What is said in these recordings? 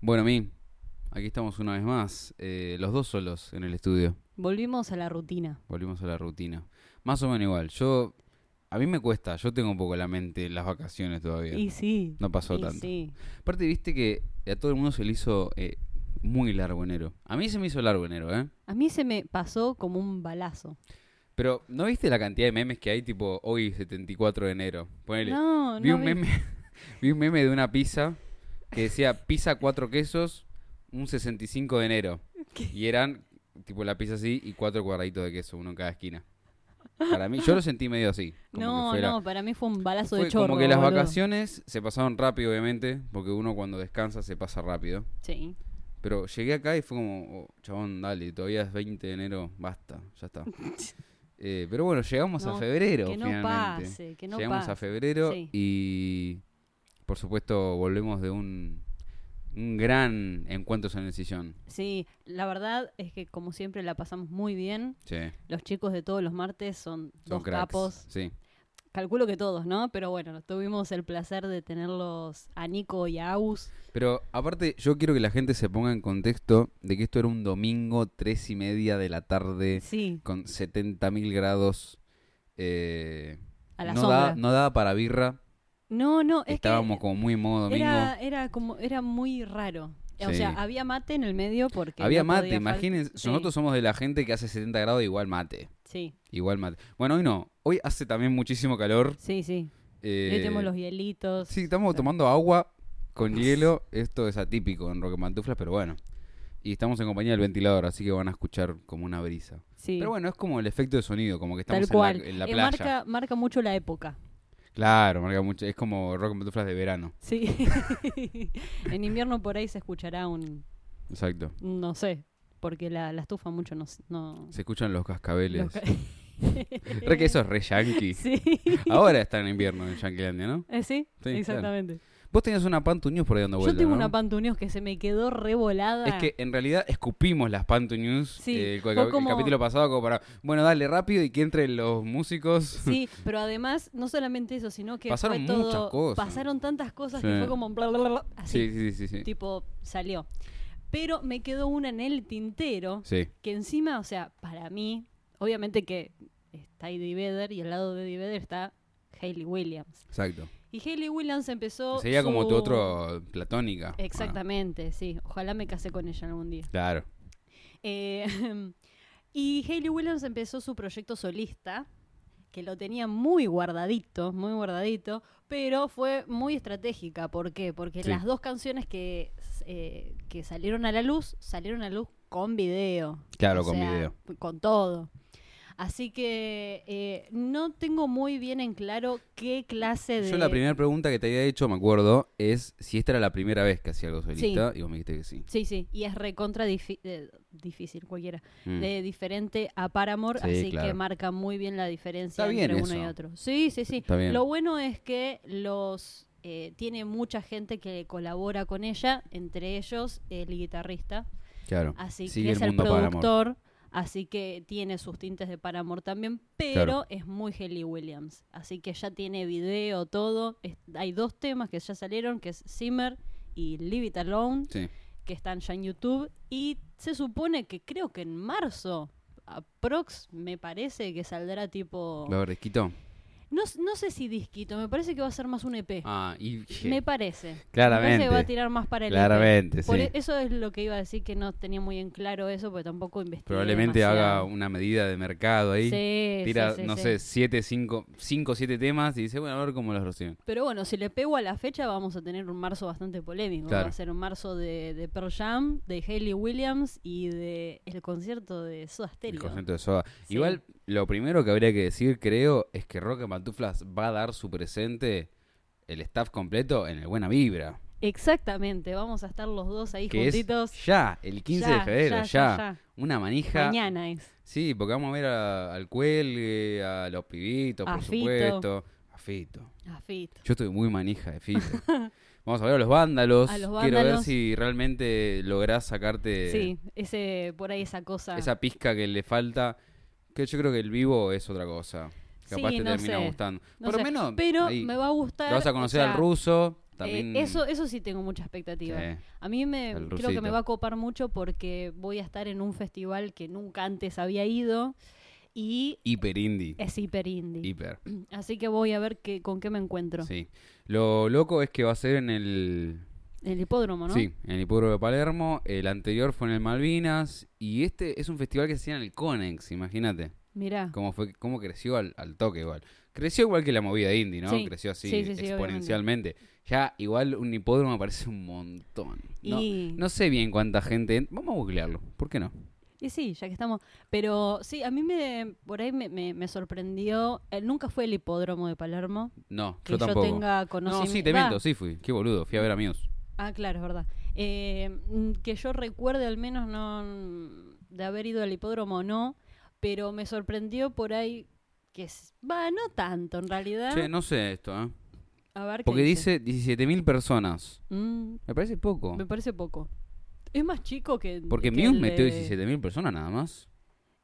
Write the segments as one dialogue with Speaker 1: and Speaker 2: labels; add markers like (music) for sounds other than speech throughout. Speaker 1: Bueno, Mi, aquí estamos una vez más, eh, los dos solos en el estudio.
Speaker 2: Volvimos a la rutina.
Speaker 1: Volvimos a la rutina. Más o menos igual. Yo, a mí me cuesta, yo tengo un poco la mente en las vacaciones todavía.
Speaker 2: Y sí.
Speaker 1: no pasó
Speaker 2: y
Speaker 1: tanto.
Speaker 2: sí.
Speaker 1: Aparte, viste que a todo el mundo se le hizo eh, muy largo enero. A mí se me hizo largo enero, ¿eh?
Speaker 2: A mí se me pasó como un balazo.
Speaker 1: Pero, ¿no viste la cantidad de memes que hay? Tipo, hoy 74 de enero. Ponele.
Speaker 2: No, no.
Speaker 1: vi, un
Speaker 2: vi-
Speaker 1: meme, (laughs) vi un meme de una pizza que decía pizza cuatro quesos, un 65 de enero.
Speaker 2: (laughs)
Speaker 1: Y eran tipo la pizza así y cuatro cuadraditos de queso, uno en cada esquina. Para mí, yo lo sentí medio así. como que
Speaker 2: No,
Speaker 1: fuera-
Speaker 2: no, para mí fue un balazo
Speaker 1: fue
Speaker 2: de chorro.
Speaker 1: como que las
Speaker 2: boludo.
Speaker 1: vacaciones se pasaron rápido, obviamente, porque uno cuando descansa se pasa rápido.
Speaker 2: Sí.
Speaker 1: Pero llegué acá y fue como, oh, chabón, dale, todavía es 20 de enero, basta, ya
Speaker 2: (laughs)
Speaker 1: está. Eh, pero bueno, llegamos a
Speaker 2: No,
Speaker 1: febrero.
Speaker 2: que no
Speaker 1: finalmente.
Speaker 2: pase, que no
Speaker 1: llegamos
Speaker 2: pase.
Speaker 1: a febrero
Speaker 2: Sí.
Speaker 1: y por supuesto volvemos de un, un gran encuentro en el sillón.
Speaker 2: Sí, la verdad es que como siempre la pasamos muy bien.
Speaker 1: Sí,
Speaker 2: Los chicos de todos los martes son,
Speaker 1: son
Speaker 2: dos
Speaker 1: cracks.
Speaker 2: capos.
Speaker 1: Sí,
Speaker 2: Calculo que todos, ¿no? Pero bueno, tuvimos el placer de tenerlos a Nico y a Agus.
Speaker 1: pero aparte yo quiero que la gente se ponga en contexto de que esto era un domingo tres y media de la tarde
Speaker 2: Sí,
Speaker 1: con 70 mil grados. eh,
Speaker 2: a la
Speaker 1: no,
Speaker 2: sombra.
Speaker 1: da- no daba para birra,
Speaker 2: no, no, es
Speaker 1: estábamos
Speaker 2: que
Speaker 1: como muy en modo domingo.
Speaker 2: era, era como era muy raro. O
Speaker 1: Sí.
Speaker 2: sea, había mate en el medio porque
Speaker 1: Había
Speaker 2: no
Speaker 1: mate,
Speaker 2: podía fal-
Speaker 1: imagínense,
Speaker 2: Sí,
Speaker 1: nosotros somos de la gente que hace 70 grados igual mate.
Speaker 2: Sí,
Speaker 1: Igual mate. Bueno, hoy no. Hoy hace también muchísimo calor.
Speaker 2: sí, sí. Y
Speaker 1: eh,
Speaker 2: hoy tenemos los hielitos.
Speaker 1: Sí, estamos tomando agua con hielo. Esto es atípico en Roque Mantuflas, pero bueno. Y estamos en compañía del ventilador, así que van a escuchar como una brisa.
Speaker 2: Sí,
Speaker 1: Pero bueno, es como el efecto de sonido, como que
Speaker 2: tal
Speaker 1: estamos en la,
Speaker 2: cual.
Speaker 1: en la
Speaker 2: Eh,
Speaker 1: playa.
Speaker 2: marca, marca mucho la época.
Speaker 1: Claro, marca mucho. Es como Roque Mantuflas de verano.
Speaker 2: Sí. (laughs) en invierno por ahí se escuchará un,
Speaker 1: Exacto.
Speaker 2: no sé, porque la, la estufa mucho no... s- no
Speaker 1: Se escuchan los cascabeles.
Speaker 2: los ca-
Speaker 1: (laughs) Re que eso es re yankee.
Speaker 2: (laughs) Sí.
Speaker 1: Ahora está en invierno en Yanquilandia, ¿no?
Speaker 2: Eh, sí,
Speaker 1: claro.
Speaker 2: exactamente.
Speaker 1: Vos tenías una pantuños por ahí dando vueltas,
Speaker 2: Yo tengo
Speaker 1: ¿no?
Speaker 2: una pantuneos que se me quedó revolada.
Speaker 1: Es que en realidad escupimos las Pantu News
Speaker 2: Sí,
Speaker 1: eh, el,
Speaker 2: fue
Speaker 1: cap- el
Speaker 2: como-
Speaker 1: capítulo pasado como para, bueno, dale rápido y que entren los músicos.
Speaker 2: Sí, pero además, no solamente eso, sino que
Speaker 1: Mm. Pasaron
Speaker 2: fue todo,
Speaker 1: muchas cosas.
Speaker 2: Pasaron tantas cosas
Speaker 1: Sí.
Speaker 2: que fue como bla, bla, bla, bla, así,
Speaker 1: (laughs) sí, sí, sí, sí. Sí.
Speaker 2: tipo, salió. Pero me quedó una en el tintero,
Speaker 1: Sí.
Speaker 2: que encima, o sea, para mí, obviamente que está Eddie Vedder y al lado de Eddie Vedder está Hayley Williams.
Speaker 1: exacto.
Speaker 2: Y Hayley Williams empezó...
Speaker 1: Sería como tu
Speaker 2: su-
Speaker 1: otro platónica.
Speaker 2: Exactamente, sí. Ojalá me case con ella algún día.
Speaker 1: Ah, claro.
Speaker 2: Eh, (laughs) y Hayley Williams empezó su proyecto solista, que lo tenía muy guardadito, muy guardadito, pero fue muy estratégica. ¿Por qué? Porque
Speaker 1: Sí.
Speaker 2: las dos canciones que, eh, que salieron a la luz, salieron a la luz con video.
Speaker 1: Claro,
Speaker 2: O
Speaker 1: con
Speaker 2: sea,
Speaker 1: video.
Speaker 2: Con todo. Así que eh, no tengo muy bien en claro qué clase de...
Speaker 1: Yo la primera pregunta que te había hecho, me acuerdo, es si esta era la primera vez que hacía algo solista y vos me dijiste que sí.
Speaker 2: Sí, sí, y es recontra difi- eh, difícil cualquiera.
Speaker 1: Mm.
Speaker 2: de diferente a Paramore,
Speaker 1: Sí,
Speaker 2: así
Speaker 1: claro.
Speaker 2: que marca muy bien la diferencia
Speaker 1: Está bien
Speaker 2: entre uno
Speaker 1: eso.
Speaker 2: y otro. Sí, sí, sí.
Speaker 1: Está bien.
Speaker 2: Lo bueno es que los eh, tiene mucha gente que colabora con ella, entre ellos el guitarrista,
Speaker 1: Claro.
Speaker 2: así
Speaker 1: Sigue
Speaker 2: que es el
Speaker 1: mundo Paramore.
Speaker 2: productor, así que tiene sus tintes de Paramore también, pero
Speaker 1: Claro.
Speaker 2: es muy Haley Williams, así que ya tiene video, todo. Es- hay dos temas que ya salieron, que es Zimmer y Leave It Alone
Speaker 1: Sí.
Speaker 2: que están ya en YouTube. Y se supone que creo que en marzo, aprox, me parece que saldrá tipo.
Speaker 1: ¿Va a haber disquito?
Speaker 2: No, s- no sé si disquito, me parece que va a ser más un EP.
Speaker 1: Ah, y...
Speaker 2: Me parece. Me parece
Speaker 1: Claramente.
Speaker 2: que va a tirar más para el
Speaker 1: Claramente,
Speaker 2: EP. Por
Speaker 1: sí.
Speaker 2: e- Eso es lo que iba a decir que no tenía muy en claro eso, porque tampoco investigué.
Speaker 1: Probablemente haga
Speaker 2: demasiado.
Speaker 1: una medida de mercado ahí.
Speaker 2: Sí,
Speaker 1: Tira,
Speaker 2: sí, sí,
Speaker 1: no
Speaker 2: sí.
Speaker 1: sé, siete, cinco, cinco, siete temas y dice, bueno, a ver cómo los reciben.
Speaker 2: Pero bueno, si le pego a la fecha, vamos a tener un marzo bastante polémico.
Speaker 1: Claro.
Speaker 2: Va a ser un marzo de, de Pearl Jam, de Hayley Williams y de el concierto de Soda
Speaker 1: El
Speaker 2: Stereo.
Speaker 1: concepto de soda.
Speaker 2: Sí.
Speaker 1: Igual, lo primero que habría que decir, creo, es que Rock and Pantuflas va a dar su presente, el staff completo, en el Buena Vibra.
Speaker 2: Exactamente, vamos a estar los dos ahí
Speaker 1: Que
Speaker 2: juntitos.
Speaker 1: es ya, el 15 de
Speaker 2: Ya,
Speaker 1: febrero, ya.
Speaker 2: ya, ya, ya.
Speaker 1: Una manija.
Speaker 2: Mañana es.
Speaker 1: Sí, porque vamos a ver a- al Cuelgue, a los pibitos,
Speaker 2: A
Speaker 1: por
Speaker 2: Fito.
Speaker 1: supuesto. A Fito.
Speaker 2: A Fit.
Speaker 1: Yo estoy muy manija de Fito.
Speaker 2: (laughs)
Speaker 1: Vamos a ver a los vándalos.
Speaker 2: A los
Speaker 1: Quiero ver
Speaker 2: Vándalos.
Speaker 1: si realmente lográs sacarte
Speaker 2: Sí, ese, por ahí esa cosa.
Speaker 1: esa pizca que le falta. Que yo creo que el vivo es otra cosa.
Speaker 2: Sí,
Speaker 1: Capaz te
Speaker 2: no
Speaker 1: termina
Speaker 2: sé.
Speaker 1: gustando.
Speaker 2: No
Speaker 1: por lo
Speaker 2: sé,
Speaker 1: menos.
Speaker 2: Pero
Speaker 1: ahí,
Speaker 2: me va a gustar.
Speaker 1: Lo vas a conocer
Speaker 2: o sea,
Speaker 1: al ruso. También...
Speaker 2: Eh, eso, eso sí tengo mucha expectativa.
Speaker 1: Sí.
Speaker 2: A mí me
Speaker 1: El
Speaker 2: creo que me
Speaker 1: rusito.
Speaker 2: va a copar mucho porque voy a estar en un festival que nunca antes había ido y
Speaker 1: Hiper indie.
Speaker 2: es hiper indie.
Speaker 1: Hiper.
Speaker 2: Así que voy a ver qué, con qué me encuentro.
Speaker 1: Sí. Lo loco es que va a ser en el.
Speaker 2: El hipódromo, ¿no?
Speaker 1: Sí, en el hipódromo de Palermo. El anterior fue en el Malvinas. Y este es un festival que se hacía en el Conex, imagínate.
Speaker 2: Mirá.
Speaker 1: Cómo, fue, cómo creció al, al toque igual. Creció igual que la movida indie, ¿no?
Speaker 2: Sí.
Speaker 1: Creció así
Speaker 2: Sí, sí, sí,
Speaker 1: exponencialmente. Ya igual un hipódromo me parece un montón. No,
Speaker 2: Y-
Speaker 1: no sé bien cuánta gente... en- Vamos a googlearlo, ¿por qué no?
Speaker 2: Y sí, ya que estamos. Pero sí, a mí me, por ahí me, me- me sorprendió. eh, nunca fue el hipódromo de Palermo.
Speaker 1: No,
Speaker 2: Que
Speaker 1: yo
Speaker 2: yo
Speaker 1: tampoco.
Speaker 2: tenga
Speaker 1: no,
Speaker 2: conocimiento.
Speaker 1: sí, te miento, sí fui. Qué boludo, fui a ver a Muse.
Speaker 2: Ah, claro, es verdad. Eh, mm, que yo recuerde al menos no de haber ido al hipódromo o no, pero me sorprendió por ahí que es- va, no tanto en realidad.
Speaker 1: Che, no sé esto, ¿eh?
Speaker 2: A ver qué
Speaker 1: Porque dice 17.000 personas.
Speaker 2: Mm,
Speaker 1: Me parece poco.
Speaker 2: me parece poco. Es más chico que
Speaker 1: Porque
Speaker 2: que
Speaker 1: Muse
Speaker 2: el
Speaker 1: metió
Speaker 2: de-
Speaker 1: 17.000 personas nada más.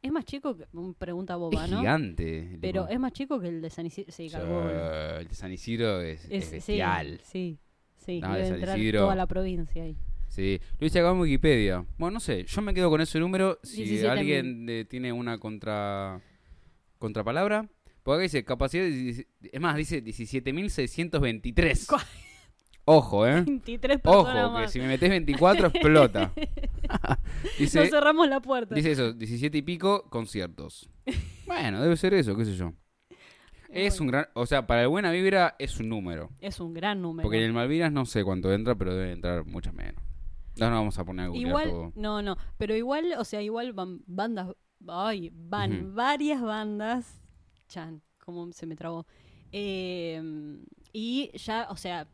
Speaker 2: Es más chico que mm, pregunta
Speaker 1: Es
Speaker 2: boba, ¿no?
Speaker 1: gigante.
Speaker 2: Pero
Speaker 1: tipo.
Speaker 2: es más chico que el de San Isidro. Sí,
Speaker 1: O sea,
Speaker 2: calvo, boludo.
Speaker 1: el de San Isidro es, es
Speaker 2: sí,
Speaker 1: bestial.
Speaker 2: Sí, sí,
Speaker 1: No, de
Speaker 2: debe
Speaker 1: San
Speaker 2: entrar
Speaker 1: Isidro.
Speaker 2: toda la provincia ahí. (laughs)
Speaker 1: Sí, Luis en Wikipedia. Bueno, no sé, yo me quedo con ese número. Si
Speaker 2: 17.000.
Speaker 1: alguien eh, tiene una contra contrapalabra, porque acá dice capacidad. de dieci- Es más, dice
Speaker 2: (laughs)
Speaker 1: 17.623.
Speaker 2: ¿Cuál? (laughs)
Speaker 1: Ojo, ¿eh?
Speaker 2: 23 personas
Speaker 1: Ojo, que
Speaker 2: más.
Speaker 1: si me metes 24 explota.
Speaker 2: (laughs) Nos
Speaker 1: dice,
Speaker 2: cerramos la puerta.
Speaker 1: dice eso, 17 y pico
Speaker 2: (laughs)
Speaker 1: conciertos. Bueno, debe ser eso, qué sé yo. Es un gran. O sea, para el Buena Vibra es un número.
Speaker 2: Es un gran número.
Speaker 1: Porque en el Malvinas no sé cuánto entra, pero deben entrar muchas menos. No nos vamos a poner a googlear todo.
Speaker 2: Igual, no, no, pero igual, o sea, igual van bandas, ay, van
Speaker 1: Ujú.
Speaker 2: varias bandas, chan, como se me trabó, Eh, y ya, o sea,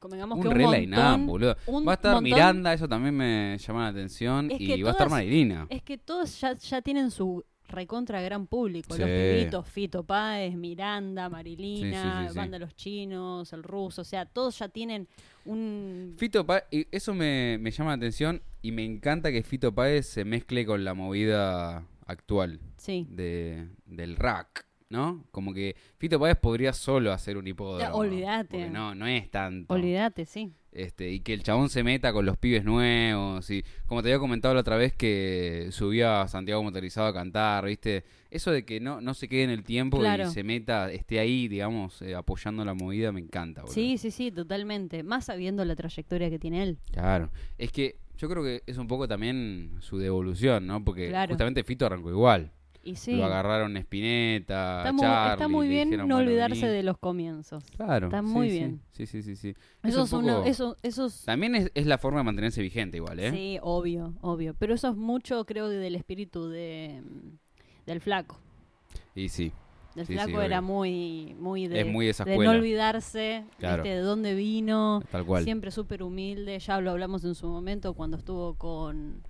Speaker 2: convengamos
Speaker 1: Un
Speaker 2: que un
Speaker 1: relay, nada,
Speaker 2: montón,
Speaker 1: boludo.
Speaker 2: un
Speaker 1: Va a estar
Speaker 2: montón-
Speaker 1: Miranda, eso también me llama la atención.
Speaker 2: Es
Speaker 1: y
Speaker 2: que
Speaker 1: va a estar
Speaker 2: todas-
Speaker 1: Marilina.
Speaker 2: es que todos ya, ya tienen su recontra gran público, los
Speaker 1: Sí.
Speaker 2: pibitos, Fito Páez, Miranda, Marilina,
Speaker 1: Sí, sí, sí, sí.
Speaker 2: Banda Los Chinos, El Ruso, o sea, todos ya tienen un...
Speaker 1: Fito Páez, y eso me, me llama la atención y me encanta que Fito Páez se mezcle con la movida actual
Speaker 2: Sí.
Speaker 1: de, del rack, ¿no? Como que Fito Páez podría solo hacer un hipódromo.
Speaker 2: Ya, olvídate.
Speaker 1: porque No, no es tanto.
Speaker 2: Olvídate, sí.
Speaker 1: Este, y que el chabón se meta con los pibes nuevos. Y como te había comentado la otra vez que subía a Santiago Motorizado a cantar, ¿viste? Eso de que no, no se quede en el tiempo
Speaker 2: Claro.
Speaker 1: y se meta, esté ahí, digamos, eh, apoyando la movida, me encanta, boludo.
Speaker 2: Sí, sí, sí, totalmente. Más sabiendo la trayectoria que tiene él.
Speaker 1: Claro. Es que yo creo que es un poco también su devolución, ¿no? Porque
Speaker 2: Claro.
Speaker 1: justamente Fito arrancó igual.
Speaker 2: Y sí,
Speaker 1: Lo agarraron Spinetta,
Speaker 2: está, mu-
Speaker 1: Charlie,
Speaker 2: está muy
Speaker 1: le
Speaker 2: bien
Speaker 1: dijeron,
Speaker 2: no
Speaker 1: bueno,
Speaker 2: olvidarse
Speaker 1: vení.
Speaker 2: de los comienzos.
Speaker 1: Claro.
Speaker 2: está
Speaker 1: sí,
Speaker 2: muy
Speaker 1: sí.
Speaker 2: bien.
Speaker 1: Sí, sí, sí, sí. Es
Speaker 2: Eso
Speaker 1: un
Speaker 2: es uno,
Speaker 1: poco-
Speaker 2: eso, eso es-
Speaker 1: También es, es la forma de mantenerse vigente igual, ¿eh?
Speaker 2: Sí, obvio, obvio. Pero eso es mucho, creo, del espíritu de, mm, del flaco.
Speaker 1: Y sí.
Speaker 2: Del
Speaker 1: Sí, sí,
Speaker 2: flaco
Speaker 1: obvio.
Speaker 2: era muy, muy de,
Speaker 1: Es muy de esa
Speaker 2: no
Speaker 1: escuela.
Speaker 2: olvidarse
Speaker 1: Claro.
Speaker 2: ¿viste? de dónde vino.
Speaker 1: Tal cual.
Speaker 2: Siempre súper humilde. Ya lo hablamos en su momento cuando estuvo con,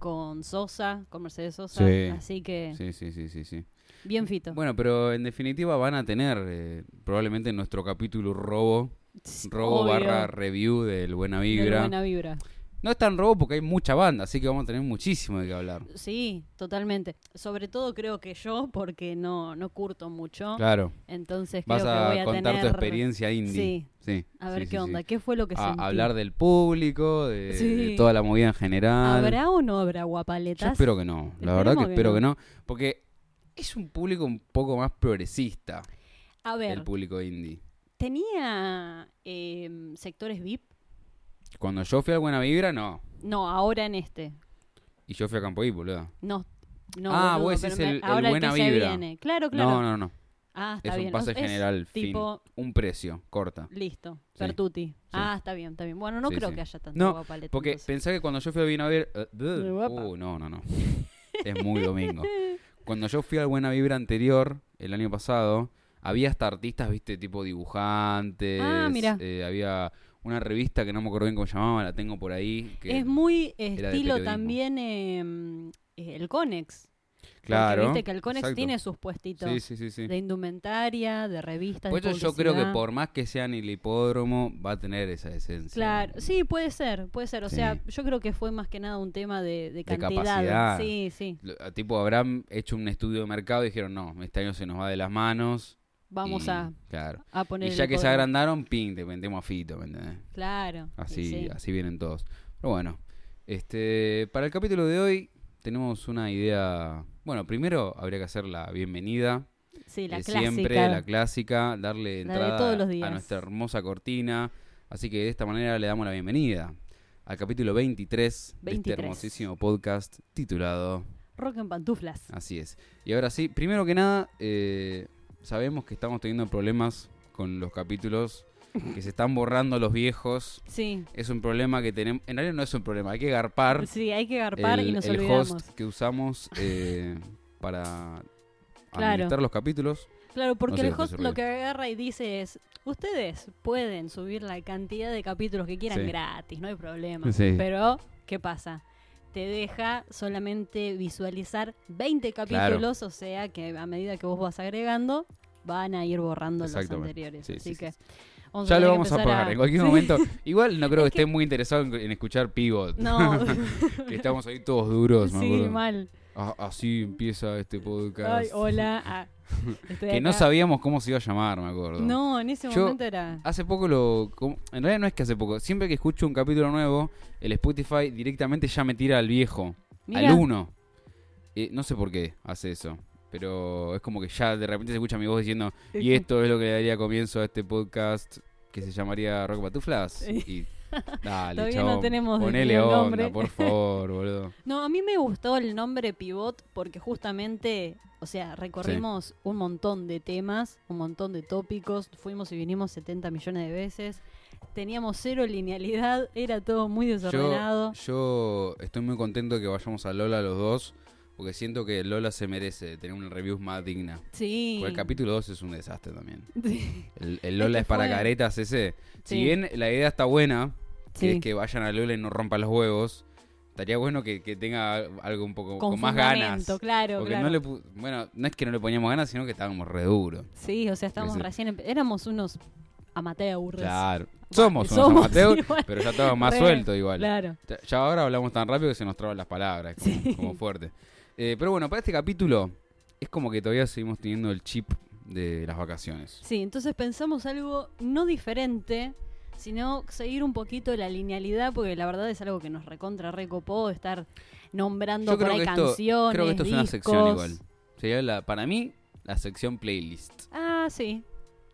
Speaker 2: con Sosa, con Mercedes Sosa.
Speaker 1: Sí.
Speaker 2: Así que,
Speaker 1: Sí, sí, sí, sí, sí.
Speaker 2: bien fito.
Speaker 1: Bueno, pero en definitiva van a tener eh, probablemente nuestro capítulo robo, robo
Speaker 2: Obvio,
Speaker 1: barra review del Buena
Speaker 2: de
Speaker 1: Vibra.
Speaker 2: buena vibra.
Speaker 1: No es tan robo porque hay mucha banda, así que vamos a tener muchísimo de qué hablar.
Speaker 2: Sí, totalmente. Sobre todo creo que yo, porque no, no curto mucho.
Speaker 1: Claro.
Speaker 2: Entonces creo
Speaker 1: Vas
Speaker 2: que voy
Speaker 1: a
Speaker 2: a
Speaker 1: contar
Speaker 2: tener...
Speaker 1: tu experiencia indie.
Speaker 2: Sí.
Speaker 1: Sí,
Speaker 2: A
Speaker 1: sí,
Speaker 2: ver
Speaker 1: sí, sí.
Speaker 2: qué onda, qué fue lo que
Speaker 1: A-
Speaker 2: sentí.
Speaker 1: hablar del público, de,
Speaker 2: Sí.
Speaker 1: de toda la movida en general.
Speaker 2: ¿Habrá o no habrá
Speaker 1: Yo
Speaker 2: guapaletas?
Speaker 1: espero que no, la verdad que
Speaker 2: Esperemos que
Speaker 1: espero
Speaker 2: no.
Speaker 1: que no, porque es un público un poco más progresista,
Speaker 2: A ver,
Speaker 1: el público indie.
Speaker 2: ¿tenía eh, sectores VIP?
Speaker 1: Cuando yo fui a Buena Vibra, no.
Speaker 2: No, ahora en este.
Speaker 1: Y yo fui a Campo I, boludo.
Speaker 2: No. no
Speaker 1: Ah,
Speaker 2: boludo,
Speaker 1: vos
Speaker 2: pero
Speaker 1: decís
Speaker 2: me-
Speaker 1: el- el
Speaker 2: ahora
Speaker 1: Buena
Speaker 2: que se
Speaker 1: Vibra.
Speaker 2: viene. Claro, claro.
Speaker 1: No, no, no.
Speaker 2: Ah, está
Speaker 1: Es
Speaker 2: bien.
Speaker 1: un pase
Speaker 2: O sea, es
Speaker 1: general,
Speaker 2: tipo,
Speaker 1: fin. Un precio, corta.
Speaker 2: listo, Pertuti. Ah, está bien, está bien. Bueno, no
Speaker 1: Sí,
Speaker 2: creo
Speaker 1: sí.
Speaker 2: que haya tanto
Speaker 1: No,
Speaker 2: guapaleta.
Speaker 1: Porque
Speaker 2: entonces.
Speaker 1: pensá que cuando yo fui a Buena Vibra... uh,
Speaker 2: Muy
Speaker 1: uh,
Speaker 2: guapa.
Speaker 1: uh, no, no,
Speaker 2: (laughs)
Speaker 1: no. es muy domingo. Cuando yo fui a Buena Vibra anterior, el año pasado, había hasta artistas, viste, tipo dibujantes.
Speaker 2: Ah, mirá.
Speaker 1: eh, había una revista que no me acuerdo bien cómo se llamaba, la tengo por ahí. que-
Speaker 2: Es muy
Speaker 1: de
Speaker 2: estilo
Speaker 1: periodismo.
Speaker 2: también em, eh, el Conex. Porque
Speaker 1: Claro.
Speaker 2: viste que el Conex
Speaker 1: exacto.
Speaker 2: tiene sus puestitos
Speaker 1: Sí, sí, sí, sí.
Speaker 2: de indumentaria, de revistas.
Speaker 1: Por
Speaker 2: de
Speaker 1: eso yo creo que
Speaker 2: publicidad.
Speaker 1: por más que sea en el hipódromo, va a tener esa esencia.
Speaker 2: Claro, sí, puede ser, puede ser. O
Speaker 1: Sí.
Speaker 2: sea, yo creo que fue más que nada un tema de, de cantidad.
Speaker 1: capacidad.
Speaker 2: Sí, sí.
Speaker 1: Lo- Tipo, habrán hecho un estudio de mercado y dijeron, no, este año se nos va de las manos,
Speaker 2: Vamos
Speaker 1: y,
Speaker 2: a,
Speaker 1: Claro.
Speaker 2: a poner.
Speaker 1: Y
Speaker 2: el
Speaker 1: ya que se
Speaker 2: poder.
Speaker 1: agrandaron, ping, te vendemos a Fito, ¿me entendés?
Speaker 2: Claro. y
Speaker 1: Así,
Speaker 2: sí.
Speaker 1: así vienen todos. Pero bueno, este, para el capítulo de hoy tenemos una idea. Bueno, primero habría que hacer la bienvenida.
Speaker 2: Sí, la
Speaker 1: de
Speaker 2: clásica.
Speaker 1: siempre, la clásica, darle
Speaker 2: La de
Speaker 1: entrada
Speaker 2: todos los
Speaker 1: a
Speaker 2: días.
Speaker 1: nuestra hermosa cortina. Así que de esta manera le damos la bienvenida al capítulo 23, de
Speaker 2: 23.
Speaker 1: este hermosísimo podcast titulado
Speaker 2: Rock en pantuflas.
Speaker 1: Así es. Y ahora sí, primero que nada, eh, sabemos que estamos teniendo problemas con los capítulos, que se están borrando los viejos.
Speaker 2: Sí.
Speaker 1: Es un problema que tenemos. En realidad no es un problema, hay que garpar
Speaker 2: Sí, hay que garpar y
Speaker 1: el,
Speaker 2: nos
Speaker 1: el
Speaker 2: olvidamos.
Speaker 1: host que usamos eh, para
Speaker 2: Claro.
Speaker 1: administrar los capítulos.
Speaker 2: Claro, porque
Speaker 1: sé
Speaker 2: el
Speaker 1: por qué
Speaker 2: host
Speaker 1: se
Speaker 2: lo
Speaker 1: ríe.
Speaker 2: que agarra y dice es, ustedes pueden subir la cantidad de capítulos que quieran
Speaker 1: Sí.
Speaker 2: gratis, no hay problema.
Speaker 1: Sí.
Speaker 2: Pero, ¿qué pasa? Te deja solamente visualizar 20 capítulos, o sea que a medida que vos vas agregando, van a ir borrando los
Speaker 1: Exactamente.
Speaker 2: anteriores.
Speaker 1: Sí,
Speaker 2: Así
Speaker 1: sí,
Speaker 2: que
Speaker 1: sí,
Speaker 2: vamos
Speaker 1: Ya
Speaker 2: tener
Speaker 1: lo
Speaker 2: que
Speaker 1: vamos a
Speaker 2: empezar
Speaker 1: pagar
Speaker 2: (laughs)
Speaker 1: en cualquier
Speaker 2: Sí.
Speaker 1: momento. Igual no creo que
Speaker 2: Es que-
Speaker 1: esté muy interesado en, en escuchar Pivot. (laughs)
Speaker 2: No,
Speaker 1: que estamos ahí todos duros, me
Speaker 2: (laughs) sí,
Speaker 1: acuerdo.
Speaker 2: mal.
Speaker 1: Ah, así empieza este podcast.
Speaker 2: Ay,
Speaker 1: (laughs)
Speaker 2: hola. ah, estoy
Speaker 1: que no
Speaker 2: acá.
Speaker 1: sabíamos cómo se iba a llamar, me acuerdo.
Speaker 2: No, en ese
Speaker 1: Yo-
Speaker 2: momento era...
Speaker 1: Hace poco lo. como- En realidad no es que hace poco. Siempre que escucho un capítulo nuevo, el Spotify directamente ya me tira al viejo,
Speaker 2: Mira,
Speaker 1: al uno. Eh, no sé por qué hace eso. Pero es como que ya de repente se escucha mi voz diciendo:
Speaker 2: (laughs)
Speaker 1: Y esto es lo que le daría comienzo a este podcast que se llamaría Rock Patuflas.
Speaker 2: (laughs)
Speaker 1: Y. Dale,
Speaker 2: Todavía
Speaker 1: chabón,
Speaker 2: no tenemos
Speaker 1: Ponele
Speaker 2: definido el
Speaker 1: onda,
Speaker 2: nombre.
Speaker 1: por favor,
Speaker 2: (laughs)
Speaker 1: boludo.
Speaker 2: No, a mí me gustó el nombre Pivot porque justamente, o sea, recorrimos un montón de temas, un montón de tópicos, fuimos y vinimos 70 millones de veces, teníamos cero linealidad, era todo muy
Speaker 1: Yo,
Speaker 2: desordenado.
Speaker 1: yo estoy muy contento de que vayamos a Lola los dos. Porque siento que Lola se merece tener una review más digna.
Speaker 2: sí.
Speaker 1: Porque el capítulo 2 es un desastre también.
Speaker 2: (laughs) sí.
Speaker 1: El, el Lola
Speaker 2: Este
Speaker 1: es para
Speaker 2: fue-
Speaker 1: caretas ese. Si
Speaker 2: Sí.
Speaker 1: bien la idea está buena, que es que vayan a Lola y no rompan los huevos, estaría bueno que, que tenga algo un poco con, más ganas.
Speaker 2: fundamento, Claro,
Speaker 1: Porque
Speaker 2: claro.
Speaker 1: no le pu- bueno, no es que no le poníamos ganas, sino que estábamos re duros.
Speaker 2: Sí, o sea, estábamos
Speaker 1: Ese-
Speaker 2: recién, empe- éramos unos amateurs.
Speaker 1: Claro. Somos unos
Speaker 2: somos,
Speaker 1: amateurs,
Speaker 2: (laughs) igual.
Speaker 1: pero ya estaba más
Speaker 2: Re,
Speaker 1: suelto igual.
Speaker 2: Claro.
Speaker 1: Ya- Ya ahora hablamos tan rápido que se nos traban las palabras, como,
Speaker 2: Sí.
Speaker 1: como fuerte. Eh, pero bueno, para este capítulo es como que todavía seguimos teniendo el chip de las vacaciones.
Speaker 2: Sí, entonces pensamos algo no diferente, sino seguir un poquito la linealidad, porque la verdad es algo que nos recontra recopó, estar nombrando
Speaker 1: Yo
Speaker 2: por
Speaker 1: creo
Speaker 2: ahí
Speaker 1: que, esto,
Speaker 2: canciones.
Speaker 1: creo que esto es una sección
Speaker 2: discos.
Speaker 1: igual. Sería la- para mí la sección playlist.
Speaker 2: Ah, sí.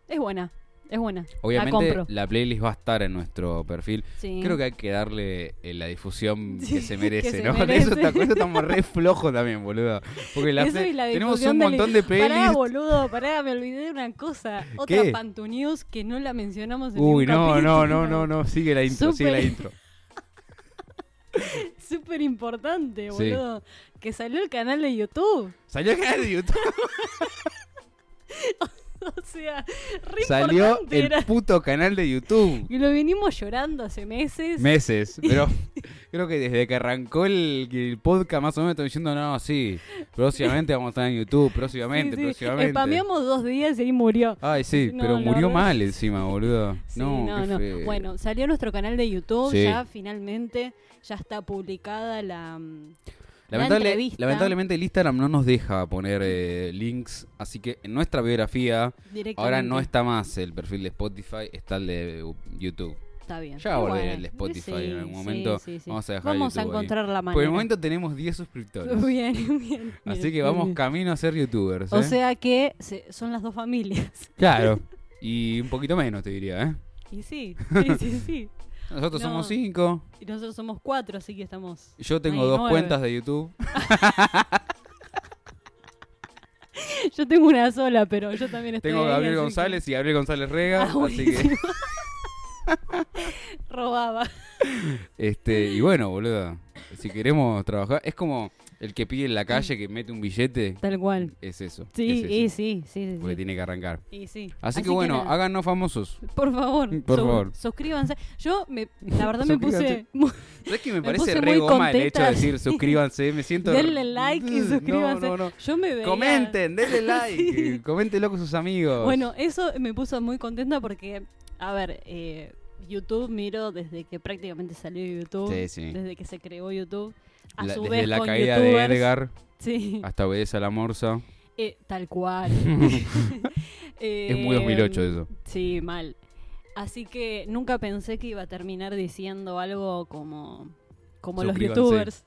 Speaker 2: Es buena, es buena.
Speaker 1: Obviamente
Speaker 2: compro.
Speaker 1: la, playlist va a estar en nuestro perfil.
Speaker 2: Sí.
Speaker 1: Creo que hay que darle eh, la difusión
Speaker 2: (laughs) Sí,
Speaker 1: que se merece,
Speaker 2: que se
Speaker 1: ¿no? (laughs) Con
Speaker 2: merece.
Speaker 1: Eso, está- con eso estamos re flojos también, boludo. Porque la
Speaker 2: Eso
Speaker 1: play-
Speaker 2: y la
Speaker 1: tenemos
Speaker 2: difusión
Speaker 1: un
Speaker 2: del-
Speaker 1: montón de
Speaker 2: Pará,
Speaker 1: playlists.
Speaker 2: boludo, pará, me olvidé de una cosa. Otra
Speaker 1: ¿Qué?
Speaker 2: Pantu News que no la mencionamos en
Speaker 1: Uy,
Speaker 2: ningún
Speaker 1: no, no,
Speaker 2: capítulo.
Speaker 1: no, no, no. Sigue la intro, sigue la
Speaker 2: Súper.
Speaker 1: intro.
Speaker 2: (laughs) Súper importante,
Speaker 1: Sí.
Speaker 2: boludo. Que salió el canal de YouTube. (laughs)
Speaker 1: Salió el canal de YouTube.
Speaker 2: O sea, re
Speaker 1: Salió
Speaker 2: importante
Speaker 1: el
Speaker 2: era.
Speaker 1: puto canal de YouTube.
Speaker 2: Y lo venimos llorando hace (laughs) meses.
Speaker 1: Meses, pero creo que desde que arrancó el, que el podcast más o menos estoy diciendo, no, sí, próximamente vamos a estar en YouTube, próximamente,
Speaker 2: (laughs) Sí, Eh, sí.
Speaker 1: próximamente.
Speaker 2: Spameamos dos días y ahí murió.
Speaker 1: Ay, sí,
Speaker 2: No,
Speaker 1: pero
Speaker 2: la
Speaker 1: murió
Speaker 2: verdad-
Speaker 1: mal encima, boludo.
Speaker 2: Sí,
Speaker 1: no,
Speaker 2: no,
Speaker 1: qué
Speaker 2: no.
Speaker 1: feo.
Speaker 2: Bueno, salió nuestro canal de YouTube,
Speaker 1: Sí.
Speaker 2: ya finalmente, ya está publicada la... mm,
Speaker 1: Lamentable-
Speaker 2: la entrevista.
Speaker 1: lamentablemente el Instagram no nos deja poner eh, links, así que en nuestra biografía
Speaker 2: Directamente.
Speaker 1: ahora no está más el perfil de Spotify, está el de eh, YouTube.
Speaker 2: Está bien.
Speaker 1: Ya va a volver el de Spotify en algún momento. Vamos a dejar el
Speaker 2: Vamos a
Speaker 1: YouTube ahí.
Speaker 2: encontrar la manera.
Speaker 1: Por el
Speaker 2: (laughs)
Speaker 1: momento tenemos 10 suscriptores.
Speaker 2: Bien, bien, bien.
Speaker 1: Así que vamos
Speaker 2: bien.
Speaker 1: camino a ser youtubers.
Speaker 2: O
Speaker 1: ¿eh?
Speaker 2: sea que se- son las dos familias. (laughs)
Speaker 1: Claro. Y un poquito menos, te diría, ¿eh?
Speaker 2: Y sí, sí, sí, sí.
Speaker 1: Nosotros
Speaker 2: No.
Speaker 1: somos cinco.
Speaker 2: Y nosotros somos cuatro, así que estamos...
Speaker 1: Yo tengo
Speaker 2: Ay,
Speaker 1: dos
Speaker 2: nueve.
Speaker 1: cuentas de YouTube.
Speaker 2: (laughs) Yo tengo una sola, pero yo también estoy
Speaker 1: Tengo
Speaker 2: ahí,
Speaker 1: Gabriel
Speaker 2: así que
Speaker 1: González y Gabriel González Rega.
Speaker 2: Ah,
Speaker 1: así (laughs) que,
Speaker 2: buenísimo. Robaba.
Speaker 1: este, y bueno, boludo. Si queremos trabajar, es como el que pide en la calle que mete un billete.
Speaker 2: Tal cual.
Speaker 1: Es eso.
Speaker 2: Sí,
Speaker 1: es
Speaker 2: y
Speaker 1: eso,
Speaker 2: sí, sí, sí,
Speaker 1: Porque
Speaker 2: sí.
Speaker 1: tiene que arrancar.
Speaker 2: Y sí.
Speaker 1: Así, que bueno,
Speaker 2: nada.
Speaker 1: háganos famosos.
Speaker 2: por favor,
Speaker 1: Por
Speaker 2: su-
Speaker 1: favor.
Speaker 2: suscríbanse. Yo me, la verdad me puse
Speaker 1: Suscríbanse.
Speaker 2: muy-
Speaker 1: ¿Sabes que me
Speaker 2: Me
Speaker 1: parece
Speaker 2: puse
Speaker 1: re
Speaker 2: muy
Speaker 1: goma el hecho de
Speaker 2: contenta.
Speaker 1: decir suscríbanse? Me siento.
Speaker 2: denle like y
Speaker 1: (laughs) No,
Speaker 2: suscríbanse.
Speaker 1: no, no.
Speaker 2: Yo me veía.
Speaker 1: Comenten,
Speaker 2: (laughs)
Speaker 1: denle like,
Speaker 2: Sí.
Speaker 1: eh, coméntenlo con sus amigos.
Speaker 2: Bueno, eso me puso muy contenta porque a ver, eh, YouTube miro desde que prácticamente salió YouTube,
Speaker 1: Sí, sí.
Speaker 2: desde que se creó YouTube. A
Speaker 1: La-
Speaker 2: su
Speaker 1: desde
Speaker 2: vez
Speaker 1: la
Speaker 2: con
Speaker 1: caída
Speaker 2: youtubers.
Speaker 1: de Edgar
Speaker 2: Sí.
Speaker 1: (laughs) hasta Obedece a la Morsa.
Speaker 2: (laughs) Eh, tal cual.
Speaker 1: es muy 2008
Speaker 2: Eh,
Speaker 1: eso.
Speaker 2: Sí, mal. Así que nunca pensé que iba a terminar diciendo algo como, como los
Speaker 1: Suscríbanse.
Speaker 2: youtubers.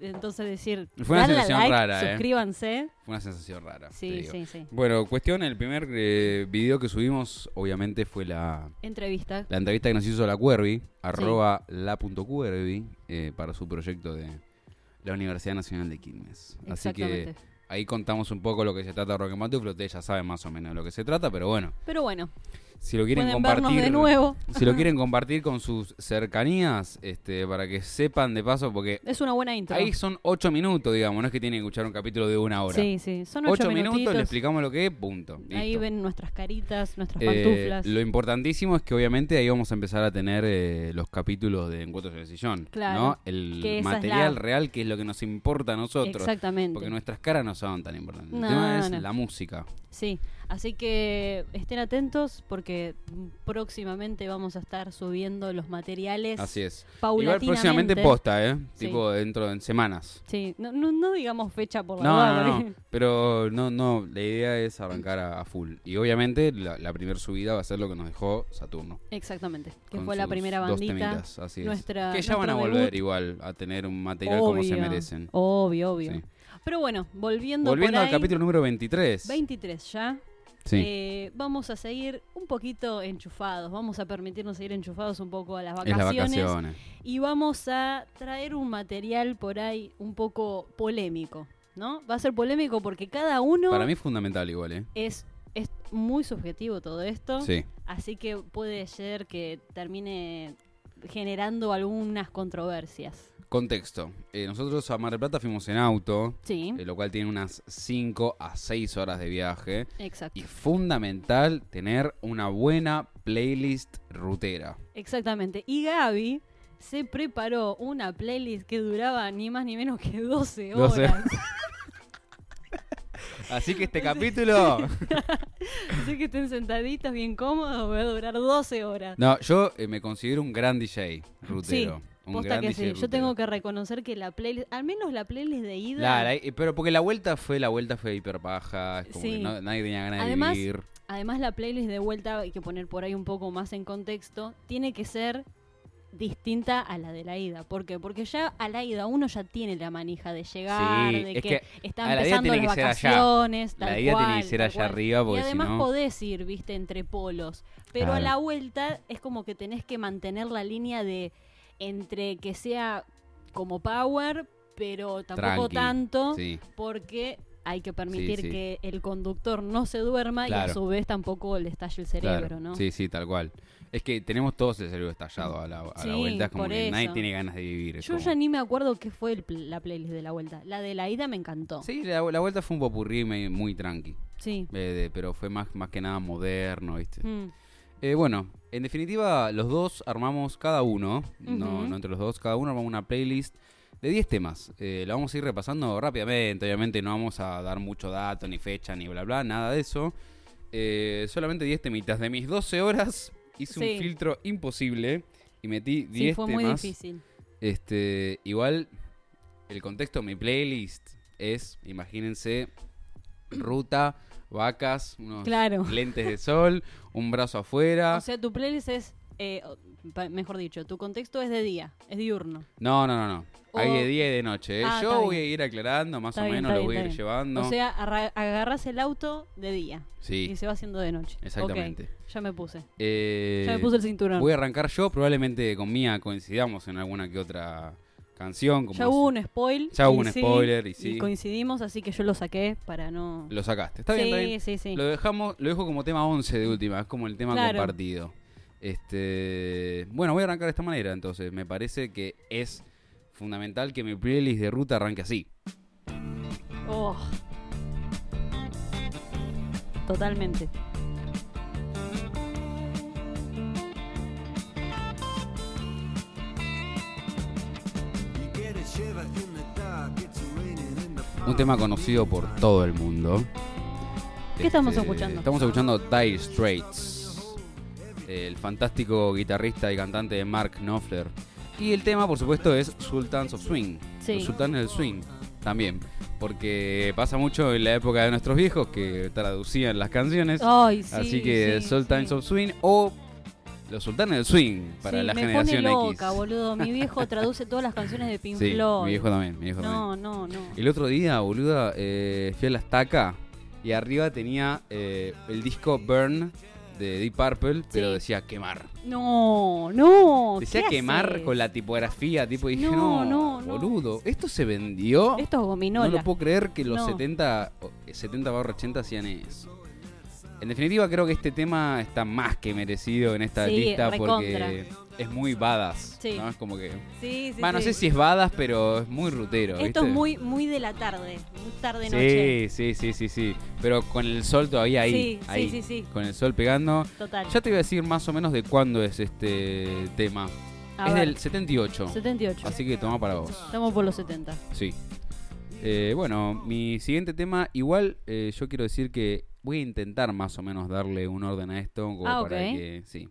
Speaker 2: Entonces decir,
Speaker 1: Fue una
Speaker 2: "Dale a
Speaker 1: sensación
Speaker 2: like,
Speaker 1: rara, eh.
Speaker 2: suscríbanse.
Speaker 1: Fue una sensación rara. te
Speaker 2: Sí,
Speaker 1: digo.
Speaker 2: sí, sí.
Speaker 1: Bueno, cuestión, el primer eh, video que subimos obviamente fue la,
Speaker 2: Entrevista.
Speaker 1: la entrevista que nos hizo la Cuervi, arroba la.cuervi, eh, para su proyecto de la Universidad Nacional de Quilmes. Así que
Speaker 2: Exactamente.
Speaker 1: ahí contamos un poco lo que se trata de Rock and Batuflo, ustedes ya saben más o menos de lo que se trata, pero bueno,
Speaker 2: Pero bueno,
Speaker 1: si lo quieren
Speaker 2: pueden vernos
Speaker 1: compartir...
Speaker 2: de nuevo.
Speaker 1: Si lo
Speaker 2: (laughs)
Speaker 1: quieren compartir con sus cercanías, este, para que sepan de paso, porque
Speaker 2: Es una buena intro.
Speaker 1: ahí son ocho minutos, digamos, no es que tienen que escuchar un capítulo de una hora.
Speaker 2: Sí, sí. Son ocho,
Speaker 1: Ocho minutos, le
Speaker 2: minutitos.
Speaker 1: explicamos lo que es, punto.
Speaker 2: Ahí
Speaker 1: Listo.
Speaker 2: ven nuestras caritas, nuestras
Speaker 1: Eh,
Speaker 2: pantuflas.
Speaker 1: lo importantísimo es que obviamente ahí vamos a empezar a tener eh, los capítulos de Encuentros en el Sillón.
Speaker 2: Claro,
Speaker 1: ¿no? El
Speaker 2: que esa es
Speaker 1: material
Speaker 2: la-
Speaker 1: real que es lo que nos importa a nosotros.
Speaker 2: Exactamente.
Speaker 1: Porque nuestras caras no son tan importantes.
Speaker 2: No,
Speaker 1: el tema es
Speaker 2: no.
Speaker 1: la música.
Speaker 2: Sí, así que estén atentos porque próximamente vamos a estar subiendo los materiales.
Speaker 1: Así es. Igual
Speaker 2: Paulatinamente.
Speaker 1: próximamente posta, ¿eh?
Speaker 2: Sí.
Speaker 1: Tipo dentro de en semanas.
Speaker 2: Sí, no, no, no digamos fecha por la
Speaker 1: No,
Speaker 2: duda,
Speaker 1: no, no,
Speaker 2: porque-
Speaker 1: Pero no, no. La idea es arrancar a, a full. Y obviamente la, la primera subida va a ser lo que nos dejó Saturno.
Speaker 2: (laughs) Exactamente, que
Speaker 1: con
Speaker 2: fue la
Speaker 1: sus
Speaker 2: primera
Speaker 1: Dos
Speaker 2: bandita.
Speaker 1: temitas, así es.
Speaker 2: Nuestra-
Speaker 1: que ya van a
Speaker 2: nuestro
Speaker 1: volver
Speaker 2: debut.
Speaker 1: igual a tener un material como se merecen.
Speaker 2: Obvio, obvio.
Speaker 1: Sí.
Speaker 2: Pero bueno, volviendo,
Speaker 1: Volviendo
Speaker 2: por
Speaker 1: al
Speaker 2: ahí,
Speaker 1: capítulo número 23.
Speaker 2: 23 ya.
Speaker 1: Sí.
Speaker 2: eh, vamos a seguir un poquito enchufados. Vamos a permitirnos seguir enchufados un poco a las
Speaker 1: es
Speaker 2: vacaciones.
Speaker 1: las vacaciones.
Speaker 2: Y vamos a traer un material por ahí un poco polémico, ¿no? Va a ser polémico porque cada uno
Speaker 1: Para mí es fundamental igual, ¿eh?
Speaker 2: es, es muy subjetivo todo esto,
Speaker 1: Sí.
Speaker 2: así que puede ser que termine generando algunas controversias.
Speaker 1: Contexto. Eh, nosotros a Mar del Plata fuimos en auto,
Speaker 2: Sí,
Speaker 1: eh, lo cual tiene unas 5 a 6 horas de viaje.
Speaker 2: exacto.
Speaker 1: Y fundamental tener una buena playlist rutera.
Speaker 2: Exactamente. Y Gaby se preparó una playlist que duraba ni más ni menos que 12 horas. (laughs)
Speaker 1: 12. Así que este
Speaker 2: (laughs)
Speaker 1: capítulo...
Speaker 2: así que estén sentaditos bien cómodos, va a durar 12 horas.
Speaker 1: No, yo eh, me considero un gran DJ rutero. un
Speaker 2: Posta
Speaker 1: gran
Speaker 2: que
Speaker 1: DJ
Speaker 2: sí. Yo
Speaker 1: rutero.
Speaker 2: tengo que reconocer que la playlist, al menos la playlist de ida.
Speaker 1: La- la- eh, pero porque la vuelta fue, la vuelta fue hiper baja, es como
Speaker 2: Sí.
Speaker 1: que no- nadie tenía ganas
Speaker 2: Además,
Speaker 1: de vivir.
Speaker 2: Además, la playlist de vuelta, hay que poner por ahí un poco más en contexto, tiene que ser distinta a la de la ida. ¿Por qué? Porque ya a la ida uno ya tiene la manija de llegar,
Speaker 1: Sí,
Speaker 2: de
Speaker 1: es
Speaker 2: que,
Speaker 1: que
Speaker 2: está
Speaker 1: a la ida
Speaker 2: empezando
Speaker 1: tiene
Speaker 2: las
Speaker 1: que ser allá.
Speaker 2: vacaciones,
Speaker 1: La
Speaker 2: tal
Speaker 1: ida tiene que
Speaker 2: cual,
Speaker 1: ser
Speaker 2: tal
Speaker 1: allá
Speaker 2: cual.
Speaker 1: arriba, porque
Speaker 2: Y
Speaker 1: si
Speaker 2: además
Speaker 1: no-
Speaker 2: podés ir, viste, entre polos. Pero a
Speaker 1: Claro.
Speaker 2: la vuelta es como que tenés que mantener la línea de entre que sea como power, pero tampoco
Speaker 1: Tranqui,
Speaker 2: tanto.
Speaker 1: Sí.
Speaker 2: porque hay que permitir
Speaker 1: Sí, sí.
Speaker 2: que el conductor no se duerma y
Speaker 1: Claro.
Speaker 2: a su vez tampoco le estalle el cerebro,
Speaker 1: Claro.
Speaker 2: ¿no?
Speaker 1: Sí, sí, tal cual. Es que tenemos todos el cerebro estallado a la, a la
Speaker 2: Sí,
Speaker 1: vuelta, es como
Speaker 2: por
Speaker 1: que nadie
Speaker 2: eso.
Speaker 1: tiene ganas de vivir. es
Speaker 2: Yo
Speaker 1: como-
Speaker 2: ya ni me acuerdo qué fue el pl- la playlist de la vuelta. La de la ida me encantó.
Speaker 1: Sí, la, la vuelta fue un popurrí me- muy tranqui,
Speaker 2: Sí.
Speaker 1: eh, de- pero fue más, más que nada moderno, ¿viste?
Speaker 2: Mm,
Speaker 1: Eh, bueno, en definitiva, los dos armamos cada uno, no,
Speaker 2: Ujú.
Speaker 1: no entre los dos, cada uno armamos una playlist de 10 temas. Eh, la vamos a ir repasando rápidamente, obviamente no vamos a dar mucho dato, ni fecha, ni bla, bla, nada de eso. Eh, solamente 10 temitas. De mis 12 horas hice
Speaker 2: Sí.
Speaker 1: un filtro imposible y metí 10
Speaker 2: Sí, fue
Speaker 1: temas.
Speaker 2: muy difícil.
Speaker 1: Este, igual, el contexto de mi playlist es, imagínense, ruta, vacas, unos
Speaker 2: Claro.
Speaker 1: lentes de sol, un brazo afuera.
Speaker 2: (laughs) O sea, tu playlist es, eh, o- pa- mejor dicho, tu contexto es de día, es diurno.
Speaker 1: No, no, no, no. Hay
Speaker 2: O-
Speaker 1: de día y de noche. ¿eh?
Speaker 2: Ah,
Speaker 1: Yo
Speaker 2: está
Speaker 1: voy a
Speaker 2: bien.
Speaker 1: ir aclarando, más
Speaker 2: Está
Speaker 1: o
Speaker 2: bien,
Speaker 1: menos,
Speaker 2: está
Speaker 1: lo voy a
Speaker 2: bien,
Speaker 1: ir
Speaker 2: está
Speaker 1: llevando.
Speaker 2: O sea, arra- agarrás el auto de día
Speaker 1: sí,
Speaker 2: y se va haciendo de noche. Ok,
Speaker 1: exactamente.
Speaker 2: ya me puse.
Speaker 1: Eh,
Speaker 2: Ya me puse el cinturón.
Speaker 1: voy a arrancar yo, probablemente con Mía coincidamos en alguna que otra canción. Como
Speaker 2: Ya hubo
Speaker 1: es-
Speaker 2: un spoiler.
Speaker 1: Ya hubo
Speaker 2: y
Speaker 1: un
Speaker 2: sí,
Speaker 1: spoiler, y sí.
Speaker 2: coincidimos, así que yo lo saqué para no.
Speaker 1: Lo sacaste. Está
Speaker 2: sí,
Speaker 1: bien, está bien.
Speaker 2: sí, sí.
Speaker 1: Lo dejamos, lo dejo como tema 11 de última, es como el tema
Speaker 2: Claro.
Speaker 1: compartido. Este, bueno, voy a arrancar de esta manera, entonces me parece que es fundamental que mi playlist de ruta arranque así.
Speaker 2: Oh. Totalmente.
Speaker 1: Un tema conocido por todo el mundo. Este,
Speaker 2: ¿Qué estamos escuchando?
Speaker 1: Estamos escuchando Dire Straits, el fantástico guitarrista y cantante de Mark Knopfler. Y el tema, por supuesto, es Sultans of Swing.
Speaker 2: Sí.
Speaker 1: Los Sultanes del Swing, también. Porque pasa mucho en la época de nuestros viejos que traducían las canciones.
Speaker 2: Ay, Oh, sí,
Speaker 1: así que
Speaker 2: sí,
Speaker 1: Soul
Speaker 2: sí.
Speaker 1: Times of Swing o Los Sultanes del Swing para
Speaker 2: Sí,
Speaker 1: la
Speaker 2: me
Speaker 1: generación
Speaker 2: pone loca,
Speaker 1: X.
Speaker 2: boludo.
Speaker 1: (laughs)
Speaker 2: Mi viejo traduce todas las canciones de Pink
Speaker 1: Sí,
Speaker 2: Floyd.
Speaker 1: mi viejo también, mi viejo también.
Speaker 2: no, no, no.
Speaker 1: El otro día, boluda, eh, fui a la estaca y arriba tenía eh, el disco Burn de Deep Purple, pero
Speaker 2: Sí.
Speaker 1: decía quemar.
Speaker 2: No, no.
Speaker 1: Decía
Speaker 2: ¿qué
Speaker 1: quemar
Speaker 2: haces?
Speaker 1: con la tipografía, tipo, y dije,
Speaker 2: No,
Speaker 1: no,
Speaker 2: no, no.
Speaker 1: boludo, esto se vendió.
Speaker 2: Estos
Speaker 1: no
Speaker 2: gominolas.
Speaker 1: lo puedo creer que los
Speaker 2: No.
Speaker 1: 70, o- 70 barra 80 hacían eso. En definitiva, creo que este tema está más que merecido en esta
Speaker 2: Sí,
Speaker 1: lista
Speaker 2: recontra.
Speaker 1: porque es muy badass.
Speaker 2: Sí.
Speaker 1: ¿no? Es como que.
Speaker 2: Sí, sí,
Speaker 1: Bah, no
Speaker 2: sí.
Speaker 1: sé si es badass, pero es muy rutero.
Speaker 2: Esto
Speaker 1: ¿viste?
Speaker 2: es muy, muy de la tarde. Muy tarde noche.
Speaker 1: Sí, sí, sí, sí, sí. Pero con el sol todavía ahí.
Speaker 2: Sí, sí,
Speaker 1: ahí,
Speaker 2: sí, sí.
Speaker 1: Con el sol pegando.
Speaker 2: Total.
Speaker 1: Ya te voy a decir más o menos de cuándo es este tema.
Speaker 2: A
Speaker 1: es
Speaker 2: ver,
Speaker 1: del 78.
Speaker 2: 78.
Speaker 1: Así que toma para vos.
Speaker 2: Estamos por los 70.
Speaker 1: Sí. Eh, bueno, mi siguiente tema, igual eh, yo quiero decir que voy a intentar más o menos darle un orden a esto. Como
Speaker 2: Ah,
Speaker 1: para
Speaker 2: ok.
Speaker 1: que, sí.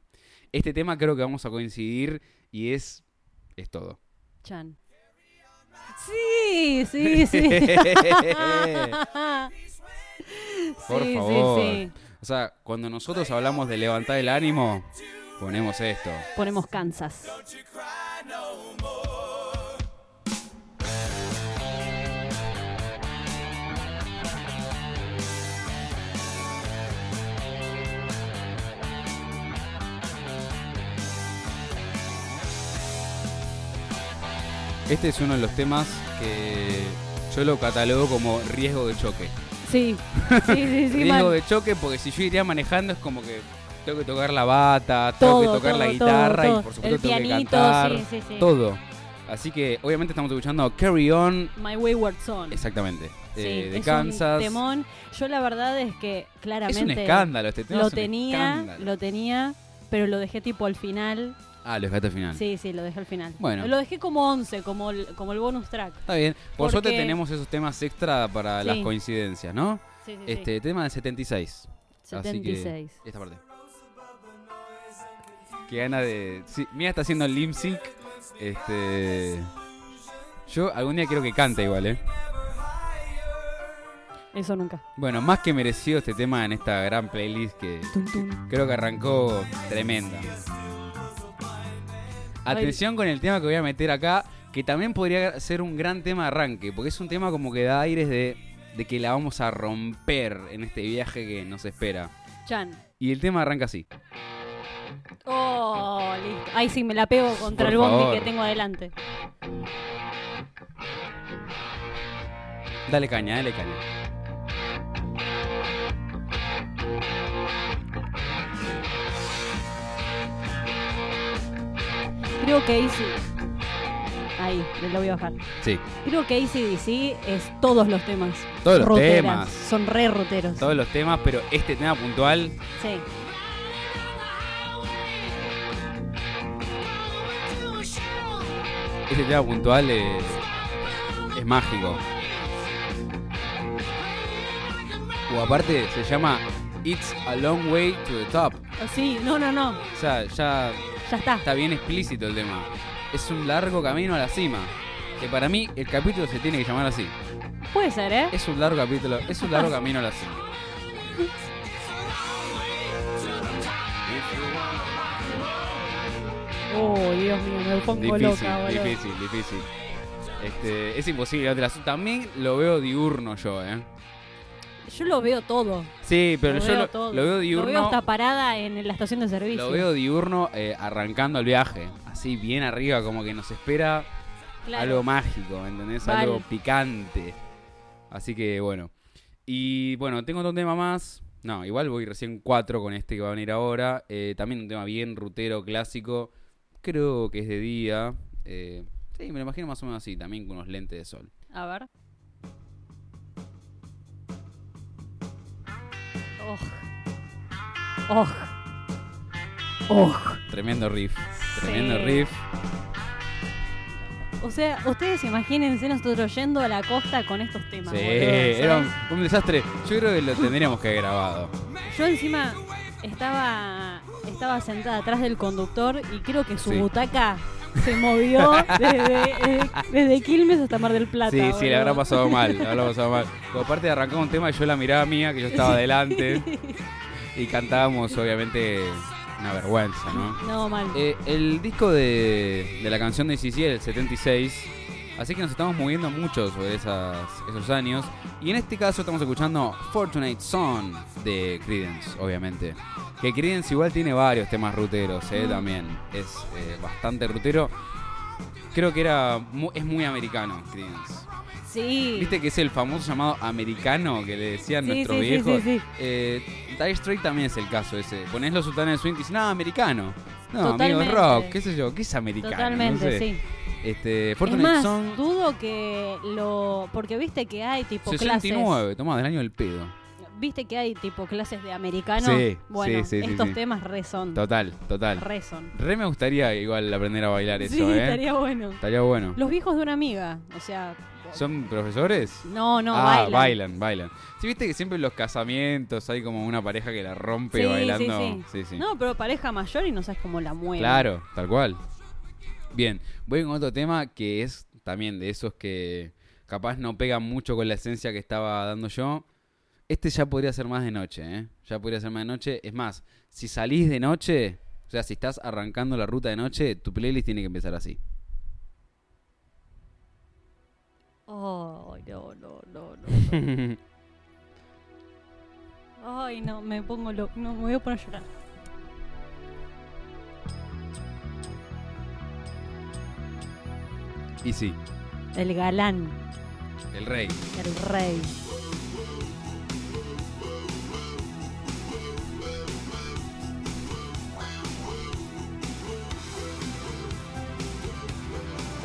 Speaker 1: Este tema creo que vamos a coincidir y es. Es todo. (laughs)
Speaker 2: Chan. Sí,
Speaker 1: (laughs)
Speaker 2: sí, sí.
Speaker 1: (laughs) Por
Speaker 2: sí,
Speaker 1: favor.
Speaker 2: sí, sí.
Speaker 1: O sea, cuando nosotros hablamos de levantar el ánimo, ponemos esto.
Speaker 2: Ponemos Kansas.
Speaker 1: Este es uno de los temas que yo lo catalogo como riesgo de choque. (laughs)
Speaker 2: Sí, sí, sí, sí.
Speaker 1: riesgo
Speaker 2: mal.
Speaker 1: de choque porque si yo iría manejando es como que tengo que tocar la bata, tengo que
Speaker 2: Todo,
Speaker 1: tocar la
Speaker 2: todo,
Speaker 1: guitarra
Speaker 2: todo,
Speaker 1: y por
Speaker 2: todo.
Speaker 1: supuesto
Speaker 2: El
Speaker 1: tengo
Speaker 2: pianito,
Speaker 1: que cantar,
Speaker 2: sí, sí, sí.
Speaker 1: todo. Así que obviamente estamos escuchando Carry On,
Speaker 2: My Wayward Son.
Speaker 1: exactamente,
Speaker 2: Sí,
Speaker 1: eh, de
Speaker 2: es
Speaker 1: Kansas.
Speaker 2: Un temón. Yo la verdad es que
Speaker 1: es
Speaker 2: claramente
Speaker 1: un escándalo este tema.
Speaker 2: lo
Speaker 1: es un
Speaker 2: tenía,
Speaker 1: escándalo.
Speaker 2: lo tenía, pero lo dejé tipo al final.
Speaker 1: Ah, lo dejaste al final.
Speaker 2: Sí, sí, lo dejé al final.
Speaker 1: Bueno.
Speaker 2: Lo dejé como 11, como el, como el bonus track.
Speaker 1: Está bien. Por
Speaker 2: Porque-
Speaker 1: suerte tenemos esos temas extra para las
Speaker 2: Sí.
Speaker 1: coincidencias, ¿no?
Speaker 2: Sí, sí, sí.
Speaker 1: Este tema del 76. Así que-
Speaker 2: 76.
Speaker 1: Esta parte. Que gana de. Sí, Mía está haciendo lip sync. Este. Yo algún día quiero que cante igual, ¿eh?
Speaker 2: Eso nunca.
Speaker 1: Bueno, más que merecido este tema en esta gran playlist que
Speaker 2: Tum, tum.
Speaker 1: creo que arrancó tremenda. Atención con el tema que voy a meter acá, que también podría ser un gran tema de arranque, porque es un tema como que da aires de, de que la vamos a romper en este viaje que nos espera.
Speaker 2: Chan.
Speaker 1: Y el tema arranca así.
Speaker 2: Oh, listo. Ahí sí me la pego contra
Speaker 1: Por
Speaker 2: el bondi
Speaker 1: favor.
Speaker 2: que tengo adelante.
Speaker 1: Dale caña, dale caña.
Speaker 2: Creo que Easy. Ahí, me lo voy a bajar.
Speaker 1: Sí.
Speaker 2: Creo que ACDC es todos los temas.
Speaker 1: Todos los
Speaker 2: Roteras.
Speaker 1: temas.
Speaker 2: Son re roteros.
Speaker 1: todos los temas, pero este tema puntual,
Speaker 2: Sí.
Speaker 1: este tema puntual es, es mágico. O aparte se llama It's a Long Way to the Top.
Speaker 2: Oh, sí, no, no, no.
Speaker 1: O sea, ya
Speaker 2: Ya está.
Speaker 1: está bien explícito el tema. Es un largo camino a la cima. Que para mí el capítulo se tiene que llamar así.
Speaker 2: Puede ser, ¿eh?
Speaker 1: Es un largo capítulo, es un largo camino a la cima.
Speaker 2: Oh, Dios mío, me pongo
Speaker 1: Difícil,
Speaker 2: loca, boludo.
Speaker 1: difícil, difícil. Este, es imposible. otra- También lo veo diurno yo, eh.
Speaker 2: Yo lo veo todo.
Speaker 1: Sí, pero
Speaker 2: lo
Speaker 1: yo
Speaker 2: veo
Speaker 1: lo,
Speaker 2: todo.
Speaker 1: lo veo diurno.
Speaker 2: Lo veo hasta parada en la estación de servicio.
Speaker 1: Lo veo diurno eh, arrancando el viaje, así bien arriba, como que nos espera
Speaker 2: Claro.
Speaker 1: algo mágico, ¿entendés?
Speaker 2: Vale.
Speaker 1: Algo picante. Así que bueno. Y bueno, tengo otro tema más. No, igual voy recién cuatro con este que va a venir ahora. Eh, también un tema bien rutero, clásico. Creo que es de día. Eh, sí, me lo imagino más o menos así, también con unos lentes de sol.
Speaker 2: A ver. Oh. Oh. Oh.
Speaker 1: Tremendo riff. Tremendo
Speaker 2: Sí.
Speaker 1: riff.
Speaker 2: O sea, ustedes imagínense nosotros yendo a la costa con estos temas.
Speaker 1: Sí,
Speaker 2: boludo, ¿sabes?
Speaker 1: era un, un desastre. Yo creo que lo tendríamos que haber grabado.
Speaker 2: Yo encima estaba estaba sentada atrás del conductor y creo que su
Speaker 1: Sí.
Speaker 2: butaca
Speaker 1: (laughs)
Speaker 2: se movió desde, eh, desde Quilmes hasta Mar del Plata.
Speaker 1: sí, sí,
Speaker 2: boludo.
Speaker 1: la habrá pasado mal, la habrá pasado
Speaker 2: (laughs)
Speaker 1: mal. Como aparte arrancaba un tema, yo la miraba mía, que yo estaba
Speaker 2: (laughs)
Speaker 1: adelante, y cantábamos, obviamente, una vergüenza, ¿no?
Speaker 2: No, mal.
Speaker 1: Eh, el disco de, de la canción de Sisi el 76. Así que nos estamos moviendo mucho sobre esas, esos años. Y en este caso estamos escuchando Fortunate Son de Credence, obviamente. Que Credence igual tiene varios temas ruteros, eh,
Speaker 2: Mm.
Speaker 1: también. Es eh, bastante rutero. Creo que era mu- es muy americano, Credence.
Speaker 2: sí.
Speaker 1: Viste que es el famoso llamado americano que le decían
Speaker 2: Sí,
Speaker 1: nuestros
Speaker 2: sí, sí,
Speaker 1: viejos.
Speaker 2: sí, sí.
Speaker 1: Eh, Dire Straits también es el caso ese. Ponés los sultanes del swing y dices, no, americano. No, amigo, es
Speaker 2: Totalmente.
Speaker 1: rock, qué sé yo, qué es americano.
Speaker 2: Totalmente,
Speaker 1: no sé.
Speaker 2: sí.
Speaker 1: Este,
Speaker 2: Es
Speaker 1: Fortnite
Speaker 2: más,
Speaker 1: Song
Speaker 2: dudo que lo. Porque viste que hay tipo
Speaker 1: 69, tomá, del año del pedo.
Speaker 2: clases. Viste que hay tipo clases de americano.
Speaker 1: Sí,
Speaker 2: bueno,
Speaker 1: sí, sí, sí,
Speaker 2: estos
Speaker 1: sí.
Speaker 2: temas re son.
Speaker 1: Total, total.
Speaker 2: Re son.
Speaker 1: Re me gustaría igual aprender a bailar eso,
Speaker 2: sí,
Speaker 1: ¿eh?
Speaker 2: estaría bueno.
Speaker 1: Estaría bueno.
Speaker 2: Los viejos de una amiga. O sea.
Speaker 1: ¿Son profesores?
Speaker 2: No, no,
Speaker 1: ah,
Speaker 2: bailan.
Speaker 1: bailan, bailan. Sí, viste que siempre en los casamientos hay como una pareja que la rompe
Speaker 2: Sí, sí,
Speaker 1: bailando.
Speaker 2: sí. No, pero pareja mayor y no sabes cómo la mueve.
Speaker 1: Claro, tal cual. Bien, voy con otro tema que es también de esos que capaz no pegan mucho con la esencia que estaba dando yo. Este ya podría ser más de noche, ¿eh? Ya podría ser más de noche. Es más, si salís de noche, o sea, si estás arrancando la ruta de noche, tu playlist tiene que empezar así.
Speaker 2: Oh, no, no, no, no. Ay, no, me pongo lo... No, me voy a poner a llorar.
Speaker 1: Y sí,
Speaker 2: El galán,
Speaker 1: el rey.
Speaker 2: el rey.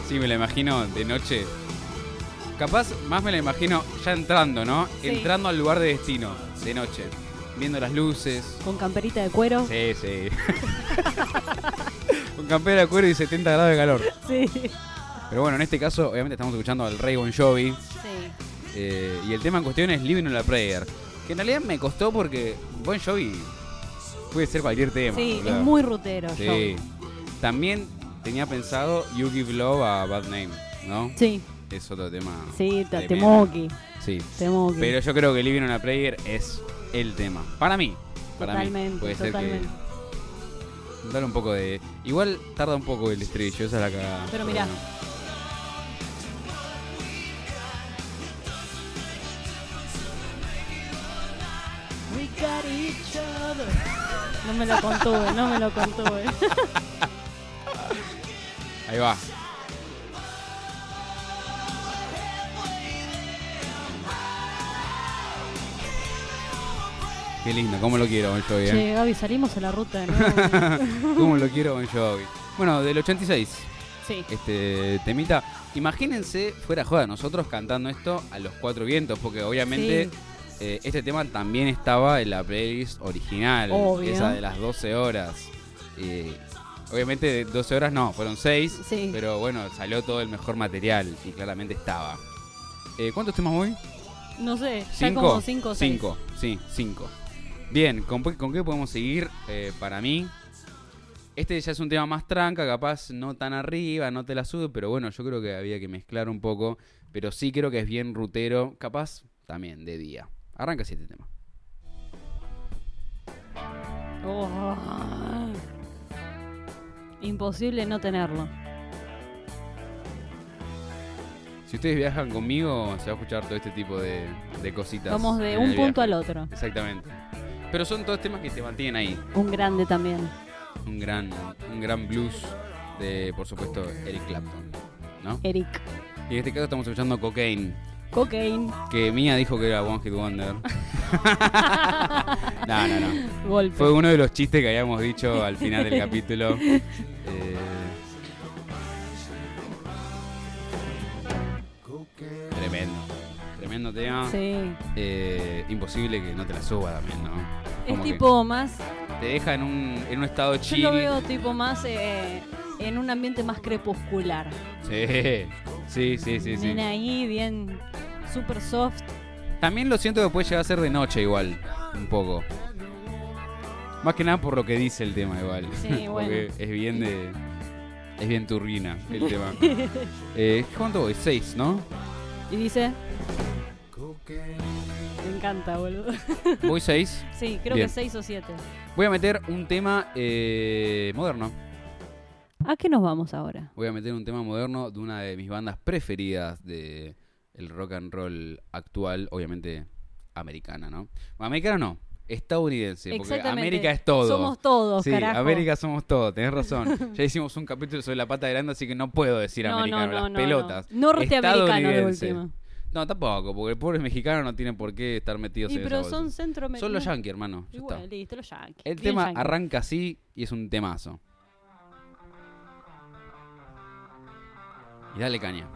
Speaker 1: Sí, me la imagino de noche. Capaz más me la imagino ya entrando, ¿no?
Speaker 2: Sí.
Speaker 1: Entrando al lugar de destino, de noche. Viendo las luces,
Speaker 2: Con camperita de cuero.
Speaker 1: Sí, sí. (laughs) Con campera de cuero y 70 grados de calor.
Speaker 2: Sí.
Speaker 1: Pero bueno, en este caso, obviamente estamos escuchando al Rey Bon Jovi.
Speaker 2: Sí.
Speaker 1: eh, y el tema en cuestión es Living on a Prayer. Que en realidad me costó porque Bon Jovi puede ser cualquier tema.
Speaker 2: Sí,
Speaker 1: boludo.
Speaker 2: es muy rutero.
Speaker 1: Sí.
Speaker 2: yo.
Speaker 1: También tenía pensado You Give Love a Bad Name, ¿no?
Speaker 2: Sí,
Speaker 1: Es otro tema.
Speaker 2: sí, te-
Speaker 1: tremendo.
Speaker 2: Temoki.
Speaker 1: Sí.
Speaker 2: Temoki.
Speaker 1: Pero yo creo que Living on a Prayer es el tema. Para mí. Para mí.
Speaker 2: totalmente,
Speaker 1: Puede ser que-
Speaker 2: totalmente.
Speaker 1: Dale un poco de. Igual tarda un poco el estribillo, esa es la cagada.
Speaker 2: Pero mirá.
Speaker 1: bueno.
Speaker 2: We got each other. No me lo contuve, no me lo contuve.
Speaker 1: Ahí va. Qué lindo, cómo lo quiero Bon Jovi, ¿eh?
Speaker 2: Che, Gaby, salimos a la ruta
Speaker 1: (laughs)
Speaker 2: de nuevo.
Speaker 1: Cómo lo quiero Bon Jovi. Bueno, del 86,
Speaker 2: sí.
Speaker 1: este temita. Imagínense, fuera joda, nosotros cantando esto a los cuatro vientos, porque obviamente
Speaker 2: Sí.
Speaker 1: eh, este tema también estaba en la playlist original,
Speaker 2: Obvio.
Speaker 1: esa de las 12 horas. Eh, obviamente de 12 horas no, fueron 6,
Speaker 2: Sí.
Speaker 1: pero bueno, salió todo el mejor material y claramente estaba. Eh, ¿Cuántos temas voy?
Speaker 2: No sé, ya
Speaker 1: ¿Cinco?
Speaker 2: como cinco o seis.
Speaker 1: Cinco, sí, cinco. Bien, ¿con, qué- con qué podemos seguir? Eh, para mí, este ya es un tema más tranca, capaz no tan arriba, no te la sube, pero bueno, yo creo que había que mezclar un poco. Pero sí creo que es bien rutero, capaz también de día. Arranca así este tema.
Speaker 2: Oh. Imposible no tenerlo.
Speaker 1: Si ustedes viajan conmigo, se va a escuchar todo este tipo de, de cositas.
Speaker 2: Vamos de un punto al otro.
Speaker 1: Exactamente. Pero son todos temas que te mantienen ahí.
Speaker 2: Un grande también.
Speaker 1: Un gran, un gran blues de, por supuesto, Eric Clapton. ¿No?
Speaker 2: Eric.
Speaker 1: Y en este caso estamos escuchando Cocaine,
Speaker 2: Cocaine.
Speaker 1: que Mía dijo que era One Hit
Speaker 2: (laughs)
Speaker 1: Wonder. no, no, no.
Speaker 2: Golpe.
Speaker 1: Fue uno de los chistes que habíamos dicho al final del
Speaker 2: (laughs)
Speaker 1: capítulo. Eh, Tremendo. Tremendo tema.
Speaker 2: Sí.
Speaker 1: Eh, imposible que no te la suba también, ¿no?
Speaker 2: Es
Speaker 1: Como que
Speaker 2: tipo más.
Speaker 1: Te deja en un, en un estado
Speaker 2: Yo
Speaker 1: chill.
Speaker 2: lo veo tipo más eh, en un ambiente más crepuscular.
Speaker 1: Sí, sí, sí, sí. sí.
Speaker 2: Bien ahí, bien super soft.
Speaker 1: También lo siento que puede llegar a ser de noche igual, un poco. Más que nada por lo que dice el tema igual. (laughs)
Speaker 2: Sí, bueno.
Speaker 1: Porque es bien de, Es bien turrina
Speaker 2: (laughs)
Speaker 1: el tema. Eh, ¿Cuánto es? Seis, ¿no?
Speaker 2: Y dice. Me encanta, boludo. (laughs)
Speaker 1: Voy seis.
Speaker 2: Sí, creo
Speaker 1: Bien.
Speaker 2: que 6 o 7.
Speaker 1: Voy a meter un tema eh, moderno.
Speaker 2: ¿A qué nos vamos ahora?
Speaker 1: Voy a meter un tema moderno de una de mis bandas preferidas de el rock and roll actual, obviamente americana, ¿no? Americana no, estadounidense, porque América es todo.
Speaker 2: Somos todos,
Speaker 1: sí,
Speaker 2: carajo.
Speaker 1: América somos todo, tenés razón. (laughs) Ya hicimos un capítulo sobre la pata grande, así que no puedo decir
Speaker 2: no, no,
Speaker 1: americano,
Speaker 2: no,
Speaker 1: las
Speaker 2: no,
Speaker 1: pelotas.
Speaker 2: No. Norteamericano de
Speaker 1: Estadounidense.
Speaker 2: última.
Speaker 1: No, tampoco, porque el pobre mexicano no tiene por qué estar metido
Speaker 2: Y
Speaker 1: en
Speaker 2: pero
Speaker 1: esa
Speaker 2: son
Speaker 1: bolsa.
Speaker 2: centroamericanos.
Speaker 1: Son los yankees, hermano. ya
Speaker 2: Igual,
Speaker 1: está.
Speaker 2: listo, los yankees.
Speaker 1: El
Speaker 2: Bien
Speaker 1: tema
Speaker 2: yankees.
Speaker 1: arranca así y es un temazo. Y dale caña.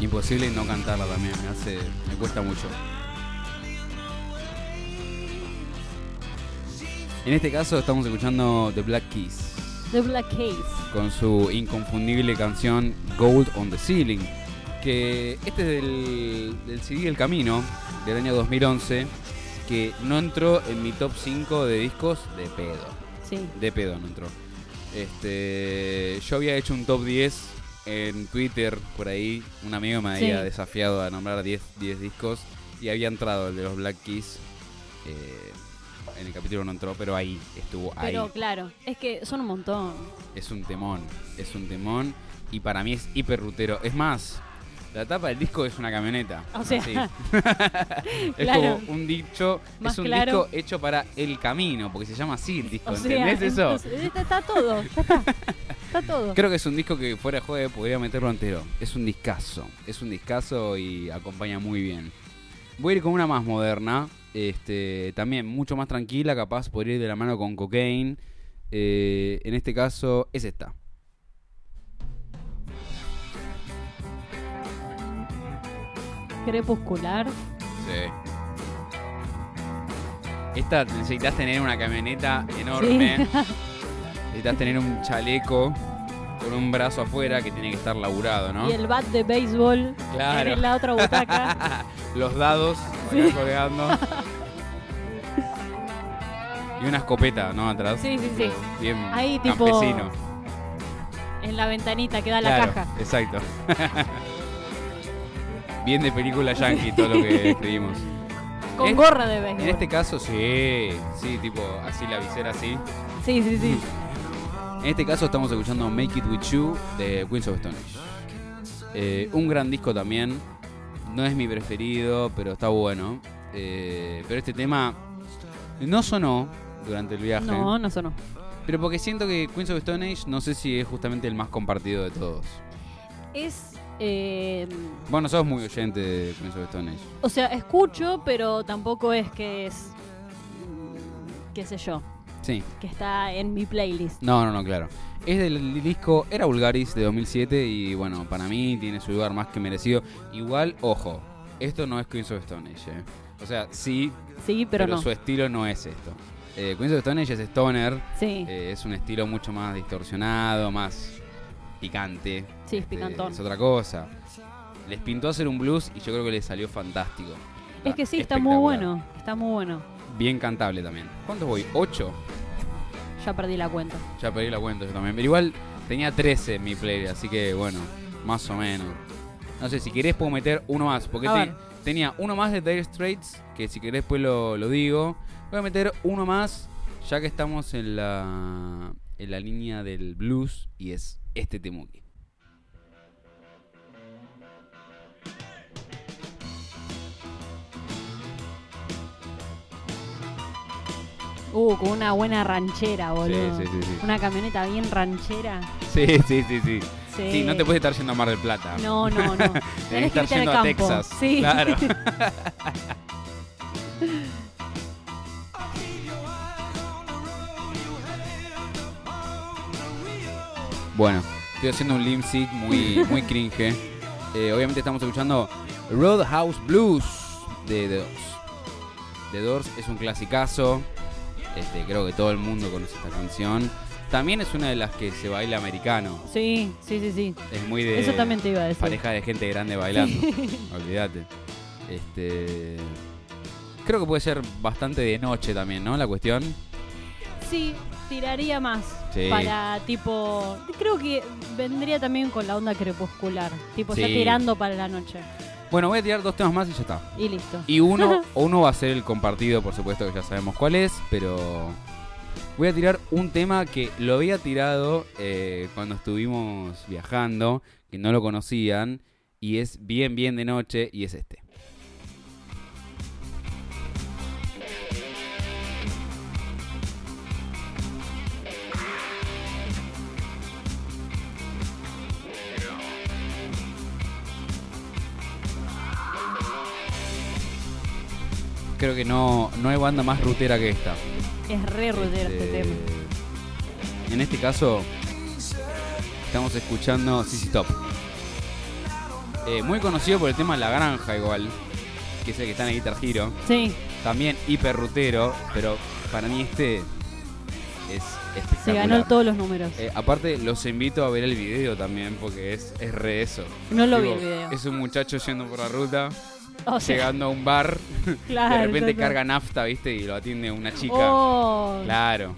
Speaker 1: Imposible no cantarla también, me hace. me cuesta mucho. En este caso estamos escuchando The Black Keys
Speaker 2: The Black Case.
Speaker 1: con su inconfundible canción Gold on the Ceiling, que este es del, del CD El Camino del año 2011, que no entró en mi top 5 de discos de pedo.
Speaker 2: Sí.
Speaker 1: De pedo no entró. Este, yo había hecho un top 10 en Twitter, por ahí. Un amigo me había
Speaker 2: Sí.
Speaker 1: desafiado a nombrar 10, 10 discos. Y había entrado el de los Black Keys. eh, en el capítulo no entró, pero ahí estuvo
Speaker 2: Pero
Speaker 1: ahí.
Speaker 2: claro, es que son un montón.
Speaker 1: Es un temón. Es un temón. Y para mí es hiper rutero. Es más, la tapa del disco es una camioneta.
Speaker 2: O (laughs) sea,
Speaker 1: Así. es
Speaker 2: claro.
Speaker 1: como un dicho.
Speaker 2: Más
Speaker 1: es un
Speaker 2: claro.
Speaker 1: disco hecho para el camino, porque se llama así el disco.
Speaker 2: O sea,
Speaker 1: ¿Entendés eso?
Speaker 2: entonces, eh, Está, está todo, ya está. Está
Speaker 1: (laughs)
Speaker 2: todo.
Speaker 1: Creo que es un disco que fuera de juego podría meterlo entero. Es un discazo. Es un discazo y acompaña muy bien. Voy a ir con una más moderna. Este, también mucho más tranquila, capaz podría ir de la mano con Cocaine. Eh, en este caso es esta.
Speaker 2: Crepuscular.
Speaker 1: Sí. Esta necesitas tener una camioneta enorme.
Speaker 2: (laughs)
Speaker 1: Necesitas tener un chaleco con un brazo afuera que tiene que estar laburado, ¿no?
Speaker 2: Y el bat de béisbol
Speaker 1: Claro.
Speaker 2: en la otra butaca.
Speaker 1: (laughs) Los dados acá colgando. Y una escopeta, ¿no? Atrás.
Speaker 2: Sí, sí, sí.
Speaker 1: Bien
Speaker 2: Ahí, tipo,
Speaker 1: campesino.
Speaker 2: en la ventanita que da
Speaker 1: Claro,
Speaker 2: la caja.
Speaker 1: Exacto. (laughs) Bien de película yankee todo lo
Speaker 2: (laughs)
Speaker 1: que escribimos.
Speaker 2: Con
Speaker 1: En-
Speaker 2: gorra de béisbol.
Speaker 1: En este caso, sí. Sí, tipo, así la visera así.
Speaker 2: Sí, sí,
Speaker 1: (laughs)
Speaker 2: sí.
Speaker 1: En este caso estamos escuchando Make It With You de Queens of Stone Age. Eh, un gran disco también. No es mi preferido, pero está bueno. Eh, pero este tema no sonó durante el viaje.
Speaker 2: No, no sonó.
Speaker 1: Pero porque siento que Queens of Stone Age no sé si es justamente el más compartido de todos.
Speaker 2: Es. eh,
Speaker 1: Vos no sos muy oyente de Queens of Stone Age.
Speaker 2: o sea, escucho, pero tampoco es que es. mm, qué sé yo.
Speaker 1: Sí.
Speaker 2: Que está en mi playlist.
Speaker 1: No, no, no, claro. Es del disco Era Vulgaris de 2007 y bueno, para mí tiene su lugar más que merecido. Igual, ojo, esto no es Queens of Stone Age. eh. O sea, sí,
Speaker 2: Sí, pero,
Speaker 1: pero,
Speaker 2: no.
Speaker 1: su estilo no es esto. Eh, Queens of Stone Age es stoner,
Speaker 2: Sí,
Speaker 1: eh, es un estilo mucho más distorsionado, más picante.
Speaker 2: sí, es
Speaker 1: Este,
Speaker 2: picantón.
Speaker 1: Es otra cosa. Les pintó hacer un blues y yo creo que les salió fantástico.
Speaker 2: Es que sí, está muy
Speaker 1: espectacular.
Speaker 2: bueno. Está muy bueno.
Speaker 1: Bien cantable también. ¿Cuántos voy? ¿Ocho?
Speaker 2: Ya perdí la cuenta.
Speaker 1: Ya perdí la cuenta yo también. Pero igual tenía 13 en mi playlist, así que bueno, más o menos. No sé, si querés puedo meter uno más. Porque
Speaker 2: A
Speaker 1: te-
Speaker 2: ver.
Speaker 1: tenía uno más de Dire Straits, que si querés pues lo, lo digo. Voy a meter uno más, ya que estamos en la, en la línea del blues, y es este Temuki. (laughs)
Speaker 2: Uh, con una buena ranchera, boludo.
Speaker 1: sí, sí, sí.
Speaker 2: Una camioneta bien ranchera.
Speaker 1: Sí, sí, sí, sí.
Speaker 2: Sí,
Speaker 1: Sí, no te puedes estar yendo a Mar del Plata.
Speaker 2: (laughs) No, no, no.
Speaker 1: (laughs) Tenés
Speaker 2: Tenés
Speaker 1: que
Speaker 2: que
Speaker 1: estar
Speaker 2: irte al
Speaker 1: yendo a
Speaker 2: campo.
Speaker 1: Texas.
Speaker 2: Sí.
Speaker 1: Claro. (laughs) bueno, estoy haciendo un limp sync muy, muy cringe. Eh, obviamente estamos escuchando Roadhouse Blues de The Doors. The Doors es un clasicazo. Este, creo que todo el mundo conoce esta canción. También es una de las que se baila americano.
Speaker 2: Sí, sí, sí, sí.
Speaker 1: Es muy de
Speaker 2: Eso también te iba a decir.
Speaker 1: Eh, pareja de gente grande bailando. (laughs) Olvídate. Este. Creo que puede ser bastante de noche también, ¿no? La cuestión.
Speaker 2: Sí, tiraría más.
Speaker 1: Sí.
Speaker 2: Para tipo. Creo que vendría también con la onda crepuscular. Tipo, ya
Speaker 1: Sí.
Speaker 2: tirando para la noche.
Speaker 1: Bueno, voy a tirar dos temas más y ya está.
Speaker 2: Y listo.
Speaker 1: Y uno, uno va a ser el compartido, por supuesto que ya sabemos cuál es, pero voy a tirar un tema que lo había tirado eh, cuando estuvimos viajando, que no lo conocían, y es bien, bien de noche, y es este. Creo que no, no hay banda más rutera que esta.
Speaker 2: Es re rutero este
Speaker 1: Este,
Speaker 2: tema.
Speaker 1: En este caso, estamos escuchando CC Top. Eh, muy conocido por el tema La Granja, igual, que es el que está en el Guitar Hero.
Speaker 2: Sí,
Speaker 1: También hiper rutero, pero para mí este es espectacular.
Speaker 2: se ganó todos los números.
Speaker 1: Eh, aparte, los invito a ver el video también, porque es, es re eso.
Speaker 2: no lo vi
Speaker 1: Tipo,
Speaker 2: el video.
Speaker 1: Es un muchacho yendo por la ruta,
Speaker 2: (laughs) o sea,
Speaker 1: llegando a un bar,
Speaker 2: (laughs) claro,
Speaker 1: de repente
Speaker 2: Ah, yo-
Speaker 1: carga nafta, ¿viste? Y lo atiende una chica.
Speaker 2: Oh,
Speaker 1: Claro.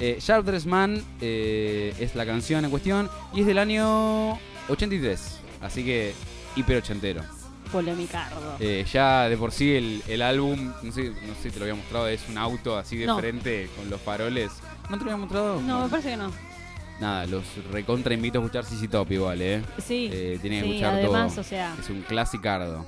Speaker 1: Eh, Sharp Dress Man eh, es la canción en cuestión y es del año 83, así que hiper ochentero.
Speaker 2: polemicardo.
Speaker 1: Eh, ya de por sí el, el álbum, no sé, no sé si te lo había mostrado, es un auto así de
Speaker 2: No.
Speaker 1: frente con los faroles. ¿No te lo había mostrado?
Speaker 2: no, me parece que no.
Speaker 1: Nada, los recontra invito a escuchar CC Top igual, ¿eh?
Speaker 2: Sí.
Speaker 1: Eh, tiene que
Speaker 2: sí,
Speaker 1: escuchar
Speaker 2: además,
Speaker 1: todo.
Speaker 2: o sea,
Speaker 1: Es un clasicardo.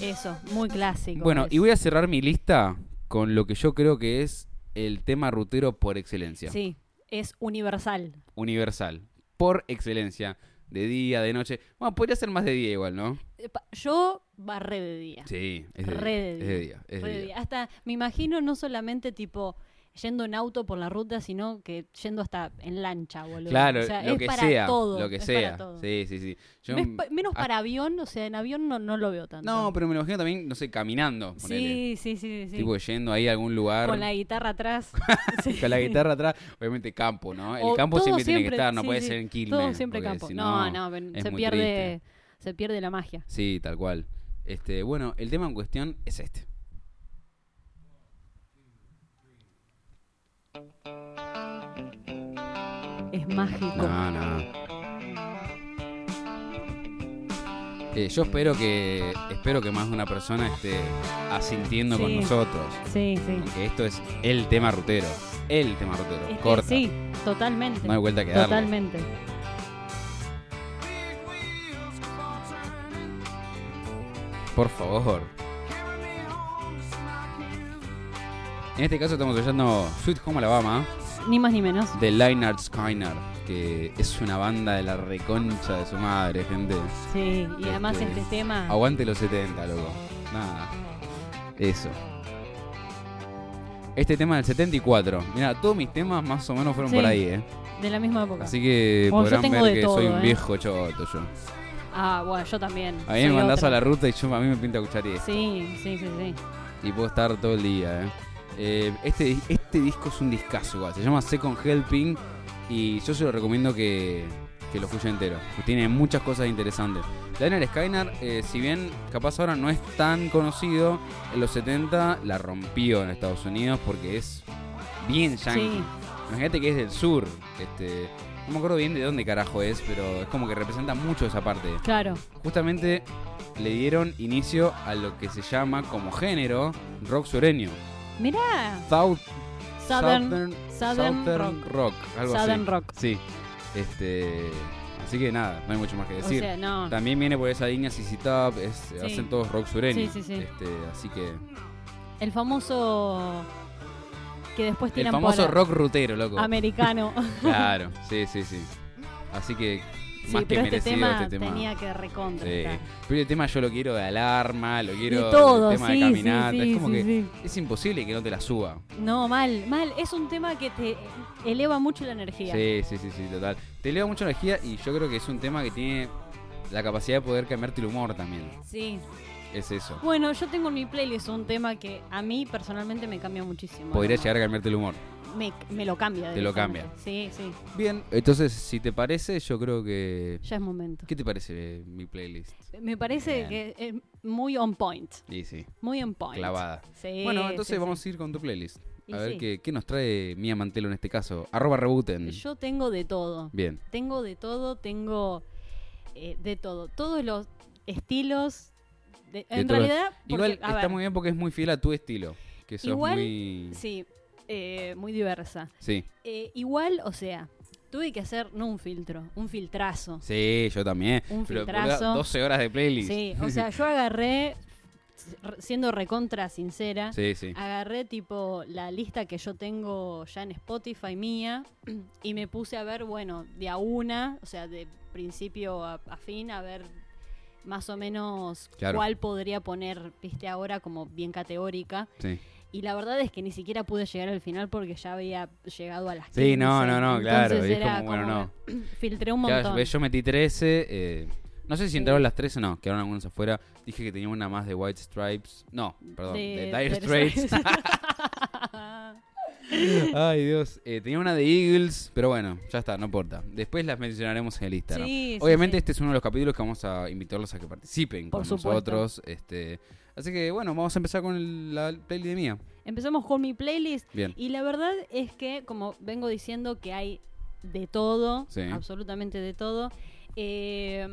Speaker 2: eso, muy clásico. pues.
Speaker 1: Bueno,
Speaker 2: es.
Speaker 1: y voy a cerrar mi lista con lo que yo creo que es el tema rutero por excelencia.
Speaker 2: Sí, es universal.
Speaker 1: universal, por excelencia, de día, de noche. Bueno, podría ser más de día igual, ¿no?
Speaker 2: Eh, pa- Yo barré de día.
Speaker 1: Sí, es de,
Speaker 2: Re
Speaker 1: día,
Speaker 2: de
Speaker 1: es de día. es de
Speaker 2: Re de
Speaker 1: día.
Speaker 2: día. Hasta me imagino no solamente tipo yendo en auto por la ruta, sino que yendo hasta en lancha, boludo.
Speaker 1: Claro,
Speaker 2: O sea,
Speaker 1: lo
Speaker 2: es
Speaker 1: que
Speaker 2: para
Speaker 1: sea,
Speaker 2: todo.
Speaker 1: lo que
Speaker 2: es
Speaker 1: sea.
Speaker 2: para todo.
Speaker 1: Sí, sí, sí. Yo-
Speaker 2: Mes- pa- menos
Speaker 1: ah,
Speaker 2: para avión, o sea, en avión no, no lo veo tanto.
Speaker 1: No, pero me lo imagino también, no sé, caminando, ponele.
Speaker 2: sí, sí, sí, sí.
Speaker 1: Tipo yendo ahí a algún lugar
Speaker 2: Con la guitarra atrás. Sí.
Speaker 1: (laughs) con la
Speaker 2: (laughs)
Speaker 1: guitarra atrás, obviamente campo, ¿no? El
Speaker 2: O
Speaker 1: campo
Speaker 2: todo
Speaker 1: siempre, tiene que
Speaker 2: siempre,
Speaker 1: estar, no
Speaker 2: sí,
Speaker 1: puede
Speaker 2: sí.
Speaker 1: ser en Quilmes.
Speaker 2: Todo siempre
Speaker 1: porque
Speaker 2: campo.
Speaker 1: si
Speaker 2: no, no, ven-
Speaker 1: es
Speaker 2: se
Speaker 1: muy
Speaker 2: pierde
Speaker 1: triste.
Speaker 2: se pierde la magia.
Speaker 1: Sí, tal cual. Este, bueno, el tema en cuestión es este.
Speaker 2: Es mágico.
Speaker 1: No, no. Eh, yo espero que espero que más de una persona esté asintiendo con
Speaker 2: Sí.
Speaker 1: nosotros.
Speaker 2: Sí, sí.
Speaker 1: Porque esto es el tema rutero. El tema rutero.
Speaker 2: Es que
Speaker 1: Corta.
Speaker 2: Este, Sí, totalmente.
Speaker 1: No hay vuelta que darle.
Speaker 2: totalmente.
Speaker 1: Por favor. En este caso estamos oyendo Sweet Home Alabama
Speaker 2: Ni más ni menos.
Speaker 1: de Lynyrd Skynyrd, que es una banda de la reconcha de su madre, gente.
Speaker 2: Sí, y además
Speaker 1: Este,
Speaker 2: este tema.
Speaker 1: Aguante los 70, loco. Nada. Eso. Este tema del 74. Mira, todos mis temas más o menos fueron
Speaker 2: Sí.
Speaker 1: por ahí, ¿eh?
Speaker 2: De la misma época.
Speaker 1: Así que
Speaker 2: Bueno, yo
Speaker 1: podrán
Speaker 2: tengo
Speaker 1: ver
Speaker 2: de
Speaker 1: que
Speaker 2: todo,
Speaker 1: soy un
Speaker 2: ¿eh?
Speaker 1: viejo choto yo.
Speaker 2: Ah, bueno, yo también.
Speaker 1: A mí
Speaker 2: soy
Speaker 1: me mandás
Speaker 2: otra.
Speaker 1: a la ruta y yo, a mí me pinta escuchar esto.
Speaker 2: Sí, sí, sí, sí.
Speaker 1: Y puedo estar todo el día, ¿eh? Eh, este, este disco es un discazo igual. Se llama Second Helping y yo se lo recomiendo que, que lo escuchen entero. porque Tiene muchas cosas interesantes. Daniel Skynar, eh, si bien capaz ahora no es tan conocido, en los 70 la rompió en Estados Unidos porque es bien yankee.
Speaker 2: Sí,
Speaker 1: Imagínate que es del sur. Este, no me acuerdo bien de dónde carajo es, pero es como que representa mucho esa parte
Speaker 2: claro.
Speaker 1: justamente le dieron inicio a lo que se llama como género rock sureño.
Speaker 2: Mirá,
Speaker 1: South-
Speaker 2: Southern, Southern
Speaker 1: Southern
Speaker 2: Rock.
Speaker 1: rock. algo
Speaker 2: Southern
Speaker 1: así.
Speaker 2: Rock.
Speaker 1: Sí. Este, así que nada, no hay mucho más que
Speaker 2: O
Speaker 1: decir.
Speaker 2: sea, no.
Speaker 1: También viene por esa línea CC Top, es- hacen todos rock sureño.
Speaker 2: Sí, sí, sí.
Speaker 1: Este, así que
Speaker 2: El famoso. Que después
Speaker 1: el
Speaker 2: tiran
Speaker 1: famoso
Speaker 2: para-
Speaker 1: rock rutero, loco. (laughs)
Speaker 2: Americano.
Speaker 1: Claro, sí, sí, sí. Así que
Speaker 2: sí,
Speaker 1: más que
Speaker 2: pero este
Speaker 1: merecido
Speaker 2: tema,
Speaker 1: este tema.
Speaker 2: tenía que recontra.
Speaker 1: Sí.
Speaker 2: estar.
Speaker 1: Pero el tema yo lo quiero de alarma, lo
Speaker 2: Y
Speaker 1: quiero del
Speaker 2: todo,
Speaker 1: tema de
Speaker 2: sí, sí,
Speaker 1: caminata,
Speaker 2: sí,
Speaker 1: es como
Speaker 2: sí,
Speaker 1: que
Speaker 2: sí.
Speaker 1: Es imposible que no te la suba.
Speaker 2: No, mal, mal. Es un tema que te eleva mucho la energía.
Speaker 1: Sí, sí, sí, sí, total. Te eleva mucha energía y yo creo que es un tema que tiene la capacidad de poder cambiarte el humor también.
Speaker 2: Sí.
Speaker 1: es eso.
Speaker 2: Bueno, yo tengo en mi playlist un tema que a mí personalmente me cambia muchísimo.
Speaker 1: Podría
Speaker 2: ¿no?
Speaker 1: llegar a cambiarte el humor.
Speaker 2: Me, me lo cambia.
Speaker 1: Te lo
Speaker 2: directamente.
Speaker 1: cambia.
Speaker 2: Sí, sí.
Speaker 1: Bien, entonces, si te parece, yo creo que...
Speaker 2: Ya es momento.
Speaker 1: ¿Qué te parece eh, mi playlist?
Speaker 2: Me parece
Speaker 1: Bien.
Speaker 2: que es muy on point.
Speaker 1: Y sí,
Speaker 2: Muy on point.
Speaker 1: clavada.
Speaker 2: Eh, Sí,
Speaker 1: bueno, entonces
Speaker 2: sí,
Speaker 1: vamos
Speaker 2: sí.
Speaker 1: a ir con tu playlist.
Speaker 2: Y
Speaker 1: A ver
Speaker 2: sí.
Speaker 1: qué, qué nos trae Mía Mantelo en este caso. Arroba rebuten.
Speaker 2: Yo tengo de todo.
Speaker 1: Bien.
Speaker 2: Tengo de todo, tengo eh, de todo. Todos los estilos. de- en
Speaker 1: todos los-
Speaker 2: realidad, porque,
Speaker 1: Igual
Speaker 2: a
Speaker 1: está
Speaker 2: ver,
Speaker 1: muy bien porque es muy fiel a tu estilo. Que sos
Speaker 2: Igual,
Speaker 1: muy...
Speaker 2: Sí, eh, muy diversa.
Speaker 1: Sí.
Speaker 2: Eh, igual, o sea, tuve que hacer, no un filtro, un filtrazo.
Speaker 1: Sí, yo también.
Speaker 2: Un
Speaker 1: Pero, boluda,
Speaker 2: filtrazo.
Speaker 1: 12 horas de playlist.
Speaker 2: Sí, o sea,
Speaker 1: (laughs)
Speaker 2: yo agarré, r- siendo recontra sincera,
Speaker 1: Sí, sí.
Speaker 2: agarré tipo la lista que yo tengo ya en Spotify mía (clears throat) y me puse a ver, bueno, de a una, o sea, de principio a, a fin, a ver más o menos
Speaker 1: Claro.
Speaker 2: cuál podría poner, viste, ahora como bien categórica.
Speaker 1: Sí,
Speaker 2: Y la verdad es que ni siquiera pude llegar al final porque ya había llegado a las 15.
Speaker 1: Sí, no, no, no, claro,
Speaker 2: Entonces
Speaker 1: y es
Speaker 2: era
Speaker 1: como, bueno,
Speaker 2: que filtré un
Speaker 1: Claro,
Speaker 2: montón.
Speaker 1: ves, yo metí 13. eh, no sé si
Speaker 2: Sí.
Speaker 1: entraron las 13 o no, quedaron algunas afuera. Dije que tenía una más de White Stripes. No, perdón, de, Dire Straits. Ay, Dios. Eh, tenía una de Eagles, pero bueno, ya está, no importa. Después las mencionaremos en el Instagram.
Speaker 2: Sí, sí,
Speaker 1: Obviamente
Speaker 2: sí.
Speaker 1: este es uno de los capítulos que vamos a invitarlos a que participen
Speaker 2: Por
Speaker 1: con
Speaker 2: supuesto.
Speaker 1: nosotros. Este, así que bueno, vamos a empezar con el- la playlist de mía.
Speaker 2: (laughs) Empezamos con mi playlist
Speaker 1: Bien.
Speaker 2: y la verdad es que, como vengo diciendo, que hay de todo,
Speaker 1: Sí.
Speaker 2: absolutamente de todo. eh,